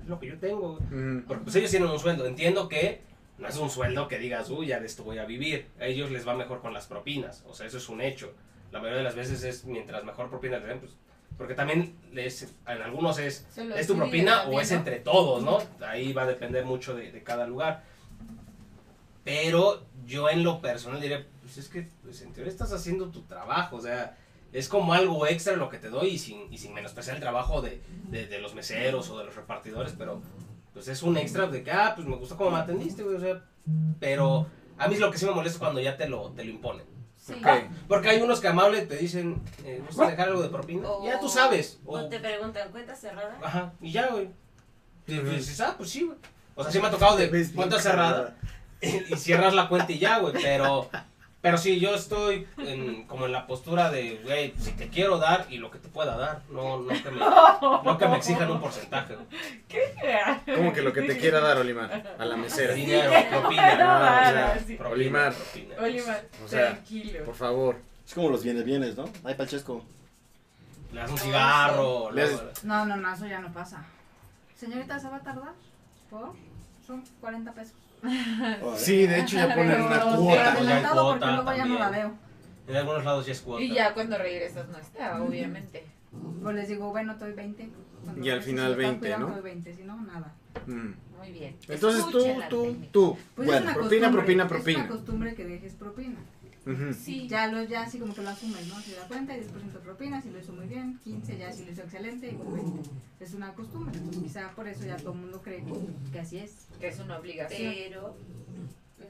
Speaker 6: es lo que yo tengo. güey.
Speaker 10: Mm,
Speaker 6: Porque pues ellos tienen un sueldo, entiendo que no es un sueldo que digas, uy, ya de esto voy a vivir. A ellos les va mejor con las propinas, o sea, eso es un hecho. La mayoría de las veces es mientras mejor propina le den, pues, porque también les, en algunos es,
Speaker 7: Se lo
Speaker 6: es tu
Speaker 7: dividen
Speaker 6: propina
Speaker 7: también,
Speaker 6: o es
Speaker 7: ¿no?
Speaker 6: entre todos, ¿no? Ahí va a depender mucho de, de cada lugar. Pero yo en lo personal diría, pues es que pues, en teoría estás haciendo tu trabajo, o sea, es como algo extra lo que te doy y sin, y sin menospreciar el trabajo de, de- de los meseros o de los repartidores, pero pues es un extra de que, ah, pues me gustó cómo me atendiste, güey, o sea, pero a mí es lo que sí me molesta es cuando ya te lo, te lo imponen.
Speaker 7: Sí.
Speaker 6: Porque hay unos que amables te dicen, eh, ¿gustas dejar algo de propina?
Speaker 4: O-
Speaker 6: ya tú sabes. Oh.
Speaker 4: O te preguntan, ¿cuenta cerrada?
Speaker 6: Ajá, y ya, güey. Y dices, ah, pues sí, güey. O sea, sí me ha tocado de cuenta cerrada y, y cierras la cuenta y ya, güey. Pero, pero sí, yo estoy en- como en la postura de, güey, si te quiero dar y lo que te pueda dar, no, no, que, me, no que me exijan un porcentaje, güey.
Speaker 10: Como que lo que te quiera dar, Olimar, a la mesera.
Speaker 6: Dinero,
Speaker 7: No,
Speaker 6: propina,
Speaker 7: no,
Speaker 10: o
Speaker 7: sí.
Speaker 6: propina,
Speaker 10: Olimar.
Speaker 6: propina.
Speaker 7: Olimar,
Speaker 10: O sea,
Speaker 7: tranquilo.
Speaker 10: Por favor.
Speaker 1: Es como los bienes bienes, ¿no? Ay, Palchesco.
Speaker 6: Le das un cigarro,
Speaker 10: Le
Speaker 6: luego-
Speaker 5: No, no, no, eso ya no pasa. Señorita, ¿se va a tardar? ¿Por? Son 40 pesos.
Speaker 1: Órale.
Speaker 10: Sí, de hecho ya ponen una
Speaker 7: Pero-
Speaker 5: Por
Speaker 6: Cuota,
Speaker 10: cuota.
Speaker 6: pero- ya hay
Speaker 5: adelantado, porque
Speaker 6: cuota
Speaker 5: luego ya no la
Speaker 6: también.
Speaker 5: veo.
Speaker 6: en algunos lados ya es cuota.
Speaker 7: Y ya cuando regresas no está, obviamente.
Speaker 5: Pues les digo, bueno, te doy 20. Cuando
Speaker 10: Y al
Speaker 5: regreses,
Speaker 10: final
Speaker 5: si me estás
Speaker 10: 20,
Speaker 5: cuidando,
Speaker 10: ¿no?
Speaker 5: te doy 20, si no, nada.
Speaker 10: Mm.
Speaker 7: Muy bien.
Speaker 10: Entonces tú,
Speaker 7: Escucha la
Speaker 10: tú,
Speaker 7: técnica.
Speaker 10: tú.
Speaker 5: Pues
Speaker 1: Bueno,
Speaker 5: es una
Speaker 10: propina,
Speaker 5: costumbre,
Speaker 10: propina,
Speaker 5: Es
Speaker 10: propina.
Speaker 5: una costumbre que dejes propina.
Speaker 10: Ujú.
Speaker 7: Sí.
Speaker 5: Ya lo, ya así como que lo asumes, ¿no? Se da cuenta, 10% propina, si lo hizo muy bien, 15 ya si lo hizo excelente, y pues 20. Es una costumbre, entonces quizá por eso ya todo el mundo cree que así es.
Speaker 7: Que es una obligación.
Speaker 4: pero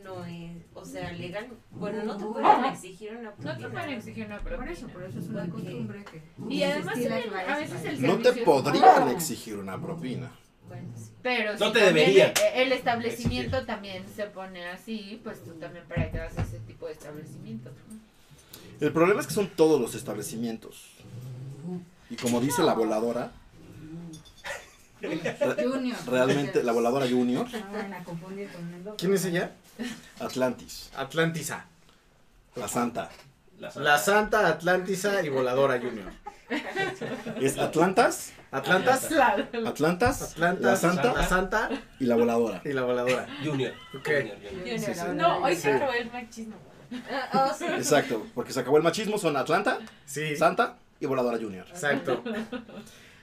Speaker 4: no es, o sea, legal, bueno, no te pueden exigir una
Speaker 7: No te pueden exigir una propina.
Speaker 5: Por eso, por eso es una
Speaker 4: Ok.
Speaker 5: costumbre que...
Speaker 7: Y además
Speaker 5: se estila y
Speaker 7: tienen-
Speaker 5: vaya,
Speaker 7: a veces
Speaker 5: vaya.
Speaker 7: el
Speaker 1: No te
Speaker 7: servicio-
Speaker 1: podrían exigir una propina.
Speaker 4: Bueno, sí.
Speaker 7: Pero
Speaker 6: No
Speaker 7: si
Speaker 6: te
Speaker 7: también
Speaker 6: deberían
Speaker 7: El, el establecimiento también se pone así, pues tú también para que vas a ese tipo de establecimiento.
Speaker 1: El problema es que son todos los establecimientos. Y como dice la voladora,
Speaker 5: Junior.
Speaker 1: realmente, la voladora Junior,
Speaker 5: No van a confundir con el otro.
Speaker 10: ¿Quién es ella?
Speaker 1: Atlantis,
Speaker 10: Atlantisa.
Speaker 1: la santa.
Speaker 6: Las-
Speaker 10: La Santa Atlantisa y Voladora Junior.
Speaker 1: Es Atlantas,
Speaker 10: Atlantas,
Speaker 1: Atlantas,
Speaker 10: Atlantas,
Speaker 1: la santa
Speaker 10: la Santa
Speaker 1: y la voladora.
Speaker 10: y la Voladora.
Speaker 6: Junior.
Speaker 10: Ok.
Speaker 6: Junior,
Speaker 7: Yo
Speaker 6: Junior.
Speaker 10: Sí,
Speaker 7: no,
Speaker 10: sí.
Speaker 7: no, no, hoy se
Speaker 1: Sí.
Speaker 7: acabó el machismo.
Speaker 4: Ah, oh, sí.
Speaker 1: Exacto, porque se acabó el machismo, son Atlanta,
Speaker 10: Sí,
Speaker 1: Santa y Voladora Junior.
Speaker 10: exacto.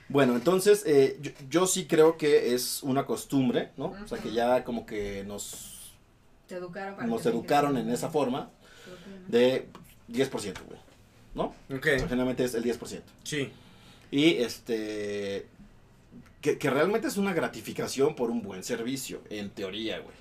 Speaker 1: Bueno, entonces eh, yo, yo sí creo que es una costumbre, ¿no? O sea, que ya como que nos,
Speaker 5: Te educaron para
Speaker 1: nos
Speaker 5: que-
Speaker 1: educaron en esa forma de 10%, güey. ¿No?
Speaker 10: Ok,
Speaker 1: O sea, generalmente es el 10%.
Speaker 10: sí.
Speaker 1: Y este. Que, que realmente es una gratificación por un buen servicio, en teoría, güey.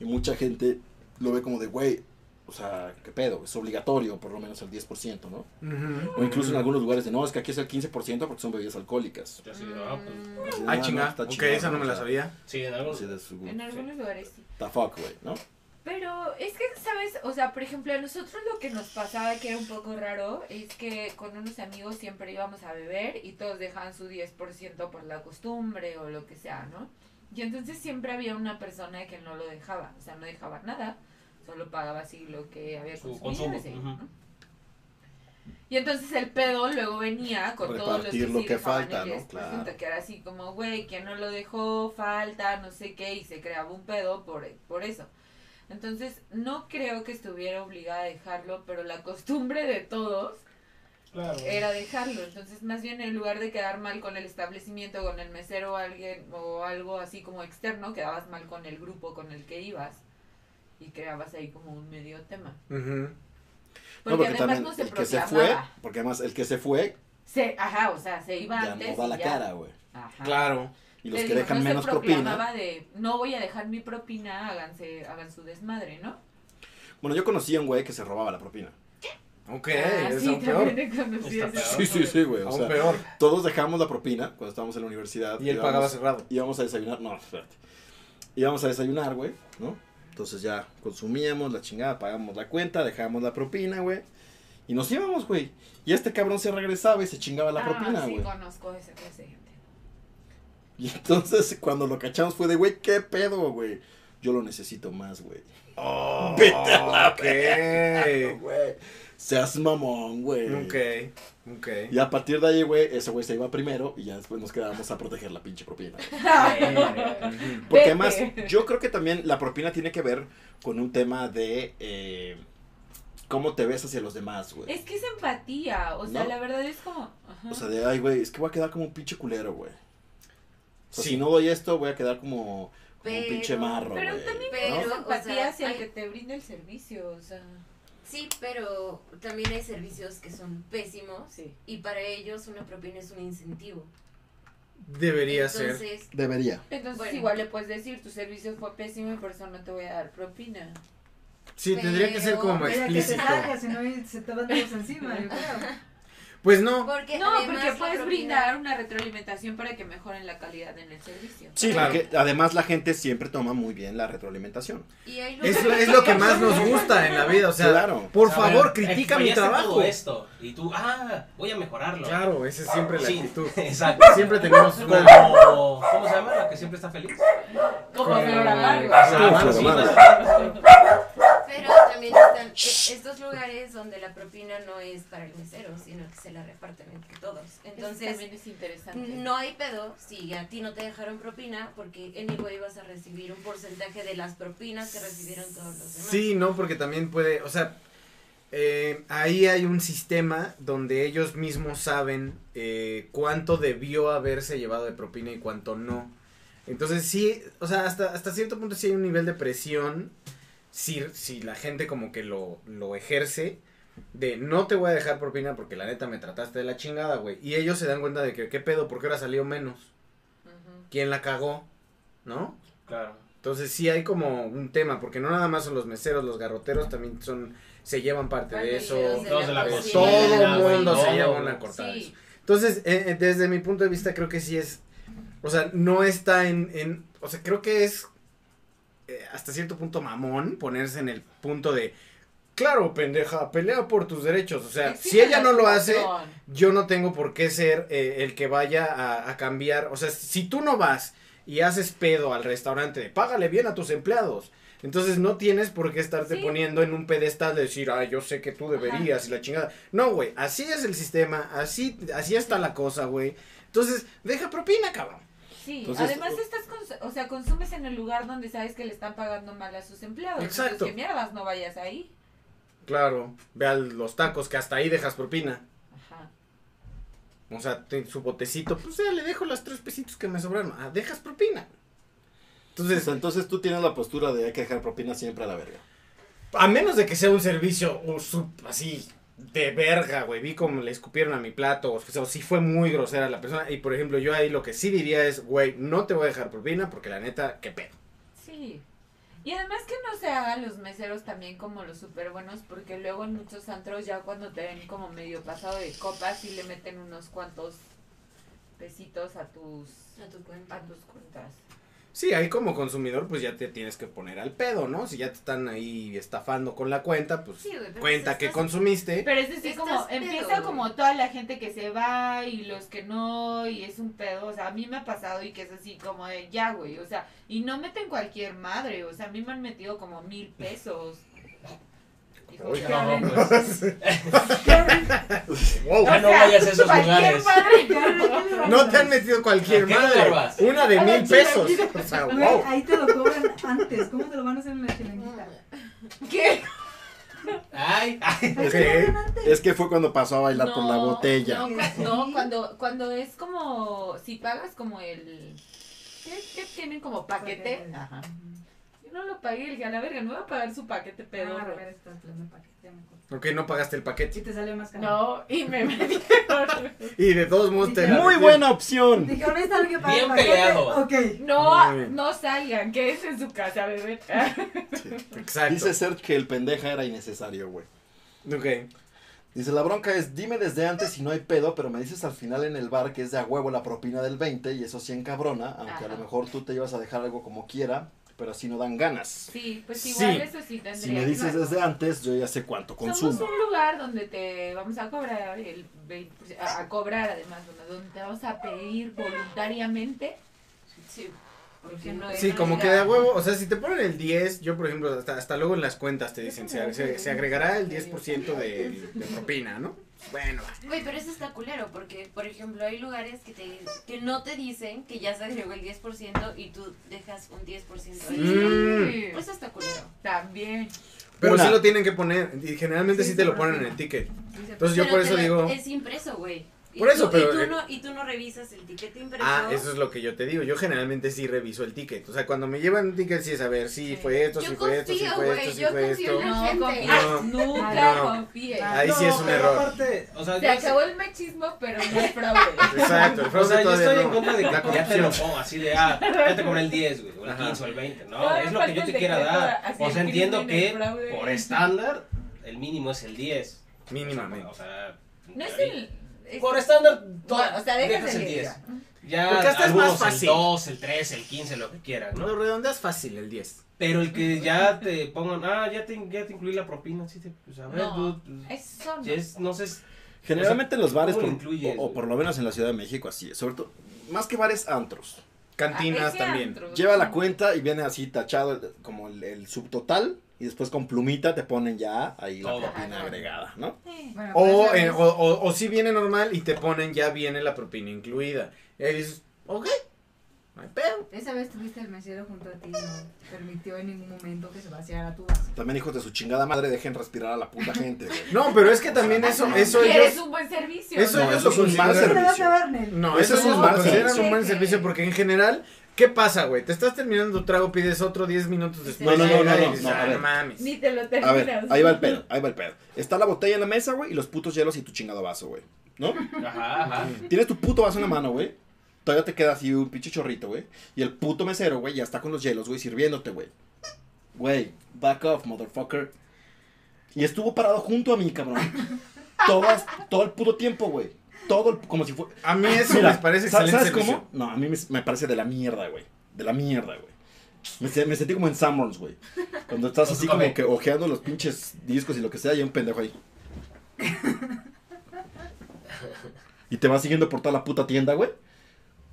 Speaker 1: Y mucha gente lo ve como de, güey, o sea, ¿qué pedo? Es obligatorio, por lo menos el 10%, ¿no?
Speaker 10: Ujú.
Speaker 1: O incluso en algunos lugares de, no, es que aquí es el 15% porque son bebidas alcohólicas.
Speaker 6: Yo sí, no, pues,
Speaker 1: Así de, "Ah,
Speaker 10: Ay,
Speaker 1: no,
Speaker 10: chinga.
Speaker 1: está
Speaker 10: Ok,
Speaker 1: chingado,
Speaker 10: esa no me
Speaker 1: o
Speaker 10: la
Speaker 1: sea,
Speaker 10: sabía.
Speaker 6: sí,
Speaker 1: así
Speaker 6: en algunos.
Speaker 1: de su-
Speaker 7: mm, En algunos lugares sí.
Speaker 1: the fuck, güey, ¿no?
Speaker 7: Pero es que, ¿sabes? O sea, por ejemplo, a nosotros lo que nos pasaba que era un poco raro es que con unos amigos siempre íbamos a beber y todos dejaban su 10% por la costumbre o lo que sea, ¿no? Y entonces siempre había una persona que no lo dejaba, o sea, no dejaba nada, solo pagaba así lo que había
Speaker 6: Su
Speaker 7: consumido.
Speaker 6: consumo,
Speaker 7: ese,
Speaker 6: ujú.
Speaker 7: ¿no? Y entonces el pedo luego venía con todos los que,
Speaker 1: Repartir lo
Speaker 7: sí
Speaker 1: que
Speaker 7: dejaban
Speaker 1: falta,
Speaker 7: el
Speaker 1: ¿no?
Speaker 7: 10%,
Speaker 1: Claro.
Speaker 7: que era así como, güey, que no lo dejó, falta, no sé qué, y se creaba un pedo por, por eso. Entonces, no creo que estuviera obligada a dejarlo, pero la costumbre de todos
Speaker 6: Claro.
Speaker 7: era dejarlo. Entonces, más bien en lugar de quedar mal con el establecimiento, con el mesero o alguien o algo así como externo, quedabas mal con el grupo con el que ibas y creabas ahí como un medio tema.
Speaker 10: Ujú.
Speaker 7: Porque,
Speaker 1: no, porque
Speaker 7: además
Speaker 1: también
Speaker 7: no se
Speaker 1: el que se
Speaker 7: proclamaba.
Speaker 1: fue, porque además el que se fue
Speaker 7: Se- ajá, o sea, se iba
Speaker 1: ya no
Speaker 7: antes.
Speaker 1: da
Speaker 7: y
Speaker 1: la
Speaker 7: ya.
Speaker 1: cara, güey.
Speaker 7: Ajá.
Speaker 10: Claro.
Speaker 1: Y los
Speaker 7: Te
Speaker 1: que
Speaker 7: digo,
Speaker 1: dejan
Speaker 7: no
Speaker 1: menos
Speaker 7: se
Speaker 1: propina.
Speaker 7: proclamaba de no voy a dejar mi propina, háganse, hagan su desmadre, ¿no?
Speaker 1: Bueno, yo conocí a un güey que se robaba la propina.
Speaker 10: Ok,
Speaker 7: Ah,
Speaker 10: es
Speaker 7: sí,
Speaker 10: aún peor.
Speaker 7: también he conocido
Speaker 6: Está
Speaker 7: ese
Speaker 6: peor.
Speaker 7: tipo de-
Speaker 1: güey.
Speaker 10: Aún peor.
Speaker 1: todos dejamos la propina cuando estábamos en la universidad.
Speaker 10: Y él
Speaker 1: íbamos-
Speaker 10: pagaba cerrado.
Speaker 1: Íbamos a desayunar, no, espérate. Íbamos a desayunar, güey, ¿no? Entonces ya consumíamos la chingada, pagábamos la cuenta, dejábamos la propina, güey. Y nos íbamos, güey. Y este cabrón se regresaba y se chingaba la
Speaker 7: Ah,
Speaker 1: propina,
Speaker 7: sí,
Speaker 1: güey.
Speaker 7: conozco esa clase de gente.
Speaker 1: Y entonces cuando lo cachamos fue de, güey, ¿qué pedo, güey? Yo lo necesito más, güey.
Speaker 10: Oh,
Speaker 1: Vete a la
Speaker 10: ok.
Speaker 1: Güey. seas mamón, güey.
Speaker 2: Ok, ok.
Speaker 1: Y a partir de ahí, güey, ese güey se iba primero y ya después nos quedábamos a proteger la pinche propina.
Speaker 2: Eh,
Speaker 1: Porque
Speaker 3: Vete.
Speaker 1: además, yo creo que también la propina tiene que ver con un tema de eh, cómo te ves hacia los demás, güey.
Speaker 7: Es que es empatía, o sea,
Speaker 1: ¿No?
Speaker 7: la verdad es como... ajá.
Speaker 1: O sea, de, ay, güey, es que voy a quedar como un pinche culero, güey. O sea,
Speaker 6: Sí.
Speaker 1: si no doy esto, voy a quedar como, como un
Speaker 4: Pero-
Speaker 1: pinche marro,
Speaker 7: pero
Speaker 1: güey,
Speaker 7: también
Speaker 1: ¿no?
Speaker 4: Pero,
Speaker 7: es
Speaker 4: o
Speaker 7: empatía
Speaker 4: sea,
Speaker 7: hacia el
Speaker 4: hay-
Speaker 7: que te brinda el servicio, o sea...
Speaker 4: Sí, pero también hay servicios que son pésimos
Speaker 7: Sí.
Speaker 4: y para ellos una propina es un incentivo.
Speaker 2: Debería ser.
Speaker 4: Entonces,
Speaker 1: Debería.
Speaker 7: Entonces
Speaker 4: Bueno.
Speaker 7: igual le puedes decir, tu servicio fue pésimo y por eso no te voy a dar propina.
Speaker 2: Sí, tendría que ser como
Speaker 4: Pero-
Speaker 5: Era que se
Speaker 2: explícito.
Speaker 5: salga, si no y se te van todos encima, yo creo.
Speaker 2: Pues no.
Speaker 4: porque
Speaker 7: no,
Speaker 4: además
Speaker 7: porque
Speaker 4: la
Speaker 7: puedes
Speaker 4: propina-
Speaker 7: brindar una retroalimentación para que mejoren la calidad en el servicio.
Speaker 1: Sí,
Speaker 2: Claro.
Speaker 1: porque además la gente siempre toma muy bien la retroalimentación.
Speaker 4: Y hay
Speaker 2: Es, lo-
Speaker 4: lugares
Speaker 2: es lo que más nos gusta en la vida, o sea,
Speaker 1: Claro.
Speaker 2: por
Speaker 6: O sea,
Speaker 2: favor,
Speaker 6: a ver,
Speaker 2: critica mi
Speaker 6: fallaste
Speaker 2: trabajo.
Speaker 6: todo esto y tú, ah, voy a mejorarlo.
Speaker 2: Claro, esa es siempre la
Speaker 6: Sí,
Speaker 2: actitud.
Speaker 6: Exacto.
Speaker 2: Siempre tenemos una
Speaker 6: Como, ¿cómo se llama? La que siempre está feliz.
Speaker 3: Como
Speaker 2: Con-
Speaker 3: Flor Amargo.
Speaker 6: Ah,
Speaker 1: Flor
Speaker 6: sí,
Speaker 1: Amargo.
Speaker 4: Pero también están e- estos lugares donde la propina no es para el mesero, sino que se la reparten entre todos.
Speaker 7: Entonces
Speaker 4: Entonces,
Speaker 7: también es interesante.
Speaker 4: no hay pedo si a ti no te dejaron propina, porque anyway vas a recibir un porcentaje de las propinas que recibieron todos los demás.
Speaker 2: Sí, no, porque también puede, o sea, eh, ahí hay un sistema donde ellos mismos saben eh, cuánto debió haberse llevado de propina y cuánto no. Entonces sí, o sea, hasta, hasta cierto punto sí hay un nivel de presión, si, si la gente como que lo, lo ejerce, de no te voy a dejar propina porque la neta me trataste de la chingada, güey. Y ellos se dan cuenta de que, ¿qué pedo? ¿Por qué ahora salió menos?
Speaker 7: Ujú.
Speaker 2: ¿Quién la cagó? ¿No?
Speaker 6: Claro.
Speaker 2: Entonces sí hay como un tema, porque no nada más son los meseros, los garroteros también son, se llevan parte de eso.
Speaker 4: Los de
Speaker 6: Todos de la
Speaker 2: Eh,
Speaker 6: cocina.
Speaker 2: Todo
Speaker 4: la
Speaker 2: el mundo se
Speaker 6: todo.
Speaker 2: lleva una cortada. de
Speaker 7: Sí,
Speaker 2: eso. Entonces, eh, eh, desde mi punto de vista, creo que sí es, o sea, no está en, en o sea, creo que es eh, hasta cierto punto mamón ponerse en el punto de, claro, pendeja, pelea por tus derechos. O sea,
Speaker 7: Exige
Speaker 2: si ella
Speaker 7: la
Speaker 2: no lo hace,
Speaker 7: situación.
Speaker 2: yo no tengo por qué ser eh, el que vaya a, a cambiar. O sea, si tú no vas y haces pedo al restaurante, de, págale bien a tus empleados. Entonces no tienes por qué estarte
Speaker 7: Sí.
Speaker 2: poniendo en un pedestal de decir, ah, yo sé que tú deberías y la chingada. No, güey, así es el sistema, así, así está la cosa, güey. Entonces, deja propina, cabrón.
Speaker 7: Sí,
Speaker 1: Entonces-
Speaker 7: además estás, cons- o sea, consumes en el lugar donde sabes que le están pagando mal a sus empleados.
Speaker 2: Exacto.
Speaker 7: Entonces, ¿qué mierdas no vayas ahí?
Speaker 2: Claro, ve a los tacos que hasta ahí dejas propina.
Speaker 7: Ajá.
Speaker 2: O sea, te- su botecito, pues ya le dejo las tres pesitos que me sobraron. Ah, dejas propina.
Speaker 1: O
Speaker 2: Entonces,
Speaker 1: sea, entonces tú tienes la postura de hay que dejar propina siempre a la verga.
Speaker 2: A menos de que sea un servicio o su- así de verga, güey. Vi como le escupieron a mi plato. O sea, sí fue muy grosera la persona. Y por ejemplo, yo ahí lo que sí diría es, güey, no te voy a dejar propina porque la neta, qué pedo.
Speaker 7: Sí. Y además que no se hagan los meseros también como los súper buenos, porque luego en muchos antros ya cuando te ven como medio pasado de copas y le meten unos cuantos pesitos a tus,
Speaker 4: A tu cuenta.
Speaker 7: a tus cuentas.
Speaker 2: Sí, ahí como consumidor, pues ya te tienes que poner al pedo, ¿no? Si ya te están ahí estafando con la cuenta, pues
Speaker 4: Sí, güey, pero
Speaker 2: cuenta
Speaker 4: pues
Speaker 2: que
Speaker 4: estás-
Speaker 2: consumiste.
Speaker 7: Pero es decir,
Speaker 4: Estás
Speaker 7: como
Speaker 4: pedo,
Speaker 7: empieza
Speaker 4: güey.
Speaker 7: como toda la gente que se va y los que no, y es un pedo. O sea, a mí me ha pasado y que es así como de ya, güey. O sea, y no meten cualquier madre. O sea, a mí me han metido como mil pesos. Y como
Speaker 2: Uy,
Speaker 7: que-
Speaker 6: No,
Speaker 7: o
Speaker 6: pues,
Speaker 2: Wow.
Speaker 6: Ya no
Speaker 7: sea,
Speaker 6: vayas a esos
Speaker 7: cualquier
Speaker 6: lugares.
Speaker 7: madre, ya.
Speaker 2: No te han
Speaker 4: pues-
Speaker 2: metido cualquier
Speaker 6: ¿A qué
Speaker 2: madre.
Speaker 6: barbas?
Speaker 2: Una de
Speaker 5: A la
Speaker 2: mil pesos. O sea,
Speaker 5: Güey,
Speaker 2: wow.
Speaker 5: ahí te lo cobran antes. ¿Cómo te lo van a hacer en la
Speaker 4: Mm.
Speaker 5: chilenguita?
Speaker 7: ¿Qué?
Speaker 6: Ay, ay.
Speaker 1: Es que,
Speaker 2: Ok.
Speaker 1: es que fue cuando pasó a bailar por la
Speaker 7: No,
Speaker 1: botella.
Speaker 7: No, cu- no, cuando, cuando es como, si pagas como el, ¿qué, qué tienen como paquete?
Speaker 5: Paquete.
Speaker 7: Ajá. Yo no lo pagué, le dije, a la verga, no voy a pagar su
Speaker 4: Ah,
Speaker 7: paquete
Speaker 5: Pero
Speaker 7: pedo.
Speaker 5: Ah, a ver, estás plano paquete, ya me acuerdo.
Speaker 2: Ok, no pagaste el
Speaker 5: Si
Speaker 2: paquete.
Speaker 5: te salió más caro.
Speaker 7: No, y me metieron.
Speaker 2: Y de todos modos te
Speaker 1: Muy
Speaker 2: bueno
Speaker 1: buena opción.
Speaker 5: Dije, ¿dónde está lo que paga
Speaker 6: Bien
Speaker 5: el paquete?
Speaker 6: peleado.
Speaker 5: Ok.
Speaker 7: No, ah,
Speaker 2: Muy bien.
Speaker 7: no salgan, quédense en su casa, bebé.
Speaker 2: Exacto.
Speaker 1: Dice Serge que el pendeja era innecesario, güey.
Speaker 2: Ok.
Speaker 1: Dice, la bronca es, dime desde antes si no hay pedo, pero me dices al final en el bar que es de a huevo la propina del 20 y eso sí encabrona, aunque a
Speaker 7: Ajá.
Speaker 1: lo mejor tú te ibas a dejar algo como quiera, pero así no dan ganas.
Speaker 7: Sí, pues
Speaker 2: Sí.
Speaker 7: igual eso sí tendría.
Speaker 1: Si me dices desde antes, yo ya sé cuánto
Speaker 7: Somos
Speaker 1: consumo.
Speaker 7: un lugar donde te vamos a cobrar el 20%, a a cobrar además, bueno, donde te vamos a pedir voluntariamente
Speaker 4: Sí.
Speaker 7: Porque no
Speaker 2: Sí,
Speaker 7: hay
Speaker 2: como que
Speaker 7: manera.
Speaker 2: de a huevo, o sea, si te ponen el 10, yo por ejemplo, hasta, hasta luego en las cuentas te dicen, se, se- se agregará el 10% de, de propina, ¿no? Bueno,
Speaker 4: Güey, pero eso está culero, porque, por ejemplo, hay lugares que, te, que no te dicen que ya se agregó el 10% y tú dejas un 10%
Speaker 7: Sí,
Speaker 4: ahí.
Speaker 2: Mm.
Speaker 4: Eso está culero.
Speaker 7: también.
Speaker 2: pero
Speaker 1: Una.
Speaker 2: sí lo tienen que poner, y generalmente
Speaker 5: Sí,
Speaker 2: sí te lo
Speaker 5: sí,
Speaker 2: ponen en
Speaker 5: propina.
Speaker 2: el ticket.
Speaker 5: Dice,
Speaker 2: Entonces Pues yo
Speaker 4: Pero
Speaker 2: por
Speaker 4: te
Speaker 2: eso
Speaker 4: lo-
Speaker 2: digo,
Speaker 4: Es impreso, güey. Y
Speaker 2: Por eso,
Speaker 4: tú-
Speaker 2: pero-
Speaker 4: Y tú, no, y tú no revisas el ticket impreso.
Speaker 2: ah, eso es lo que yo te digo, yo generalmente sí reviso el ticket, o sea, cuando me llevan un ticket sí es a ver, sí
Speaker 7: Sí.
Speaker 2: fue esto,
Speaker 4: Yo
Speaker 2: sí fue esto, sí
Speaker 4: confío,
Speaker 2: fue
Speaker 4: güey,
Speaker 2: esto, sí
Speaker 4: yo
Speaker 2: fue
Speaker 4: confío
Speaker 2: esto.
Speaker 4: en la-
Speaker 7: No
Speaker 4: gente.
Speaker 7: confíes,
Speaker 2: No.
Speaker 7: nunca
Speaker 2: No.
Speaker 7: confíes.
Speaker 2: Ahí sí
Speaker 6: No,
Speaker 2: es un
Speaker 6: pero
Speaker 2: error.
Speaker 6: Aparte, o sea,
Speaker 7: Se
Speaker 6: yo-
Speaker 7: acabó el machismo, pero no es fraude.
Speaker 2: Exacto, el
Speaker 6: O
Speaker 2: fraude
Speaker 6: sea, yo
Speaker 2: todavía
Speaker 6: estoy
Speaker 2: no.
Speaker 6: en contra de que
Speaker 2: La
Speaker 6: ya te lo
Speaker 2: corrupción.
Speaker 6: pongo así de, ah, ya te cobré el 10, güey, o el
Speaker 2: Ajá.
Speaker 6: 15 o el 20. No,
Speaker 7: Todavía
Speaker 6: es lo que
Speaker 7: falta
Speaker 6: yo
Speaker 7: el
Speaker 6: te quiera
Speaker 7: decreto,
Speaker 6: dar.
Speaker 7: así
Speaker 6: O sea,
Speaker 7: el
Speaker 6: entiendo
Speaker 7: crimen, el
Speaker 6: que
Speaker 7: fraude.
Speaker 6: por estándar el mínimo es el 10. O
Speaker 2: Mínimamente.
Speaker 6: sea, en
Speaker 7: No es
Speaker 6: teoría.
Speaker 7: el. es-
Speaker 6: Por estándar, to-
Speaker 7: Bueno, o sea, dejas el 10.
Speaker 6: Ya
Speaker 2: Porque hasta es
Speaker 6: algunos
Speaker 2: más fácil.
Speaker 6: el 2, el 3, el 15, lo que quieran, ¿no?
Speaker 2: Lo redondeas fácil el 10.
Speaker 6: Pero el que ya te pongan, ah, ya te, ya te incluí la propina, sí, te, pues a ver,
Speaker 7: No.
Speaker 6: dude, pues,
Speaker 7: Eso no.
Speaker 6: ya es- no sé,
Speaker 1: Generalmente en los bares,
Speaker 6: ¿cómo
Speaker 1: por-
Speaker 6: lo incluyes,
Speaker 1: o, o
Speaker 6: güey?
Speaker 1: por lo menos en la Ciudad de México, así es. Sobre todo, más que bares, antros.
Speaker 7: Ah,
Speaker 2: Cantinas
Speaker 7: ese
Speaker 2: también.
Speaker 7: antro.
Speaker 1: Lleva la cuenta y viene así tachado el- como el, el subtotal y después con plumita te ponen ya ahí la
Speaker 6: Todo.
Speaker 1: propina agregada, ¿no?
Speaker 5: bueno,
Speaker 2: O,
Speaker 5: por
Speaker 2: eh,
Speaker 5: eso
Speaker 2: o,
Speaker 5: es-
Speaker 2: o- o si viene normal y te ponen, ya viene la propina incluida. Y ahí dices, ok, no hay pedo.
Speaker 5: Esa vez tuviste el mesero junto a ti y no permitió en ningún momento que se vaciara tu vaso.
Speaker 1: También hijos de su chingada madre dejen respirar a la puta gente. güey.
Speaker 2: No, pero es que también eso, eso
Speaker 7: Quieres
Speaker 2: ellos...
Speaker 7: un buen servicio.
Speaker 2: Eso
Speaker 1: No,
Speaker 2: ellos
Speaker 1: eso
Speaker 2: lo
Speaker 1: es un mal
Speaker 2: consideran-
Speaker 1: servicio.
Speaker 2: No,
Speaker 1: Ese
Speaker 2: eso
Speaker 1: es
Speaker 2: es
Speaker 1: un
Speaker 2: un
Speaker 1: mal
Speaker 2: consideran
Speaker 1: servicio.
Speaker 2: un buen servicio porque en general, ¿qué pasa, güey? Te estás terminando tu trago, pides otro 10 minutos después.
Speaker 1: No, no, no,
Speaker 2: llega
Speaker 1: no,
Speaker 2: y
Speaker 1: no,
Speaker 2: dices,
Speaker 1: no, a
Speaker 2: "Ah,
Speaker 1: ver.
Speaker 2: mames".
Speaker 7: Ni te lo terminas.
Speaker 1: A ver, ahí va el pedo, ahí va el pedo. Está la botella en la mesa, güey, y los putos hielos y tu chingado vaso, güey. ¿No?
Speaker 6: ajá, ajá.
Speaker 1: Tienes tu puto vaso en la mano, güey. Todavía te queda así un pinche chorrito, güey. Y el puto mesero, güey, ya está con los hielos, güey, sirviéndote, güey. Güey, back off, motherfucker. Y estuvo parado junto a mí, cabrón. Todas, todo el puto tiempo, güey. Todo el, como si fuera...
Speaker 2: A mí eso
Speaker 1: Mira,
Speaker 2: les parece
Speaker 1: ¿sa-
Speaker 2: excelente
Speaker 1: ¿Sabes
Speaker 2: servicio.
Speaker 1: cómo? No, a mí me, me parece de la mierda, güey. De la mierda, güey. Me, se- me sentí como en Summers, güey. Cuando estás
Speaker 6: Con su
Speaker 1: así como
Speaker 6: café.
Speaker 1: que ojeando los pinches discos y lo que sea, y hay un pendejo ahí. Y te va siguiendo por toda la puta tienda, güey.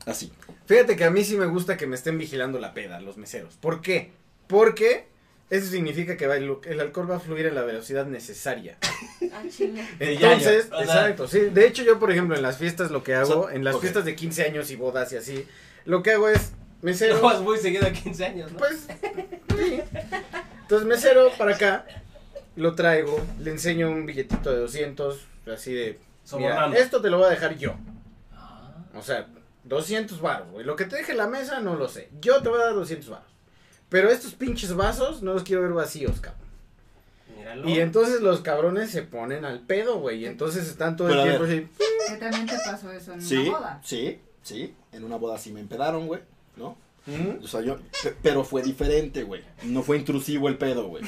Speaker 1: Así.
Speaker 2: Fíjate que a mí sí me gusta que me estén vigilando la peda, los meseros. ¿Por qué? Porque eso significa que va el, el alcohol va a fluir a la velocidad necesaria.
Speaker 4: Ah, chinga.
Speaker 2: Entonces,
Speaker 6: ya, ya. O sea-
Speaker 2: exacto, sí. De hecho, yo, por ejemplo, en las fiestas lo que hago,
Speaker 1: sea,
Speaker 2: en las
Speaker 1: ok.
Speaker 2: fiestas de 15 años y bodas y así, lo que hago es mesero,
Speaker 6: Pero vas muy seguido a 15 años, ¿no?
Speaker 2: pues, sí. Entonces, mesero para acá, lo traigo, le enseño un billetito de 200, así de, Pues, mira,
Speaker 6: Sobornando.
Speaker 2: esto te lo voy a dejar yo.
Speaker 6: Ah.
Speaker 2: O sea, 200 baros, güey. Lo que te deje la mesa, no lo sé. Yo te voy a dar 200 baros. Pero estos pinches vasos no los quiero ver vacíos, cabrón.
Speaker 6: Míralo.
Speaker 2: Y entonces los cabrones se ponen al pedo, güey. Y entonces están todo
Speaker 1: Pero a
Speaker 2: el tiempo así.
Speaker 5: Que también te pasó eso en
Speaker 1: Sí,
Speaker 5: una boda.
Speaker 1: sí, sí. En una boda sí me empedaron, güey. ¿No?
Speaker 2: "Mm".
Speaker 1: O sea, yo. pe- Pero fue diferente, güey. No fue intrusivo el pedo, güey.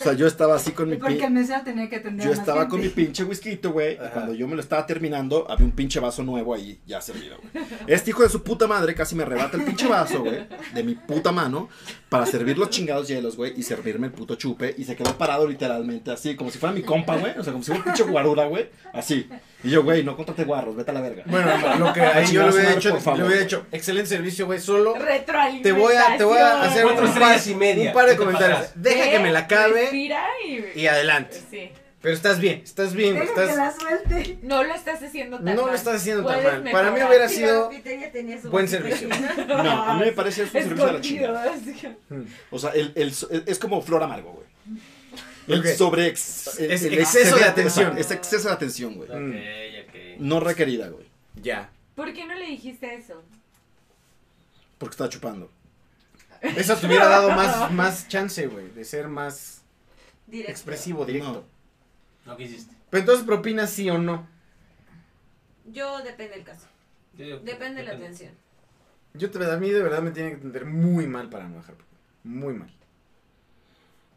Speaker 1: O sea, yo estaba así con mi
Speaker 5: Porque
Speaker 1: pin-
Speaker 5: el mesero tenía que atender
Speaker 1: Yo
Speaker 5: a más
Speaker 1: estaba con mi
Speaker 5: gente.
Speaker 1: pinche whisky, güey. Y
Speaker 2: Ajá.
Speaker 1: cuando yo me lo estaba terminando, había un pinche vaso nuevo ahí, ya servido, güey. Este hijo de su puta madre casi me arrebata el pinche vaso, güey, de mi puta mano, para servir los chingados hielos, güey, y servirme el puto chupe. Y se quedó parado literalmente así, como si fuera mi compa, güey. O sea, como si fuera un pinche guarura, güey. Así. Y yo, güey, no contrate guarros, vete a la verga.
Speaker 2: Bueno, lo que ahí yo
Speaker 1: Chingar
Speaker 2: le
Speaker 1: a su
Speaker 2: hubiera
Speaker 1: madre,
Speaker 2: hecho,
Speaker 1: por favor.
Speaker 2: le hubiera hecho, excelente servicio, güey. Solo
Speaker 7: Retroalimentación.
Speaker 2: te voy a, te voy a hacer
Speaker 6: Cuatro
Speaker 2: un par,
Speaker 6: estrellas y media.
Speaker 2: un par de
Speaker 6: ¿Qué te
Speaker 2: comentarios.
Speaker 6: pasas?
Speaker 2: Deja que me la acabe
Speaker 7: Respira y. pues
Speaker 2: y adelante.
Speaker 7: Sí.
Speaker 2: Pero estás bien, estás bien,
Speaker 5: Deja que
Speaker 2: estás.
Speaker 5: la suelte.
Speaker 7: No lo estás haciendo tan
Speaker 2: No
Speaker 7: mal.
Speaker 2: lo estás haciendo tan
Speaker 7: Puedes
Speaker 2: mal. Para mí
Speaker 7: mejorar.
Speaker 2: hubiera
Speaker 4: Sí,
Speaker 2: sido
Speaker 4: la piteña tenía su
Speaker 2: buen
Speaker 4: vasito
Speaker 2: servicio.
Speaker 4: lleno.
Speaker 1: No, a mí me parece que es un servicio de la
Speaker 7: Escondido.
Speaker 1: chingada.
Speaker 7: así.
Speaker 1: O sea, el, el so- es como flor amargo, güey. El
Speaker 2: Ok.
Speaker 1: sobre ex- el-
Speaker 2: Es
Speaker 1: el
Speaker 2: exceso de
Speaker 1: excedente-
Speaker 2: atención.
Speaker 1: Es exceso de atención, güey.
Speaker 6: Ok, ok.
Speaker 1: No requerida, güey.
Speaker 2: ya.
Speaker 7: ¿Por qué no le dijiste eso?
Speaker 1: Porque estaba chupando.
Speaker 2: Eso te hubiera dado más, más chance, güey, de ser más
Speaker 4: Directo.
Speaker 2: expresivo, directo.
Speaker 1: No.
Speaker 6: No quisiste.
Speaker 2: Pero entonces, propina sí o no.
Speaker 4: Yo depende del caso.
Speaker 6: Yo digo que-
Speaker 4: Depende de la atención.
Speaker 2: Yo te, a mí de verdad me tiene que entender muy mal para no dejar propina. Muy mal.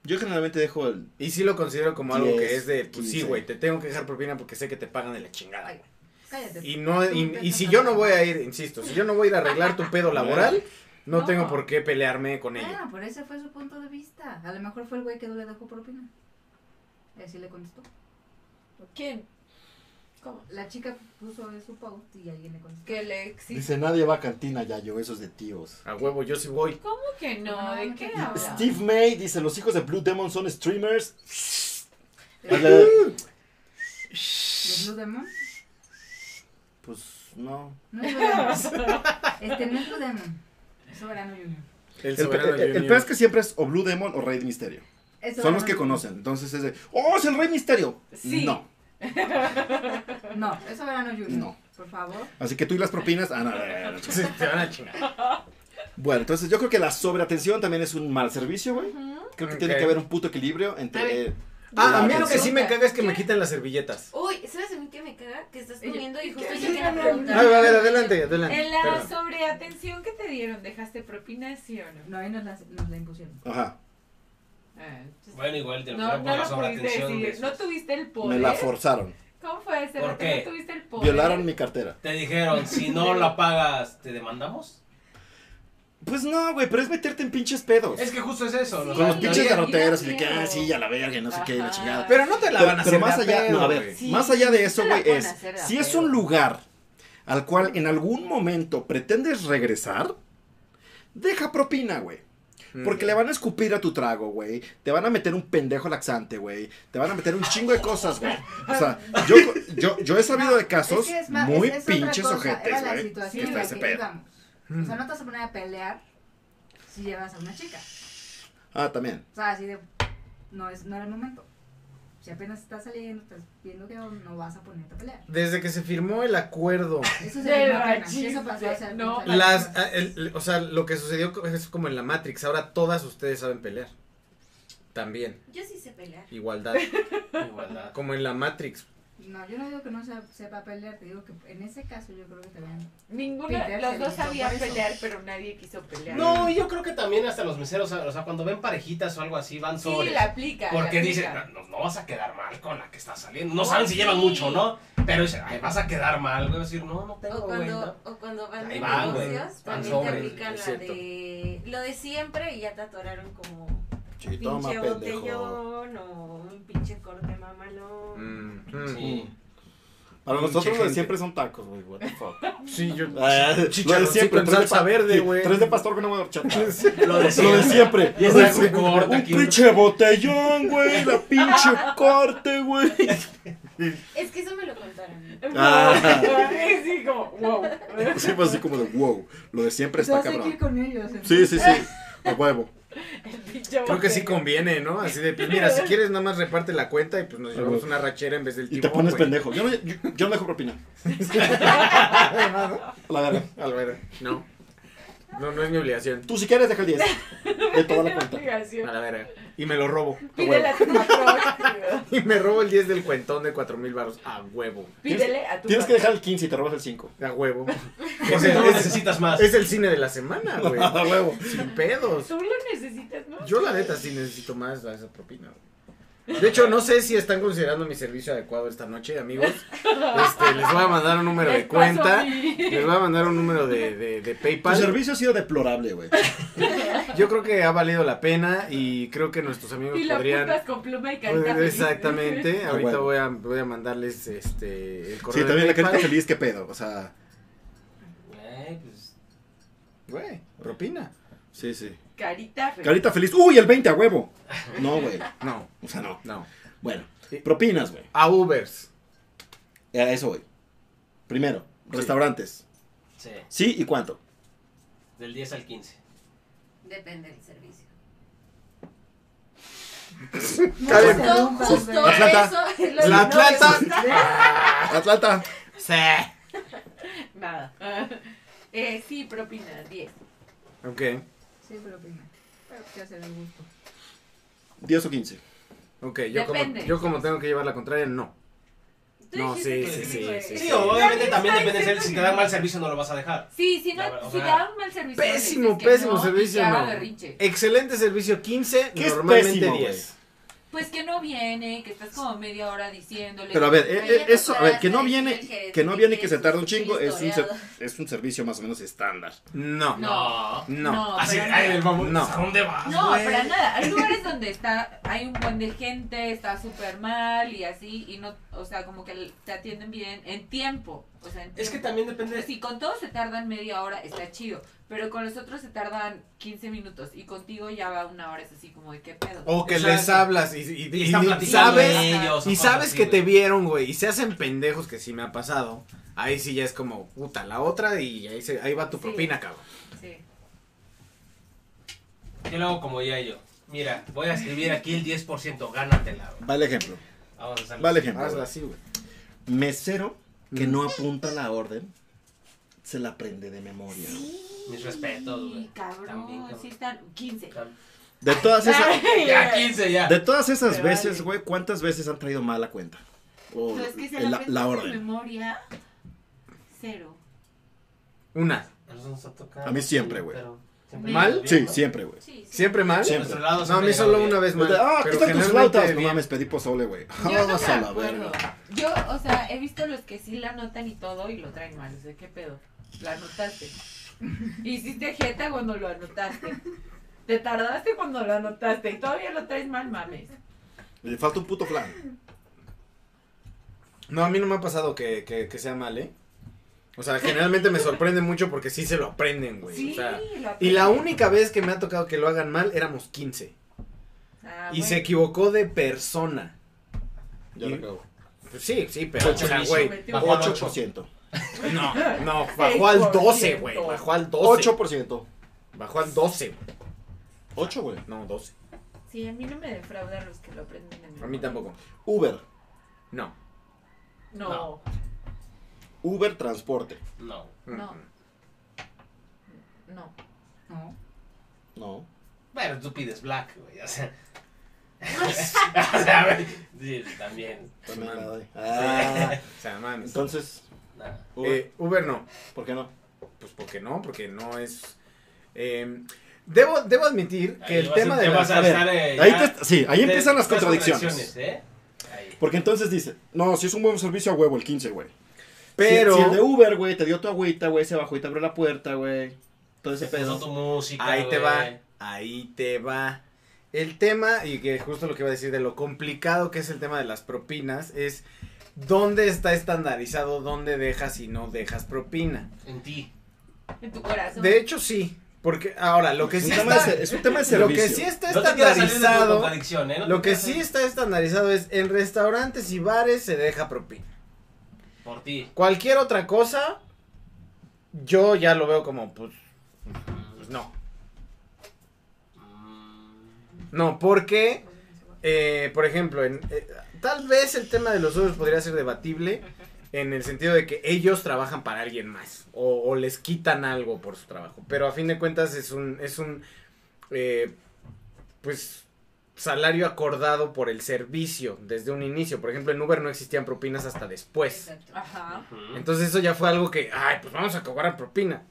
Speaker 1: Yo generalmente dejo el
Speaker 2: Y sí lo considero como algo que
Speaker 1: Diez,
Speaker 2: es de, pues sí,
Speaker 1: quince.
Speaker 2: güey, te tengo que dejar propina porque sé que te pagan de la chingada, güey.
Speaker 4: Cállate.
Speaker 2: Y, no, y, y si yo no voy a ir, insisto, si yo no voy a ir a arreglar tu pedo laboral, no,
Speaker 5: No.
Speaker 2: tengo por qué pelearme con ella.
Speaker 5: Bueno, pero ese fue su punto de vista. A lo mejor fue el güey que no le dejó propina. Y así le contestó.
Speaker 7: ¿Quién? ¿Cómo?
Speaker 5: La chica puso de su post y alguien le contestó.
Speaker 7: Que le existe.
Speaker 1: Dice, nadie va a cantina, Yayo, eso es de tíos.
Speaker 2: A huevo, yo sí voy.
Speaker 7: ¿Cómo que no?
Speaker 5: No,
Speaker 7: ¿De
Speaker 5: no
Speaker 7: qué
Speaker 5: te-
Speaker 7: habla?
Speaker 1: Steve May dice, los hijos de Blue Demon son streamers.
Speaker 5: ¿De
Speaker 1: Hazle-
Speaker 5: Blue Demon?
Speaker 1: Pues no.
Speaker 5: No es Blue Demon. Este no es Blue Demon. Es Soberano Junior.
Speaker 2: El,
Speaker 1: El, pe-
Speaker 2: soberano
Speaker 1: el- el
Speaker 2: Junior.
Speaker 1: peor es que siempre es o Blue Demon o Rey Misterio.
Speaker 5: Es
Speaker 1: Son los
Speaker 5: Soberano
Speaker 1: que
Speaker 5: Junior.
Speaker 1: conocen. Entonces es de, ¡Oh, es el Rey Misterio!
Speaker 7: Sí.
Speaker 1: No.
Speaker 5: No, es Soberano Junior.
Speaker 1: No.
Speaker 5: Por favor.
Speaker 1: Así que tú y las propinas. Ah, no, no, no, no.
Speaker 2: Sí, te van a chingar.
Speaker 1: Bueno, entonces yo creo que la sobreatención también es un mal servicio, güey. Creo que tiene
Speaker 2: Ok.
Speaker 1: que haber un puto equilibrio entre. eh,
Speaker 2: Ah,
Speaker 1: la
Speaker 2: a mí lo que
Speaker 1: atención.
Speaker 2: sí me caga es que me quitan las servilletas.
Speaker 4: Uy, ¿sabes a mí qué me caga? Que estás
Speaker 5: Oye,
Speaker 4: comiendo y
Speaker 5: ¿qué
Speaker 4: justo
Speaker 5: hay?
Speaker 4: llegué a
Speaker 5: Dígame.
Speaker 4: preguntar.
Speaker 2: Ah, A ver, a ver, adelante, adelante.
Speaker 7: En la
Speaker 2: Perdón.
Speaker 7: sobreatención que te dieron, ¿dejaste propina, sí o no?
Speaker 5: No, ahí nos la, nos la impusieron.
Speaker 1: Ajá.
Speaker 7: Ah, entonces-
Speaker 6: Bueno, igual te lo
Speaker 7: No,
Speaker 6: por
Speaker 7: no
Speaker 6: la
Speaker 7: lo pudiste
Speaker 6: sobreatención. de pues,
Speaker 7: decir.
Speaker 6: sus-
Speaker 7: No tuviste el
Speaker 1: Me la
Speaker 7: poder.
Speaker 1: forzaron.
Speaker 7: ¿Cómo fue ese
Speaker 6: ¿Por
Speaker 7: rato?
Speaker 6: qué?
Speaker 7: No tuviste el poder.
Speaker 1: Violaron mi cartera.
Speaker 6: Te dijeron, si no la pagas, ¿te demandamos?
Speaker 1: Pues no, güey, pero es meterte en pinches pedos.
Speaker 6: Es que justo es eso. ¿no?
Speaker 1: Con los
Speaker 6: O sea,
Speaker 1: pinches
Speaker 6: yo-
Speaker 7: da-
Speaker 1: garroteros
Speaker 7: yo
Speaker 1: y de que, ah,
Speaker 7: quiero.
Speaker 1: sí, ya la verga, y no sé qué, y la
Speaker 7: Ajá.
Speaker 1: chingada.
Speaker 2: Pero no te la
Speaker 1: Pero-
Speaker 2: van a hacer
Speaker 1: pero más
Speaker 2: de
Speaker 1: allá,
Speaker 2: pedo,
Speaker 1: no, a
Speaker 2: güey.
Speaker 1: ver,
Speaker 7: Sí,
Speaker 1: más allá de eso,
Speaker 7: te la
Speaker 1: güey,
Speaker 7: pueden
Speaker 1: es
Speaker 7: hacer de
Speaker 1: si es
Speaker 7: pedo.
Speaker 1: un lugar al cual en algún momento pretendes regresar, deja propina, güey.
Speaker 2: Mm.
Speaker 1: Porque le van a escupir a tu trago, güey. Te van a meter un pendejo laxante, güey. Te van a meter un chingo de cosas, güey. O sea, yo, yo, yo he sabido de casos
Speaker 5: Es que es más-
Speaker 1: muy
Speaker 5: es- es otra
Speaker 1: pinches
Speaker 5: cosa,
Speaker 1: ojetes,
Speaker 5: Era la
Speaker 1: güey.
Speaker 5: situación
Speaker 1: que
Speaker 5: en
Speaker 1: está
Speaker 5: la
Speaker 1: ese
Speaker 5: que
Speaker 1: pedo.
Speaker 5: íbamos. O sea, no te vas a poner a pelear si llevas a una chica.
Speaker 1: Ah, también.
Speaker 5: O sea, así de. No, es, no era el momento. Si apenas estás saliendo, estás viendo que no, no vas a ponerte a pelear.
Speaker 2: Desde que se firmó el acuerdo,
Speaker 5: Eso
Speaker 7: De
Speaker 5: se llama pena,
Speaker 7: rachis,
Speaker 5: Eso pasó hace
Speaker 7: no.
Speaker 5: mucho tiempo.
Speaker 2: las, ah, el- el- o sea, lo que sucedió co- es como en la Matrix. Ahora todas ustedes saben pelear. También,
Speaker 4: Yo sí sé pelear.
Speaker 2: igualdad.
Speaker 6: Igualdad.
Speaker 2: Como en la Matrix.
Speaker 5: No, yo no digo que no se- sepa pelear, te digo que en ese caso yo creo que te vean.
Speaker 7: Ninguno,
Speaker 5: Peter
Speaker 7: los
Speaker 5: se
Speaker 7: dos
Speaker 5: limitó
Speaker 7: sabían
Speaker 5: por eso.
Speaker 7: pelear, pero nadie quiso pelear.
Speaker 6: No, y yo creo que también hasta los meseros, o sea, cuando ven parejitas o algo así, van
Speaker 7: sí,
Speaker 6: sobre.
Speaker 7: la Oh, aplica.
Speaker 6: Porque
Speaker 7: la
Speaker 6: dicen,
Speaker 7: aplica.
Speaker 6: no, no vas a quedar mal con la que está saliendo. No
Speaker 4: Ay,
Speaker 6: saben si llevan
Speaker 4: sí.
Speaker 6: mucho, ¿no? Pero dicen, ay, vas a quedar mal. Voy a decir, no, no tengo,
Speaker 4: O
Speaker 6: güey.
Speaker 4: cuando,
Speaker 6: ¿no?".
Speaker 4: o cuando van
Speaker 6: Ahí
Speaker 4: de
Speaker 6: van, güey.
Speaker 4: negocios,
Speaker 6: Van
Speaker 4: también te
Speaker 6: sobre,
Speaker 4: aplican
Speaker 2: es
Speaker 4: la
Speaker 2: cierto.
Speaker 4: de lo de siempre y ya te atoraron como
Speaker 1: Sí, toma,
Speaker 4: pinche
Speaker 1: pendejo.
Speaker 4: botellón o un pinche corte mamalón.
Speaker 2: Mm, mm.
Speaker 6: Sí.
Speaker 1: Para
Speaker 2: Pinche
Speaker 1: nosotros lo de
Speaker 2: gente.
Speaker 1: siempre son tacos, güey. What the fuck.
Speaker 2: Sí, yo.
Speaker 1: Ah, lo de
Speaker 2: Chicharroncito
Speaker 1: siempre.
Speaker 2: en
Speaker 1: tres de
Speaker 2: salsa
Speaker 1: pa-
Speaker 2: verde,
Speaker 1: sí,
Speaker 2: güey.
Speaker 1: Tres de pastor con agua de horchata.
Speaker 6: Lo de
Speaker 1: Lo de siempre.
Speaker 6: Y ese es un corte
Speaker 1: un
Speaker 6: aquí.
Speaker 1: pinche botellón, güey. La pinche corte, güey.
Speaker 4: Es que eso me lo contaron.
Speaker 1: Ah.
Speaker 7: Sí, sí, como, wow.
Speaker 1: Siempre así como de wow. Lo de siempre
Speaker 5: Yo
Speaker 1: Pues está
Speaker 5: sé que ir
Speaker 1: cabrón.
Speaker 5: con ellos.
Speaker 1: Sí, sí, sí. A huevo.
Speaker 2: Creo que sí conviene, ¿no? Así de, pues, mira, si quieres nada más reparte la cuenta y pues nos llevamos
Speaker 1: huevo.
Speaker 2: una rachera en vez del
Speaker 1: Y
Speaker 2: tipo.
Speaker 1: te pones pendejo. Yo no, yo, yo no dejo propina. A la verga.
Speaker 2: Alberto, no. No, no es mi obligación.
Speaker 1: Tú si quieres deja el 10. De toda la cuenta.
Speaker 2: A la verga. Y me lo robo. A
Speaker 7: Pídele
Speaker 2: huevo.
Speaker 7: a tu patrón.
Speaker 2: Y me robo el 10 del cuentón de 4 mil baros. A huevo.
Speaker 7: Pídele a tu
Speaker 1: Tienes que
Speaker 7: patrón.
Speaker 1: dejar el 15 y te robas el 5.
Speaker 2: A huevo. O
Speaker 6: Porque
Speaker 2: sea,
Speaker 6: tú no
Speaker 2: es,
Speaker 6: necesitas más.
Speaker 2: es el cine de la semana, güey.
Speaker 1: A huevo.
Speaker 2: Sin pedos.
Speaker 7: Tú lo necesitas, ¿no?
Speaker 2: Yo la neta sí necesito más a esa propina, güey. De hecho, no sé si están considerando mi servicio adecuado esta noche, amigos. Este, les voy a mandar un número
Speaker 7: Les
Speaker 2: de
Speaker 7: paso
Speaker 2: cuenta.
Speaker 7: mi-
Speaker 2: Les voy a mandar un número de, de, de
Speaker 1: Tu
Speaker 2: PayPal.
Speaker 1: servicio ha sido deplorable, güey.
Speaker 2: Yo creo que ha valido la pena y creo que nuestros amigos
Speaker 7: Y lo
Speaker 2: podrían.
Speaker 7: apuntas con pluma y
Speaker 2: Pues,
Speaker 7: carta. feliz.
Speaker 2: exactamente.
Speaker 1: Ah,
Speaker 2: Ahorita
Speaker 1: bueno.
Speaker 2: voy a, voy a mandarles este el correo.
Speaker 1: Sí,
Speaker 2: de
Speaker 1: también la
Speaker 2: PayPal.
Speaker 1: carita feliz, qué pedo. O sea.
Speaker 6: Eh, pues,
Speaker 2: Güey, propina.
Speaker 1: Sí, sí.
Speaker 7: Carita. feliz.
Speaker 1: Carita feliz. ¡Uy, el 20 a huevo! No, güey.
Speaker 2: No,
Speaker 1: O sea, no.
Speaker 2: no.
Speaker 1: Bueno,
Speaker 2: Sí.
Speaker 1: propinas, güey.
Speaker 2: A Ubers.
Speaker 1: A eso voy. Primero,
Speaker 2: Sí.
Speaker 1: restaurantes.
Speaker 6: sí,
Speaker 1: ¿Sí y cuánto?
Speaker 6: del 10 al 15.
Speaker 4: Depende del servicio.
Speaker 2: Está bien.
Speaker 4: Justo, justo
Speaker 1: Atlanta.
Speaker 4: eso es lo que
Speaker 2: La
Speaker 4: no me
Speaker 2: Atlanta.
Speaker 4: gusta.
Speaker 1: Atlanta.
Speaker 2: Sí.
Speaker 7: Nada. Eh, sí, propina, 10.
Speaker 2: Ok,
Speaker 5: Sí, pero primero. Pero ya se el gusto.
Speaker 1: 10 o 15.
Speaker 2: ok. Yo como,
Speaker 7: Depende.
Speaker 2: yo como tengo que llevar la contraria, no.
Speaker 4: Tú
Speaker 2: No, sí,
Speaker 4: dijiste
Speaker 2: sí,
Speaker 4: que
Speaker 2: sí,
Speaker 4: güey.
Speaker 2: sí,
Speaker 6: Sí,
Speaker 2: sí.
Speaker 6: obviamente
Speaker 7: Nadie
Speaker 6: también
Speaker 7: está
Speaker 6: depende de él. Si te
Speaker 7: diciendo
Speaker 6: dan
Speaker 7: que-
Speaker 6: mal servicio, no lo vas a dejar.
Speaker 7: Sí, si, no,
Speaker 6: Ya, bueno, o
Speaker 7: si
Speaker 6: sea,
Speaker 7: da un mal servicio. le
Speaker 2: Pésimo,
Speaker 7: dices que
Speaker 2: pésimo
Speaker 7: no,
Speaker 2: servicio,
Speaker 7: y que haga
Speaker 2: no.
Speaker 7: berrinche.
Speaker 2: Excelente servicio 15,
Speaker 1: ¿Qué es
Speaker 2: normalmente
Speaker 1: pésimo,
Speaker 2: 10.
Speaker 7: Pues que no viene, que estás como media hora diciéndole.
Speaker 1: Pero a ver,
Speaker 7: que-
Speaker 1: eh,
Speaker 4: Ahí
Speaker 1: eh,
Speaker 4: le
Speaker 1: eso, a ver, que no
Speaker 4: tocará
Speaker 1: viene,
Speaker 4: decirle al gerente
Speaker 1: que no
Speaker 4: que
Speaker 1: viene y que
Speaker 4: quiere
Speaker 1: se tarda un
Speaker 4: sus
Speaker 1: chingo, es un, ser-
Speaker 4: historiados.
Speaker 1: es un servicio más o menos estándar.
Speaker 2: No. No.
Speaker 6: No.
Speaker 7: No,
Speaker 6: Así,
Speaker 7: pero
Speaker 6: ay,
Speaker 7: no.
Speaker 6: el mamón,
Speaker 2: No.
Speaker 6: ¿a dónde vas?
Speaker 7: No,
Speaker 1: ah,
Speaker 6: güey?
Speaker 7: para nada. Hay lugares donde está, hay un buen de gente, está súper mal y así, y no o sea, como que te atienden bien en tiempo. O sea, en
Speaker 6: Es que
Speaker 7: tiempo.
Speaker 6: también depende
Speaker 7: Entonces, si con todos se tardan media hora, está chido. Pero con los otros se tardan 15 minutos. Y contigo ya va una hora. Es así como de qué pedo.
Speaker 2: O que
Speaker 6: Exacto.
Speaker 2: les hablas y, y-
Speaker 6: Y
Speaker 2: y
Speaker 6: están
Speaker 2: ni-
Speaker 6: platicando
Speaker 2: sabes,
Speaker 6: de ellos. o
Speaker 2: y
Speaker 6: cosas
Speaker 2: sabes
Speaker 6: así,
Speaker 2: que
Speaker 6: güey.
Speaker 2: te vieron, güey, y se hacen pendejos, que sí me ha pasado. Ahí sí ya es como, puta, la otra y ahí, se, ahí va tu
Speaker 7: Sí.
Speaker 2: propina, cabrón.
Speaker 6: Oh,
Speaker 7: Sí.
Speaker 6: Yo lo hago como ya yo. Mira, voy a escribir aquí el 10%, gánatela. güey.
Speaker 1: Vale ejemplo.
Speaker 6: Vamos a hacerlo.
Speaker 1: Vale ejemplo.
Speaker 2: Hazla así, güey.
Speaker 1: Mesero que no apunta la orden, se la prende de memoria.
Speaker 6: Mis respetos, güey.
Speaker 7: Y cabrón,
Speaker 6: También, cabrón.
Speaker 7: sí están 15.
Speaker 1: De todas esas,
Speaker 6: Ya, 15 ya.
Speaker 1: de todas esas
Speaker 7: Te
Speaker 1: veces,
Speaker 7: vale.
Speaker 1: güey, ¿cuántas veces han traído mala cuenta? O
Speaker 7: Pero es que se
Speaker 1: el-
Speaker 7: la,
Speaker 1: la,
Speaker 7: aprenden
Speaker 1: la
Speaker 7: de
Speaker 1: orden.
Speaker 7: memoria, cero.
Speaker 2: Una.
Speaker 6: A nosotros nos ha tocado,
Speaker 1: A mí siempre, güey.
Speaker 6: pero siempre
Speaker 2: ¿Mal?
Speaker 6: nos
Speaker 1: Sí,
Speaker 6: viene.
Speaker 1: siempre, güey.
Speaker 11: Sí, sí.
Speaker 2: ¿Siempre mal?
Speaker 1: Siempre.
Speaker 6: Nuestro lado
Speaker 2: No, a
Speaker 6: siempre
Speaker 2: mí
Speaker 6: llegaba
Speaker 2: solo
Speaker 6: bien.
Speaker 2: una vez mal.
Speaker 1: Ah, ¿qué
Speaker 2: pero
Speaker 1: están tus
Speaker 2: generalmente
Speaker 1: flautas? No
Speaker 2: bien.
Speaker 1: mames, pedí pozole, güey.
Speaker 7: Yo no
Speaker 1: Vas
Speaker 7: me
Speaker 1: a la
Speaker 7: acuerdo.
Speaker 1: verga.
Speaker 7: Yo, o sea, he visto los que sí la notan y todo y lo traen mal. O sea, ¿qué pedo? La anotaste. Hiciste jeta cuando lo anotaste. Te tardaste cuando lo anotaste y todavía lo traes mal, mames.
Speaker 1: Le falta un puto plan.
Speaker 2: No, a mí no me ha pasado que, que, que sea mal, ¿eh? O sea, generalmente me sorprende mucho porque sí se lo aprenden, güey.
Speaker 7: Sí,
Speaker 2: o sea,
Speaker 7: la
Speaker 2: y la única vez que me ha tocado que lo hagan mal éramos 15.
Speaker 7: Ah,
Speaker 2: y
Speaker 7: bueno.
Speaker 2: se equivocó de persona.
Speaker 1: Ya
Speaker 2: Y-
Speaker 1: lo acabo.
Speaker 2: Pues sí, sí, pero.
Speaker 6: Ocho
Speaker 2: o sea,
Speaker 6: hizo.
Speaker 2: güey.
Speaker 7: Metió
Speaker 1: Ah,
Speaker 6: Bajó al 8%.
Speaker 1: 8%.
Speaker 2: No, no, bajó al 12, güey. Bajó al
Speaker 1: Oh,
Speaker 2: 12.
Speaker 1: 8%.
Speaker 2: Bajó al 12, güey.
Speaker 1: 8, güey.
Speaker 2: No, 12.
Speaker 7: Sí, a mí no me defraudan los que lo aprenden en
Speaker 2: A mí tampoco.
Speaker 1: Uber.
Speaker 2: No.
Speaker 7: No,
Speaker 1: Uber Transporte.
Speaker 6: No.
Speaker 2: Mm,
Speaker 7: No. no.
Speaker 5: No.
Speaker 1: No.
Speaker 6: Bueno, tú pides black, güey. O sea. o sea, güey. Sí, también.
Speaker 1: También la doy.
Speaker 2: Ah,
Speaker 1: Ah,
Speaker 2: o sea, mames.
Speaker 1: entonces,
Speaker 6: nada.
Speaker 1: Uber,
Speaker 2: Eh, Uber no.
Speaker 1: ¿por qué no?
Speaker 2: Pues porque no, porque no es. eh, debo, debo admitir que
Speaker 6: Ahí
Speaker 2: el
Speaker 6: vas-
Speaker 2: tema de
Speaker 6: te
Speaker 2: la-
Speaker 6: vas a
Speaker 2: a ver,
Speaker 6: estar, eh,
Speaker 1: Ahí
Speaker 6: ya-
Speaker 1: te- sí, ahí
Speaker 6: te-
Speaker 1: empiezan las
Speaker 6: tres
Speaker 1: contradicciones.
Speaker 6: ¿eh? Ahí.
Speaker 1: Porque entonces dice, no, si es un buen servicio a huevo el 15, güey.
Speaker 2: Pero.
Speaker 1: Si, si el de Uber, güey, te dio tu agüita, güey, se bajó y te abrió la puerta, güey. Todo ese
Speaker 6: Se puso tu
Speaker 1: pedo.
Speaker 6: música,
Speaker 2: Ahí te
Speaker 6: güey.
Speaker 2: va, ahí te va. El tema, y que justo lo que iba a decir de lo complicado que es el tema de las propinas, es dónde está estandarizado, dónde dejas y no dejas propina.
Speaker 6: En ti.
Speaker 7: En tu corazón.
Speaker 2: De hecho, sí, porque ahora, lo que
Speaker 1: Es
Speaker 2: sí
Speaker 1: un tema de
Speaker 2: está,
Speaker 1: ser- es un tema de
Speaker 2: lo
Speaker 1: servicio.
Speaker 2: que sí está
Speaker 6: No te quieras salir de tu
Speaker 2: estandarizado,
Speaker 6: contradicción, ¿eh? No te
Speaker 2: lo que
Speaker 6: quieras
Speaker 2: sí
Speaker 6: salir
Speaker 2: está estandarizado es en restaurantes y bares se deja propina.
Speaker 6: Por ti.
Speaker 2: Cualquier otra cosa, yo ya lo veo como, pues, pues no.
Speaker 6: Mm.
Speaker 2: No,
Speaker 5: pues,
Speaker 2: porque, eh, por ejemplo, en, eh, tal vez el tema de los Ubers podría ser debatible en el sentido de que ellos trabajan para alguien más o, o les quitan algo por su trabajo, pero a fin de cuentas es un, es un, eh, pues, salario acordado por el servicio desde un inicio. Por ejemplo, en Uber no existían propinas hasta después.
Speaker 11: Exacto.
Speaker 7: Ajá.
Speaker 6: Ujú.
Speaker 2: Entonces eso ya fue algo que, ay, pues vamos a cobrar propina.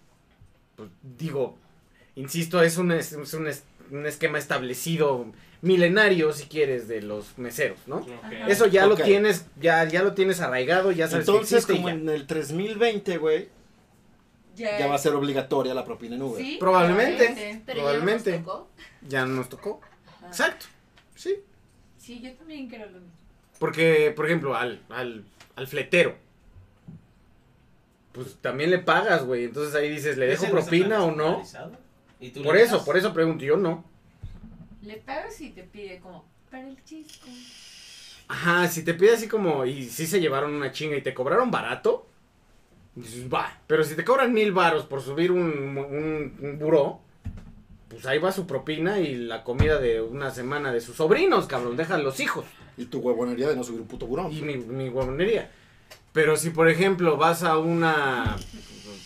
Speaker 2: Pues digo, insisto, es un, es, es un, es- un esquema establecido milenario, si quieres, de los meseros, ¿no?
Speaker 6: Ok.
Speaker 7: Ajá.
Speaker 2: Eso ya
Speaker 1: Ok.
Speaker 2: lo tienes, ya, ya lo tienes arraigado, ya sabes que
Speaker 1: Entonces,
Speaker 2: existe y
Speaker 1: como
Speaker 2: ya.
Speaker 1: en el 3020, güey, ya va a ser obligatoria la propina en Uber.
Speaker 7: Sí,
Speaker 2: Probablemente.
Speaker 7: probablemente.
Speaker 11: Pero ya no nos
Speaker 2: Probablemente.
Speaker 11: tocó.
Speaker 2: ya nos tocó.
Speaker 7: Ajá.
Speaker 2: Exacto, sí.
Speaker 7: Sí, yo también creo lo mismo.
Speaker 2: Porque, por ejemplo, al, al, al fletero. Pues también le pagas, güey. Entonces ahí dices, ¿le dejo
Speaker 6: ¿Ese no está
Speaker 2: propina o no?
Speaker 6: estandarizado? ¿Y tú
Speaker 2: Por
Speaker 6: le
Speaker 2: eso,
Speaker 6: dejas?
Speaker 2: por eso pregunto, yo no.
Speaker 7: Le pagas y te pide como, para el chisco.
Speaker 2: Ajá, si te pide así como, y si se llevaron una chinga y te cobraron barato, dices, va. Pero si te cobran mil varos por subir un, un, un buró, pues ahí va su propina y la comida de una semana de sus sobrinos, cabrón, dejan los hijos.
Speaker 1: Y tu huevonería de no subir un puto burón.
Speaker 2: Y mi, mi guabonería. Pero si, por ejemplo, vas a una,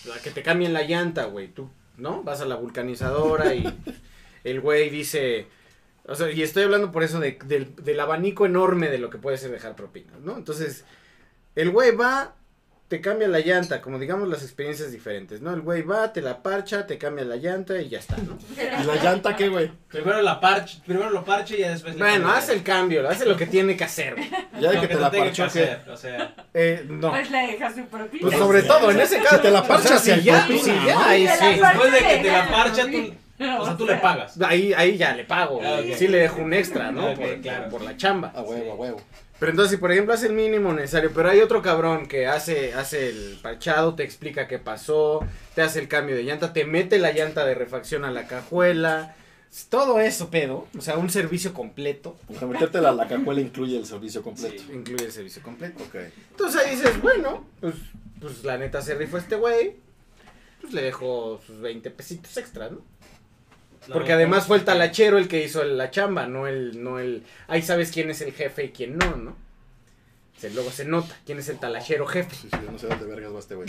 Speaker 2: la que te cambien la llanta, güey, tú, ¿no? Vas a la vulcanizadora y el güey dice, o sea, y estoy hablando por eso de- del, del abanico enorme de lo que puede ser dejar propinas, ¿no? Entonces, el güey va, te cambia la llanta, como digamos las experiencias diferentes, ¿no? El güey va, te la parcha, te cambia la llanta y ya está, ¿no?
Speaker 1: ¿Y la llanta qué, güey?
Speaker 6: Primero, la parche, primero lo parche y ya después le
Speaker 2: Bueno,
Speaker 6: pones-
Speaker 2: haz el cambio, hace lo que tiene que hacer, güey.
Speaker 1: Ya de
Speaker 6: Lo
Speaker 1: que te la
Speaker 6: tenga
Speaker 1: parchó, ¿qué?
Speaker 6: hacer, O sea,
Speaker 2: Eh, no.
Speaker 7: Pues le dejas su propina.
Speaker 2: Pues sobre todo, en ese caso,
Speaker 1: te la parchas
Speaker 2: si
Speaker 1: y al
Speaker 2: ya,
Speaker 1: propina,
Speaker 2: si
Speaker 1: ¿no?
Speaker 2: ya, ahí
Speaker 7: Te la
Speaker 2: sí.
Speaker 7: parchas.
Speaker 6: después de que te la
Speaker 7: Aparte,
Speaker 6: parcha,
Speaker 7: sí.
Speaker 6: tú, O sea, tú le pagas.
Speaker 2: Ahí, ahí ya le pago,
Speaker 6: Ah,
Speaker 2: güey.
Speaker 6: ok.
Speaker 2: sí le dejo un extra, ¿no?
Speaker 6: Ok,
Speaker 2: por,
Speaker 6: claro.
Speaker 2: por la chamba.
Speaker 1: A huevo, a huevo.
Speaker 2: Pero entonces, si por ejemplo hace el mínimo necesario, pero hay otro cabrón que hace, hace el parchado, te explica qué pasó, te hace el cambio de llanta, te mete la llanta de refacción a la cajuela, todo eso, pedo, o sea, un servicio completo,
Speaker 1: O sea, meterte la, la cajuela incluye el servicio completo.
Speaker 2: incluye el servicio completo.
Speaker 1: Ok.
Speaker 2: Entonces ahí dices, bueno, pues, pues la neta se rifó este güey, pues le dejo sus 20 pesitos extra, ¿no? Porque además fue el talachero el que hizo la chamba, no el, no el, ahí sabes quién es el jefe y quién no, ¿no? Se, luego se nota quién es el talachero jefe.
Speaker 1: Sí, sí, yo no sé dónde vergas va este güey.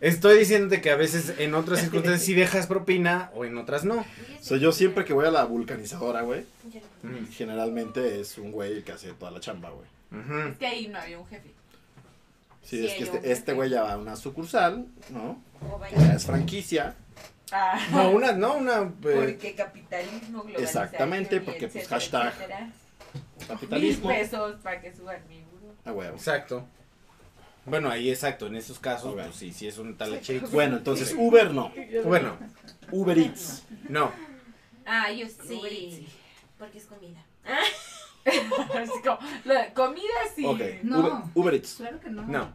Speaker 2: Estoy diciéndote que a veces en otras circunstancias sí dejas propina o en otras no.
Speaker 1: O sea, yo siempre que voy a la vulcanizadora, güey,
Speaker 4: Ya no.
Speaker 1: Mm. generalmente es un güey el que hace toda la chamba, güey.
Speaker 2: Ujú.
Speaker 7: Es que ahí no había un jefe.
Speaker 1: Sí,
Speaker 7: Sí,
Speaker 1: es que
Speaker 7: hay un
Speaker 1: este, este
Speaker 7: jefe.
Speaker 1: güey ya va a una sucursal, ¿no?
Speaker 4: O
Speaker 1: Que
Speaker 4: vaya.
Speaker 1: ya es franquicia.
Speaker 7: Ah,
Speaker 2: No, una, no, una. eh,
Speaker 7: porque capitalismo global.
Speaker 1: Pues, exactamente, porque, pues, hashtag
Speaker 7: Mil
Speaker 1: Capitalismo.
Speaker 7: pesos para que suban mi burro.
Speaker 1: A huevo.
Speaker 2: Exacto. Bueno, ahí exacto, en esos casos,
Speaker 1: Ok.
Speaker 2: pues sí, sí es un talacherito.
Speaker 1: Bueno, entonces Uber no.
Speaker 2: Bueno,
Speaker 1: Uber Eats.
Speaker 2: no.
Speaker 4: Ah, yo sí.
Speaker 7: Uber Eats.
Speaker 4: Porque es comida.
Speaker 7: Así como, lo de comida sí.
Speaker 1: Ok.
Speaker 5: No.
Speaker 1: Uber, Uber Eats.
Speaker 5: Claro que no.
Speaker 2: No.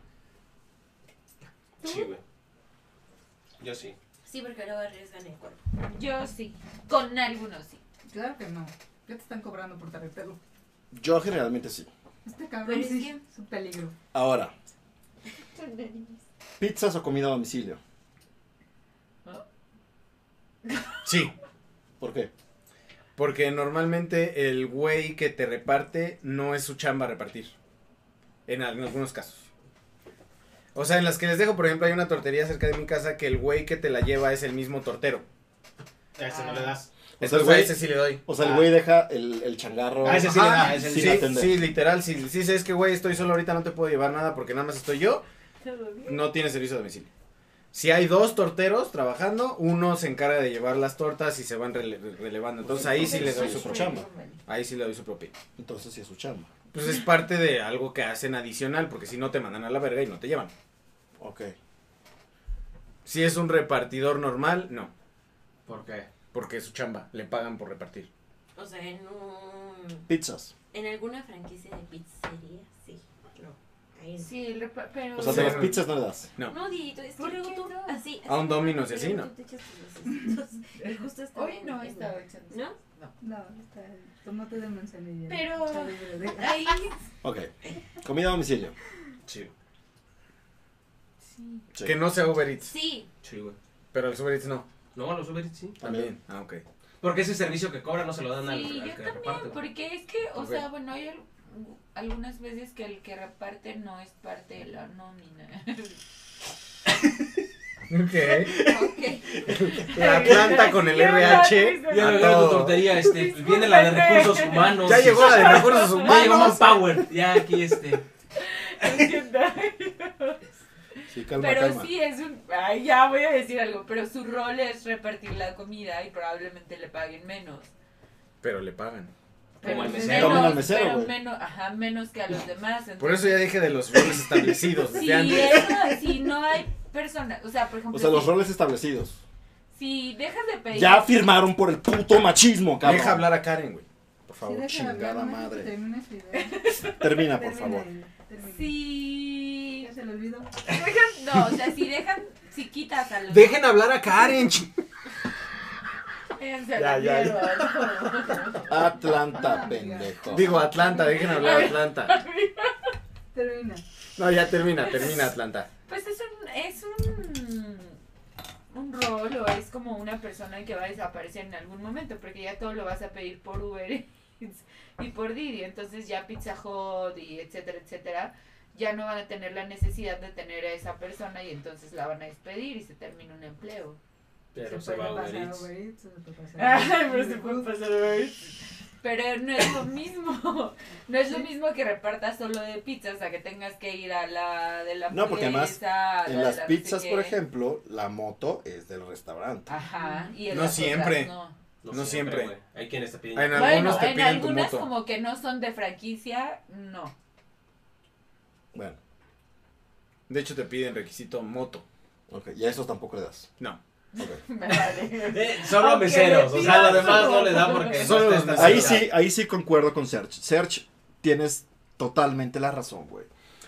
Speaker 6: Sí, güey. Yo sí.
Speaker 4: Sí, porque luego arriesgan el cuerpo.
Speaker 7: Yo sí. Con algunos sí.
Speaker 5: Claro que no. Ya te están cobrando por tarjetero.
Speaker 1: Yo generalmente sí.
Speaker 5: Este cabrón
Speaker 4: Pero es
Speaker 5: sí
Speaker 4: que-
Speaker 5: es un peligro.
Speaker 1: Ahora, pizzas o comida a domicilio.
Speaker 2: Sí.
Speaker 1: ¿Por qué?
Speaker 2: Porque normalmente el güey que te reparte no es su chamba repartir. En al- en algunos casos. O sea, en las que les dejo, por ejemplo, hay una tortería cerca de mi casa que el güey que te la lleva es el mismo tortero.
Speaker 6: A ese no le
Speaker 1: O
Speaker 6: das.
Speaker 1: sea, el
Speaker 2: Entonces,
Speaker 1: güey-
Speaker 2: a ese sí le doy.
Speaker 1: O sea, el güey deja el, el changarro.
Speaker 6: Ah, ese sí le
Speaker 2: Ajá,
Speaker 6: da, ese
Speaker 1: sí
Speaker 2: sí,
Speaker 1: le atender.
Speaker 2: sí, literal, si sí, sí, es que güey, estoy solo ahorita, no te puedo llevar nada porque nada más estoy yo, no tiene servicio a domicilio. Si hay dos torteros trabajando, uno se encarga de llevar las tortas y se van rele- relevando. Entonces ahí sí le doy
Speaker 1: pues, Sí,
Speaker 2: su
Speaker 1: sí.
Speaker 2: propina.
Speaker 1: chamba.
Speaker 2: Ahí sí le doy su propina.
Speaker 1: Entonces sí es su chamba.
Speaker 2: Pues es parte de algo que hacen adicional, porque si no te mandan a la verga y no te llevan.
Speaker 1: Ok.
Speaker 2: Si es un repartidor normal, no,
Speaker 6: ¿Por qué?
Speaker 2: porque es su chamba, le pagan por repartir.
Speaker 4: O sea, en un...
Speaker 1: Pizzas.
Speaker 4: En alguna franquicia de pizzería, sí. No. Ahí no.
Speaker 7: Sí, el repa- pero.
Speaker 1: O sea, de las pizzas no le das.
Speaker 4: No, Dieguito, es que
Speaker 7: ¿Por
Speaker 4: luego
Speaker 7: qué
Speaker 4: tú
Speaker 7: no?
Speaker 4: así, así.
Speaker 2: A un Domino's y
Speaker 4: pero
Speaker 2: así, ¿no?
Speaker 4: tú te echas tus besitos. Y justo está
Speaker 7: Hoy
Speaker 4: bien,
Speaker 7: no he
Speaker 4: bien.
Speaker 7: estado echando.
Speaker 4: ¿No?
Speaker 5: No, está el tomate de manzanilla.
Speaker 7: Pero-
Speaker 5: Está libre de-
Speaker 7: Ahí.
Speaker 1: Ok. Comida a domicilio.
Speaker 6: Sí.
Speaker 7: Sí.
Speaker 1: Sí.
Speaker 2: Que no sea Uber Eats,
Speaker 4: Sí.
Speaker 6: Sí, güey.
Speaker 2: pero los Uber Eats no.
Speaker 6: No, los Uber Eats sí.
Speaker 1: También.
Speaker 2: Ah, ok.
Speaker 6: Porque ese servicio que cobra no se lo dan al,
Speaker 7: Sí,
Speaker 6: al
Speaker 7: yo
Speaker 6: que
Speaker 7: también,
Speaker 6: reparte. güey.
Speaker 7: porque es que, o
Speaker 2: Ok.
Speaker 7: sea, bueno, hay al- algunas veces que el que reparte no es parte de la nómina.
Speaker 2: Ok.
Speaker 7: ok.
Speaker 2: La Atlanta con el RH.
Speaker 6: Ya
Speaker 2: a
Speaker 6: le veo tu
Speaker 2: todo.
Speaker 6: tortería, este, viene la de recursos humanos.
Speaker 2: Ya llegó la de
Speaker 6: Ya
Speaker 2: recursos
Speaker 6: llegó
Speaker 2: humanos.
Speaker 6: Manpower. Ya aquí este.
Speaker 1: Sí, calma,
Speaker 7: Pero
Speaker 1: calma.
Speaker 7: sí es un. Ay, ya voy a decir algo, pero su rol es repartir la comida y probablemente le paguen menos.
Speaker 2: Pero le pagan.
Speaker 7: Pero
Speaker 6: Como al
Speaker 7: menos,
Speaker 6: mesero.
Speaker 1: Tomen al mesero,
Speaker 7: pero
Speaker 1: güey.
Speaker 7: menos, ajá, menos que a los demás.
Speaker 2: Por eso ya dije de los roles establecidos desde
Speaker 7: Si,
Speaker 2: antes.
Speaker 7: eso- si no hay personas, o sea, por ejemplo,
Speaker 1: O sea, los
Speaker 7: si,
Speaker 1: roles establecidos.
Speaker 7: si dejas de pedir.
Speaker 1: Ya firmaron por el puto machismo, cabrón.
Speaker 2: Deja hablar a Karen, güey. Por
Speaker 5: Sí,
Speaker 2: favor.
Speaker 5: déjala hablar,
Speaker 1: chingada
Speaker 5: no dejes que
Speaker 1: madre.
Speaker 5: termine su idea.
Speaker 1: Termina, por
Speaker 5: Termina,
Speaker 1: favor.
Speaker 5: Ella, termina.
Speaker 7: Si.
Speaker 5: Ya se le olvidó.
Speaker 7: dejan- no, o sea, si dejan, si quitas a los.
Speaker 2: Dejen hablar a Karen. chi-
Speaker 7: Váyanse a
Speaker 2: Ya,
Speaker 7: la
Speaker 2: ya, ya.
Speaker 7: mierda.
Speaker 1: Atlanta, pendejo.
Speaker 2: Digo Atlanta, dejen hablar a Atlanta.
Speaker 5: Termina.
Speaker 2: No, ya termina, termina Atlanta.
Speaker 7: Pues es un. Es un. Un rol o es como una persona que va a desaparecer en algún momento porque ya todo lo vas a pedir por Uber Eats y por Didi. Entonces ya Pizza Hut y etcétera, etcétera. Ya no van a tener la necesidad de tener a esa persona y entonces la van a despedir y se termina un empleo.
Speaker 6: Pero
Speaker 7: Se
Speaker 6: se va a
Speaker 7: puede
Speaker 6: Uber
Speaker 5: Pasa
Speaker 6: Eats.
Speaker 5: Uber Eats, se puede pasar.
Speaker 7: Ay, pero se puede pasar Uber Eats. Pero no es lo mismo. No es lo mismo que repartas solo de pizzas a que tengas que ir a la de la
Speaker 1: No, porque además,
Speaker 7: hamburguesa, a la
Speaker 1: En
Speaker 7: de
Speaker 1: las
Speaker 7: la no sé
Speaker 1: pizzas,
Speaker 7: qué.
Speaker 1: por ejemplo, la moto es del restaurante.
Speaker 7: Ajá. Y en
Speaker 2: No
Speaker 7: las otras
Speaker 2: siempre.
Speaker 7: no.
Speaker 2: No siempre.
Speaker 6: güey. Hay quienes te piden.
Speaker 2: Hay En algunos
Speaker 7: bueno,
Speaker 2: te
Speaker 7: en
Speaker 2: piden tu
Speaker 7: algunas
Speaker 2: moto.
Speaker 7: como que no son de franquicia, no.
Speaker 1: Bueno,
Speaker 2: De hecho, te piden requisito moto.
Speaker 1: ok. Y a eso tampoco le das.
Speaker 2: No.
Speaker 7: Me vale.
Speaker 6: Eh, solo
Speaker 7: Aunque
Speaker 6: meseros,
Speaker 7: le
Speaker 6: o sea, lo
Speaker 7: pidas
Speaker 6: demás
Speaker 7: su-
Speaker 6: no le da porque.
Speaker 2: Solo
Speaker 6: no
Speaker 2: los
Speaker 6: está esta
Speaker 1: Ahí
Speaker 6: ciudad.
Speaker 1: sí, ahí sí concuerdo con Serge. Serge, tienes totalmente la razón, güey.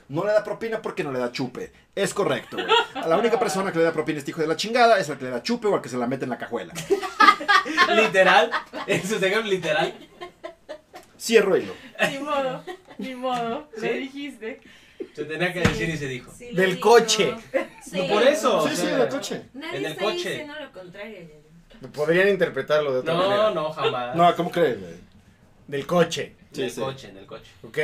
Speaker 1: No le da propina porque no le da chupe. Es correcto, güey. A la única persona que le da propina este hijo de la chingada es al que le da chupe o al que se la mete en la cajuela.
Speaker 6: Literal. En su sección, literal.
Speaker 1: Cierro hilo.
Speaker 12: Ni modo, ni modo.
Speaker 6: ¿Sí?
Speaker 12: Le dijiste.
Speaker 6: Se tenía que decir y se dijo.
Speaker 4: Sí lo
Speaker 2: Del
Speaker 4: digo.
Speaker 2: coche.
Speaker 4: Sí.
Speaker 6: No, por eso.
Speaker 1: Sí, sí, de coche.
Speaker 4: Nadie
Speaker 6: En el
Speaker 4: está
Speaker 6: coche.
Speaker 4: diciendo lo contrario. Yaya.
Speaker 2: Podrían interpretarlo de otra manera.
Speaker 6: No, no, jamás.
Speaker 1: No, ¿cómo crees, güey?
Speaker 2: Del coche,
Speaker 6: En
Speaker 1: Sí,
Speaker 6: el
Speaker 1: sí.
Speaker 6: coche, en el coche.
Speaker 2: ¿ok?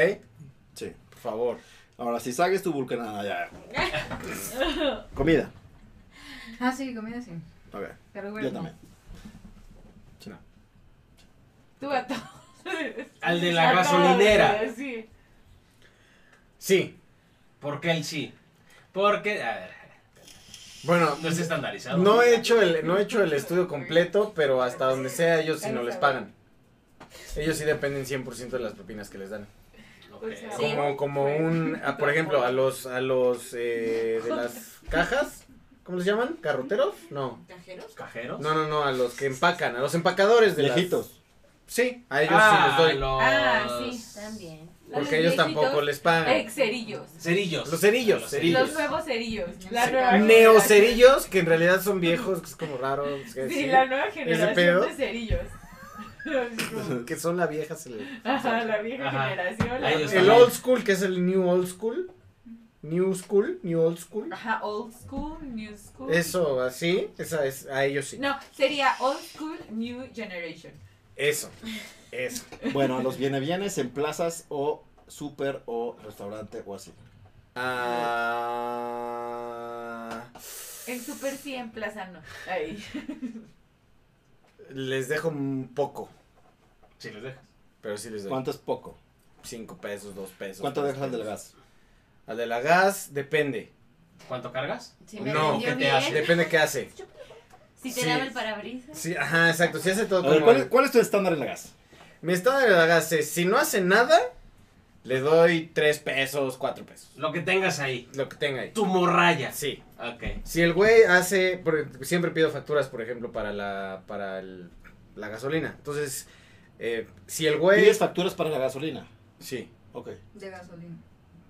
Speaker 1: Sí.
Speaker 2: Por favor.
Speaker 1: Ahora, si sagues tu vulcanada, ya. Comida.
Speaker 5: Ah, sí, comida sí.
Speaker 1: Ok,
Speaker 5: Pero bueno.
Speaker 1: yo también.
Speaker 7: Tú a todo.
Speaker 6: Al de la
Speaker 12: Acabas
Speaker 6: gasolinera.
Speaker 12: de
Speaker 7: pues.
Speaker 12: decir.
Speaker 2: Sí.
Speaker 6: ¿Por qué el sí? Porque, a ver,
Speaker 2: Bueno,
Speaker 6: no está estandarizado.
Speaker 2: no he hecho el, no he hecho el estudio completo, pero hasta donde sea ellos sí no les pagan. Ellos sí dependen 100% de las propinas que les dan.
Speaker 6: Ok.
Speaker 12: O sea,
Speaker 4: Sí.
Speaker 2: Como, como un, ah, por ejemplo, a los, a los eh, de las cajas, ¿cómo les llaman? ¿Carroteros? No.
Speaker 4: ¿Cajeros?
Speaker 6: ¿Cajeros?
Speaker 2: No, no, no, a los que empacan, a los empacadores de las-
Speaker 1: Viejitos.
Speaker 2: Sí, a ellos
Speaker 6: Ah,
Speaker 2: sí les doy.
Speaker 6: los...
Speaker 7: Ah, sí.
Speaker 4: También.
Speaker 2: Porque ellos tampoco les pagan.
Speaker 7: Ex eh, cerillos.
Speaker 6: Cerillos.
Speaker 2: Los cerillos, cerillos.
Speaker 7: Los nuevos cerillos. La
Speaker 5: Sí.
Speaker 7: nueva
Speaker 2: Neocerillos, que en realidad son viejos, que es como raro. es que
Speaker 7: generación.
Speaker 2: sí,
Speaker 7: Sí, la nueva
Speaker 2: pedo?
Speaker 7: generación de cerillos. Así como-
Speaker 2: Que son la vieja. se le-
Speaker 7: Ajá, la vieja
Speaker 6: Ajá.
Speaker 7: generación.
Speaker 6: Ahí
Speaker 7: la-
Speaker 6: está.
Speaker 2: El old school, que es el new old school. New school, new old school.
Speaker 7: Ajá, old school, new school.
Speaker 2: Eso, así, esa es, a ellos sí.
Speaker 7: No, sería old school, new generation.
Speaker 2: Eso, eso.
Speaker 1: Bueno, a los viene vienes en plazas o súper o restaurante o así.
Speaker 2: Ah,
Speaker 7: En Super 100 Plaza no. Ahí.
Speaker 2: les dejo un poco,
Speaker 6: Sí, los dejas.
Speaker 2: pero sí les doy.
Speaker 1: ¿Cuánto es poco?
Speaker 2: 5 pesos, 2 pesos.
Speaker 1: ¿Cuánto
Speaker 2: tres
Speaker 1: dejas al del
Speaker 2: pesos.
Speaker 1: gas?
Speaker 2: Al de la gas, depende.
Speaker 6: ¿Cuánto cargas?
Speaker 4: Si me
Speaker 2: No,
Speaker 4: vendió
Speaker 6: ¿qué te
Speaker 4: bien,
Speaker 6: hace?
Speaker 2: Depende qué hace.
Speaker 4: Si te
Speaker 2: Sí.
Speaker 4: daba el parabrisas.
Speaker 2: Sí, ajá, exacto. Si hace todo
Speaker 1: A ver,
Speaker 2: como
Speaker 1: ¿cuál, es- cuál es tu estándar en la gas?
Speaker 2: Mi estado de la gas es, si no hace nada, le doy 3 pesos, 4 pesos.
Speaker 6: Lo que tengas ahí.
Speaker 2: Lo que tenga ahí.
Speaker 6: Tu morralla.
Speaker 2: Sí.
Speaker 6: Ok.
Speaker 2: Si el güey hace, porque siempre pido facturas, por ejemplo, para la, para el- la gasolina. Entonces, eh, si el güey...
Speaker 1: ¿Pides facturas para la gasolina?
Speaker 2: Sí,
Speaker 1: Ok.
Speaker 5: De gasolina.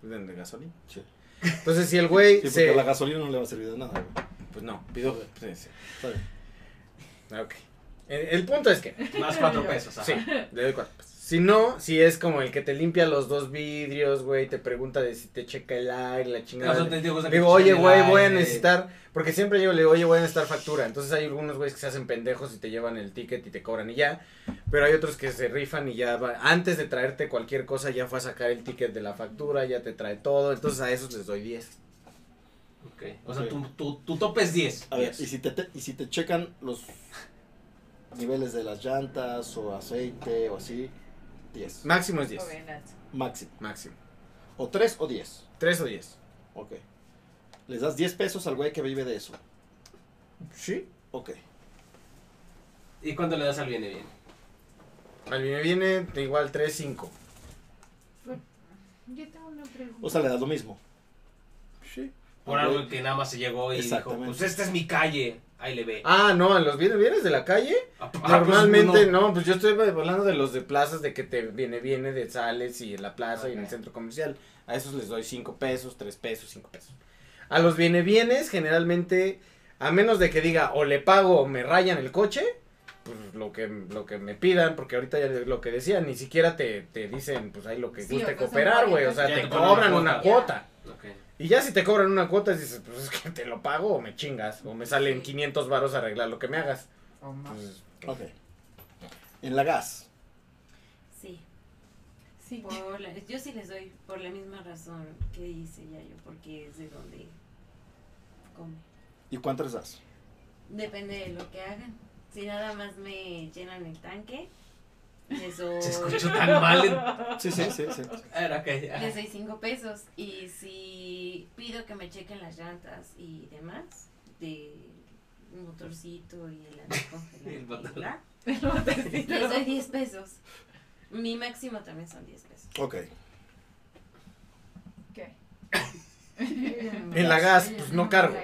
Speaker 2: de, de gasolina.
Speaker 1: Sí.
Speaker 2: Entonces, si el güey
Speaker 1: Sí, porque
Speaker 2: se...
Speaker 1: la gasolina no le va a servir de nada, güey.
Speaker 2: Pues no, pido... sí, sí.
Speaker 1: Está bien.
Speaker 2: Ok. El, el punto es que...
Speaker 6: Más cuatro pesos. ajá.
Speaker 2: Sí, le doy cuatro pesos. Si no, si es como el que te limpia los dos vidrios, güey, te pregunta de si te checa el aire, la
Speaker 6: No,
Speaker 2: chingada.
Speaker 6: son te digo, son
Speaker 2: Digo,
Speaker 6: que eh.
Speaker 2: oye,
Speaker 6: chequen
Speaker 2: güey,
Speaker 6: el
Speaker 2: voy a
Speaker 6: aire.
Speaker 2: necesitar. Porque siempre yo le digo, oye, voy a necesitar factura. Entonces hay algunos güeyes que se hacen pendejos y te llevan el ticket y te cobran y ya. Pero hay otros que se rifan y ya va- antes de traerte cualquier cosa ya fue a sacar el ticket de la factura, ya te trae todo. Entonces a esos les doy 10.
Speaker 6: Ok. O sea,
Speaker 1: Ok.
Speaker 6: tu, tu, tu tope es 10.
Speaker 1: A ver, ¿y si, te, te- y si te checan los niveles de las llantas o aceite o así, 10.
Speaker 2: Máximo es 10.
Speaker 7: Jovenazo.
Speaker 1: Máximo.
Speaker 2: Máximo.
Speaker 1: O 3 o 10.
Speaker 2: 3 o 10.
Speaker 1: Ok. Les das 10 pesos al güey que vive de eso.
Speaker 2: Sí.
Speaker 1: Ok.
Speaker 6: ¿Y cuánto le das al viene bien?
Speaker 2: Al viene viene de igual 3, 5.
Speaker 7: Yo tengo una pregunta.
Speaker 1: O sea, le das lo mismo.
Speaker 2: Sí.
Speaker 6: Por
Speaker 1: Ok.
Speaker 6: algo que nada más se llegó y dijo,
Speaker 1: Exactamente.
Speaker 6: pues esta es mi calle. Ahí le ve.
Speaker 2: Ah, no, a los viene vienes de la calle.
Speaker 6: Ah, pues,
Speaker 2: Normalmente,
Speaker 6: no.
Speaker 2: no. pues yo estoy hablando de los de plazas, de que te viene, viene de sales y en la plaza y en el
Speaker 6: Ok.
Speaker 2: centro comercial. A esos les doy 5 pesos, 3 pesos, 5 pesos. A los viene, vienes, generalmente, a menos de que diga o le pago o me rayan el coche, pues lo que, lo que me pidan, porque ahorita ya lo que decía, ni siquiera te, te dicen, pues ahí lo que
Speaker 7: Sí, o
Speaker 2: guste
Speaker 7: sea, son
Speaker 2: cooperar, güey. O sea,
Speaker 6: Ya
Speaker 2: te
Speaker 6: te ponen
Speaker 2: cobran
Speaker 6: una
Speaker 2: una
Speaker 6: cuota.
Speaker 2: cuota.
Speaker 6: Ok.
Speaker 2: Y ya si te cobran una cuota, dices, pues es que te lo pago o me chingas, o me salen 500 varos a arreglar lo que me hagas.
Speaker 7: Oh, Ah.
Speaker 2: Pues,
Speaker 1: Ok. En la gas.
Speaker 4: Sí.
Speaker 7: Sí.
Speaker 4: Por la- yo sí les doy por la misma razón que dice Yayo, porque es de donde come.
Speaker 1: ¿Y cuánto les das?
Speaker 4: Depende de lo que hagan. Si nada más me llenan el tanque, les doy,
Speaker 6: Se escuchó tan mal. en-
Speaker 1: Sí, sí, sí. sí.
Speaker 6: A ver, ok. ajá.
Speaker 4: les doy cinco pesos. Y si pido que me chequen las llantas y demás, de motorcito y el anticongelante
Speaker 6: El
Speaker 4: y
Speaker 6: motor.
Speaker 4: bla, les doy 10 pesos. Mi máximo también son 10 pesos.
Speaker 1: Ok.
Speaker 7: ¿Qué? Eh,
Speaker 2: En la gas, pues no cargo.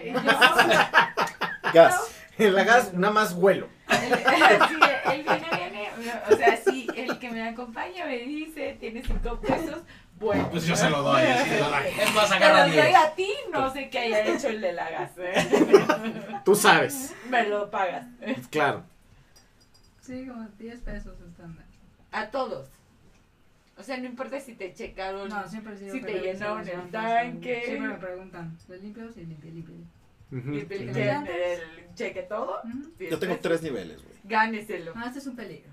Speaker 1: Gas.
Speaker 2: El lagas nada más huelo.
Speaker 7: Sí, él viene, viene. O sea, si el que me acompaña me dice, tiene cinco pesos, bueno.
Speaker 6: Pues yo se lo doy. así, de la- Es más, agarra
Speaker 7: Pero yo
Speaker 6: 10.
Speaker 7: a ti no sé qué haya hecho el de la gas. ¿eh?
Speaker 2: Tú sabes.
Speaker 7: Me lo pagas.
Speaker 2: Claro.
Speaker 5: Sí, como 10 pesos estándar.
Speaker 7: A todos. O sea, no importa si te checaron.
Speaker 5: No, siempre les digo
Speaker 7: Si
Speaker 5: que
Speaker 7: te
Speaker 5: revisen
Speaker 7: llenaron
Speaker 5: los
Speaker 7: el
Speaker 5: llantas,
Speaker 7: tanque.
Speaker 5: Siempre me preguntan, ¿lo limpio? Sí, limpio, limpio.
Speaker 7: Y
Speaker 2: Ujú.
Speaker 7: el, que-
Speaker 5: ¿Qué?
Speaker 7: el cheque todo. pues,
Speaker 5: Ujú.
Speaker 1: Yo tengo tres niveles, güey.
Speaker 7: Gáneselo.
Speaker 5: No, este es un peligro.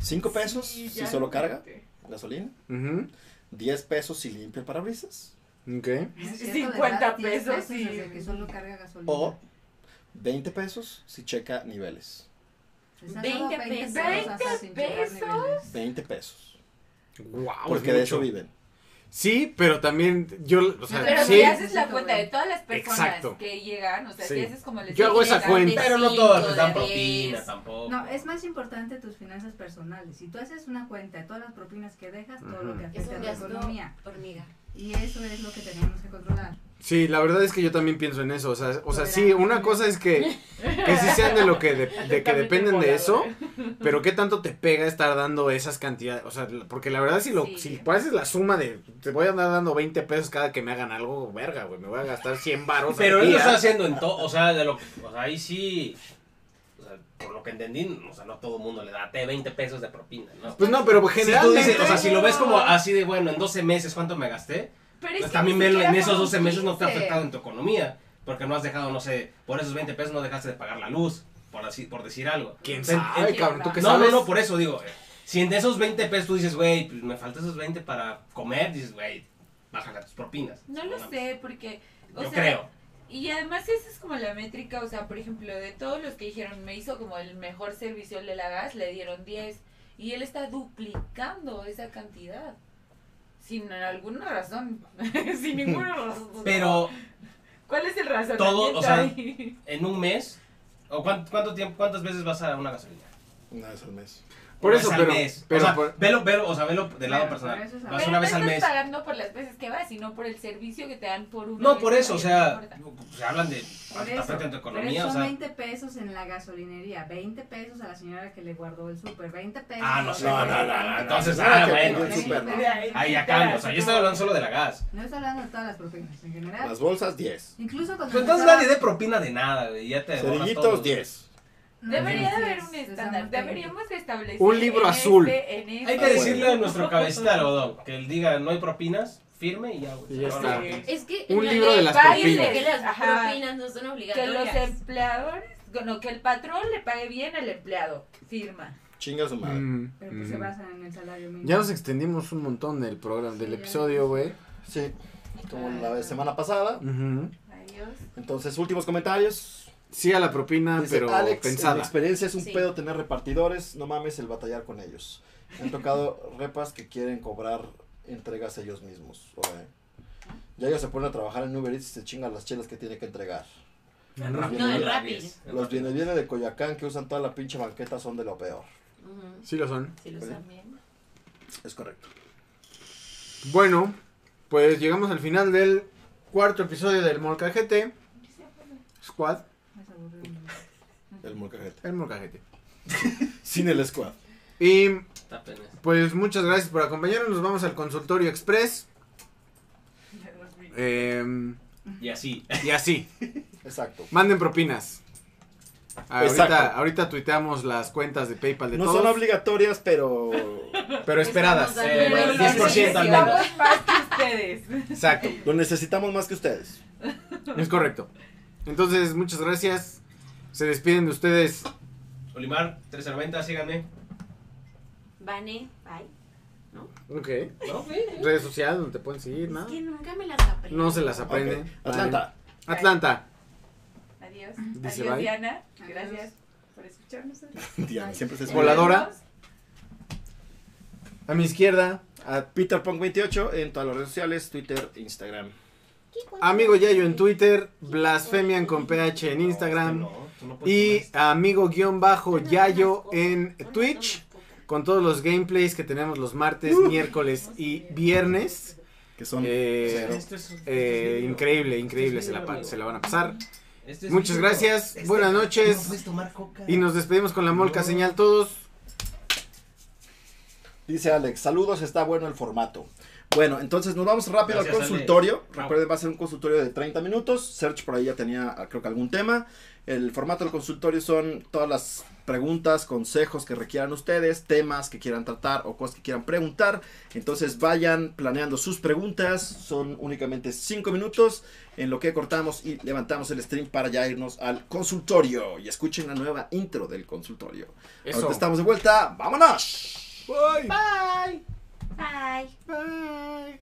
Speaker 1: Cinco pesos
Speaker 7: Sí,
Speaker 1: si
Speaker 7: ya
Speaker 1: solo
Speaker 7: no
Speaker 1: carga,
Speaker 7: vete.
Speaker 1: gasolina.
Speaker 2: Ujú.
Speaker 1: 10 pesos si limpia el parabrisas.
Speaker 2: Ok.
Speaker 5: No es cierto,
Speaker 7: 50
Speaker 5: ¿verdad? 10
Speaker 7: pesos y.
Speaker 5: desde que solo carga gasolina.
Speaker 1: O 20 pesos si checa niveles.
Speaker 5: Les han
Speaker 4: 20
Speaker 5: dado
Speaker 4: pesos.
Speaker 5: hasta sin checar
Speaker 7: ¿Veinte
Speaker 5: niveles.
Speaker 1: 20 pesos.
Speaker 2: Wow.
Speaker 1: Porque de eso viven.
Speaker 2: Sí, pero también yo, o sea,
Speaker 7: Pero
Speaker 2: sí,
Speaker 7: si haces la cuenta de todas las personas
Speaker 2: Exacto.
Speaker 7: que llegan, o sea,
Speaker 2: Sí.
Speaker 7: si haces como les
Speaker 2: Yo hago esa cuenta.
Speaker 6: Pero no todos les dan propina tampoco.
Speaker 5: No, es más importante tus finanzas personales. Si tú haces una cuenta de todas las propinas que dejas, todo lo que
Speaker 4: Es
Speaker 5: afecta a
Speaker 4: un
Speaker 5: tu
Speaker 4: gasto
Speaker 5: economía.
Speaker 4: hormiga.
Speaker 5: Y eso es lo que tenemos que controlar.
Speaker 2: sí, la verdad es que yo también pienso en eso, o sea, o sea, sí, una cosa es que que sí sean de lo que de, de que dependen de eso, pero qué tanto te pega estar dando esas cantidades, o sea, porque la verdad si lo
Speaker 7: Sí.
Speaker 2: si haces la suma de te voy a andar dando 20 pesos cada que me hagan algo, verga, güey, me voy a gastar 100 varos
Speaker 6: Pero
Speaker 2: al
Speaker 6: él lo
Speaker 2: día.
Speaker 6: está haciendo en todo, o sea, de lo, o sea, ahí sí, o sea, por lo que entendí, o sea, no todo el mundo le da te 20 pesos de propina, ¿no?
Speaker 2: Pues no, pero
Speaker 6: Si tú
Speaker 2: generalmente,
Speaker 6: dices, o sea, si lo ves como así de, bueno, en 12 meses, ¿cuánto me gasté?
Speaker 7: Pero
Speaker 6: Pues
Speaker 7: que
Speaker 6: también
Speaker 7: ni
Speaker 6: velo, en
Speaker 7: siquiera
Speaker 6: esos
Speaker 7: son
Speaker 6: 12 meses no te ha
Speaker 7: 15.
Speaker 6: afectado en tu economía, porque no has dejado, no sé, por esos 20 pesos no dejaste de pagar la luz, por, así, por decir algo.
Speaker 2: quién
Speaker 6: O sea, en-
Speaker 2: sabe,
Speaker 6: en-
Speaker 2: cabrón, tú qué
Speaker 6: no,
Speaker 2: sabes?
Speaker 6: no, no, por eso digo, eh, si en esos 20 pesos tú dices, güey, pues me faltan esos 20 para comer, dices, güey, bájale a tus propinas.
Speaker 7: No lo sé, porque. O
Speaker 6: Yo
Speaker 7: sea,
Speaker 6: creo.
Speaker 7: Y además esa es como la métrica, o sea, por ejemplo, de todos los que dijeron, me hizo como el mejor servicio el de la gas, le dieron 10. Y él está duplicando esa cantidad. Sin alguna razón. Sin ninguna razón.
Speaker 6: Pero
Speaker 7: ¿Cuál es el razonamiento
Speaker 6: Todo, o sea,
Speaker 7: ahí?
Speaker 6: en un mes, o cuánto, cuánto tiempo, cuántas veces vas a una gasolina.
Speaker 1: Una vez al mes.
Speaker 2: Por
Speaker 6: Una
Speaker 2: eso,
Speaker 6: vez
Speaker 2: pero-
Speaker 6: al mes.
Speaker 2: pero
Speaker 6: o sea,
Speaker 2: por-
Speaker 6: velo, velo, o sea, velo del lado
Speaker 5: Pero por
Speaker 6: personal.
Speaker 5: eso es
Speaker 6: Vas
Speaker 7: Pero
Speaker 6: una
Speaker 7: no
Speaker 6: vez al
Speaker 7: estás
Speaker 6: mes.
Speaker 7: pagando por las veces que vas, sino por el servicio que te dan por una
Speaker 6: No,
Speaker 7: vez
Speaker 6: por
Speaker 7: que
Speaker 6: eso, o
Speaker 7: vayas, no
Speaker 6: sea, pues,
Speaker 7: importa.
Speaker 6: se hablan de
Speaker 5: Por
Speaker 6: cuánto te afecta en tu
Speaker 5: eso, pero
Speaker 6: economía,
Speaker 5: son
Speaker 6: o sea.
Speaker 5: 20 pesos en la gasolinería, 20 pesos a la señora que le guardó el súper, 20 pesos.
Speaker 6: Ah, no sé.
Speaker 1: No, no, no,
Speaker 6: no, entonces,
Speaker 1: no,
Speaker 6: ah,
Speaker 1: que
Speaker 6: bueno.
Speaker 1: vendió el súper, no.
Speaker 6: Ahí acá, o sea, yo estaba hablando solo de la gas.
Speaker 5: No estoy hablando de todas las propinas en general.
Speaker 1: Las bolsas, 10.
Speaker 5: Incluso cuando
Speaker 6: Pues entonces
Speaker 5: empezaba-
Speaker 6: nadie dé propina de nada, güey, ya
Speaker 2: Eh,
Speaker 6: te borras todo.
Speaker 1: Cerillitos, 10.
Speaker 5: No,
Speaker 7: Debería
Speaker 5: sí,
Speaker 7: de haber un
Speaker 5: sí, está
Speaker 7: estándar,
Speaker 5: muy cañón.
Speaker 7: deberíamos de establecer
Speaker 2: Un libro
Speaker 7: en
Speaker 2: azul.
Speaker 7: este- en este-
Speaker 6: Hay que
Speaker 1: Ah,
Speaker 6: decirle
Speaker 1: bueno.
Speaker 6: a nuestro cabecita de algodón que él diga no hay propinas, firme y ya, güey.
Speaker 2: Y ya
Speaker 6: se
Speaker 2: está.
Speaker 6: acaban las propinas.
Speaker 4: Es que
Speaker 2: Un
Speaker 4: en la
Speaker 2: libro de
Speaker 4: ley
Speaker 2: las
Speaker 4: va y dice
Speaker 2: propinas.
Speaker 4: que las
Speaker 7: Ajá.
Speaker 4: propinas no son
Speaker 7: que los
Speaker 4: obligatorias.
Speaker 7: empleadores, bueno, que el patrón le pague bien al empleado, firma.
Speaker 1: Chinga su madre.
Speaker 2: Mm,
Speaker 5: Pero pues se
Speaker 2: mm.
Speaker 5: basan en el salario mínimo.
Speaker 2: Ya nos extendimos un montón del programa del
Speaker 5: Sí, ya.
Speaker 2: episodio, güey.
Speaker 1: Sí. Como la de semana pasada.
Speaker 2: Ujú.
Speaker 7: Adiós.
Speaker 1: Entonces, últimos comentarios.
Speaker 2: Sí a la propina,
Speaker 1: Dice,
Speaker 2: Ah, pero
Speaker 1: Alex, en mi
Speaker 2: pensada.
Speaker 1: experiencia es un
Speaker 4: Sí.
Speaker 1: pedo tener repartidores, no mames el batallar con ellos. Me han tocado repas que quieren cobrar entregas ellos mismos. Órale. Ya ellos se ponen a trabajar en Uber Eats y se chingan las chelas que tiene que entregar.
Speaker 6: En Rappi,
Speaker 1: No, en
Speaker 6: en
Speaker 4: Rappi.
Speaker 6: Rappi.
Speaker 1: Los bienes bienes de Coyacán que usan toda la pinche banqueta son de lo peor.
Speaker 4: Ujú.
Speaker 2: Sí lo son.
Speaker 4: Sí, lo saben bien.
Speaker 1: Es correcto.
Speaker 2: Bueno, pues llegamos al final del cuarto episodio del Molcajete Squad.
Speaker 5: Es aburrido.
Speaker 1: El molcajete.
Speaker 2: El Molcajete.
Speaker 1: Sin el squad.
Speaker 2: Y
Speaker 6: Está apenas.
Speaker 2: pues muchas gracias por acompañarnos. Nos vamos al consultorio express. Eh,
Speaker 6: Y así.
Speaker 2: y así,
Speaker 1: Exacto.
Speaker 2: manden propinas. Ahorita,
Speaker 1: Exacto.
Speaker 2: ahorita tuiteamos las cuentas de PayPal de
Speaker 1: No
Speaker 2: todos,
Speaker 1: son obligatorias, pero
Speaker 2: pero esperadas.
Speaker 4: Estamos
Speaker 6: Eh,
Speaker 4: dando
Speaker 6: bueno,
Speaker 4: el
Speaker 6: 10% al menos.
Speaker 7: Necesitamos más que ustedes.
Speaker 2: Exacto,
Speaker 1: lo necesitamos más que ustedes.
Speaker 2: es correcto. Entonces, muchas gracias. Se despiden de ustedes
Speaker 6: Olimar, 390, síganme.
Speaker 4: Vane, bye.
Speaker 2: Ok.
Speaker 6: ¿No, güey?
Speaker 2: Redes sociales donde te pueden seguir, ¿no?
Speaker 4: Es que nunca me las aprendí.
Speaker 2: No se las aprende.
Speaker 1: Ok. Atlanta.
Speaker 2: Vale. Atlanta.
Speaker 7: Adiós.
Speaker 2: Dice
Speaker 7: Adiós,
Speaker 2: bye.
Speaker 7: Diana.
Speaker 5: Adiós.
Speaker 7: Gracias por escucharnos.
Speaker 1: Diana, siempre se
Speaker 2: Volador.
Speaker 1: escuela.
Speaker 2: Voladora. A mi izquierda, a
Speaker 1: Peter Punk 28 en todas las redes sociales, Twitter, Instagram.
Speaker 2: amigo Yayo en Twitter, blasfemian con PH en
Speaker 6: No,
Speaker 2: Instagram
Speaker 6: tú no, tú no puedes
Speaker 2: y
Speaker 6: tomar esto.
Speaker 2: amigo guión bajo Yayo en
Speaker 4: Bueno,
Speaker 2: Twitch
Speaker 4: toma, coca.
Speaker 2: con todos los gameplays que tenemos los martes,
Speaker 4: Uh.
Speaker 2: miércoles y viernes.
Speaker 1: Que son
Speaker 2: Eh,
Speaker 1: cero.
Speaker 6: Esto es- esto es
Speaker 2: Eh,
Speaker 6: mío.
Speaker 2: increíble, increíble, se la,
Speaker 6: mío,
Speaker 2: pa-
Speaker 6: amigo.
Speaker 2: se la van a pasar.
Speaker 6: Este es
Speaker 10: Muchas
Speaker 6: mío.
Speaker 10: gracias,
Speaker 6: Este-
Speaker 10: buenas noches.
Speaker 6: No puedes tomar coca.
Speaker 10: Y nos despedimos con la molca señal todos.
Speaker 1: Dice Alex, saludos, está bueno el formato. Bueno, entonces nos vamos rápido
Speaker 6: Gracias,
Speaker 1: al
Speaker 6: Ale.
Speaker 1: consultorio.
Speaker 6: Wow.
Speaker 1: Recuerden, va a ser un consultorio de 30 minutos. Search por ahí ya tenía, ah, creo que algún tema. El formato del consultorio son todas las preguntas, consejos que requieran ustedes, temas que quieran tratar o cosas que quieran preguntar. Entonces vayan planeando sus preguntas. Son únicamente 5 minutos en lo que cortamos y levantamos el stream para ya irnos al consultorio. Y escuchen la nueva intro del consultorio.
Speaker 10: Eso.
Speaker 1: Ahorita estamos de vuelta. ¡Vámonos!
Speaker 10: Bye.
Speaker 4: Bye.
Speaker 10: Bye.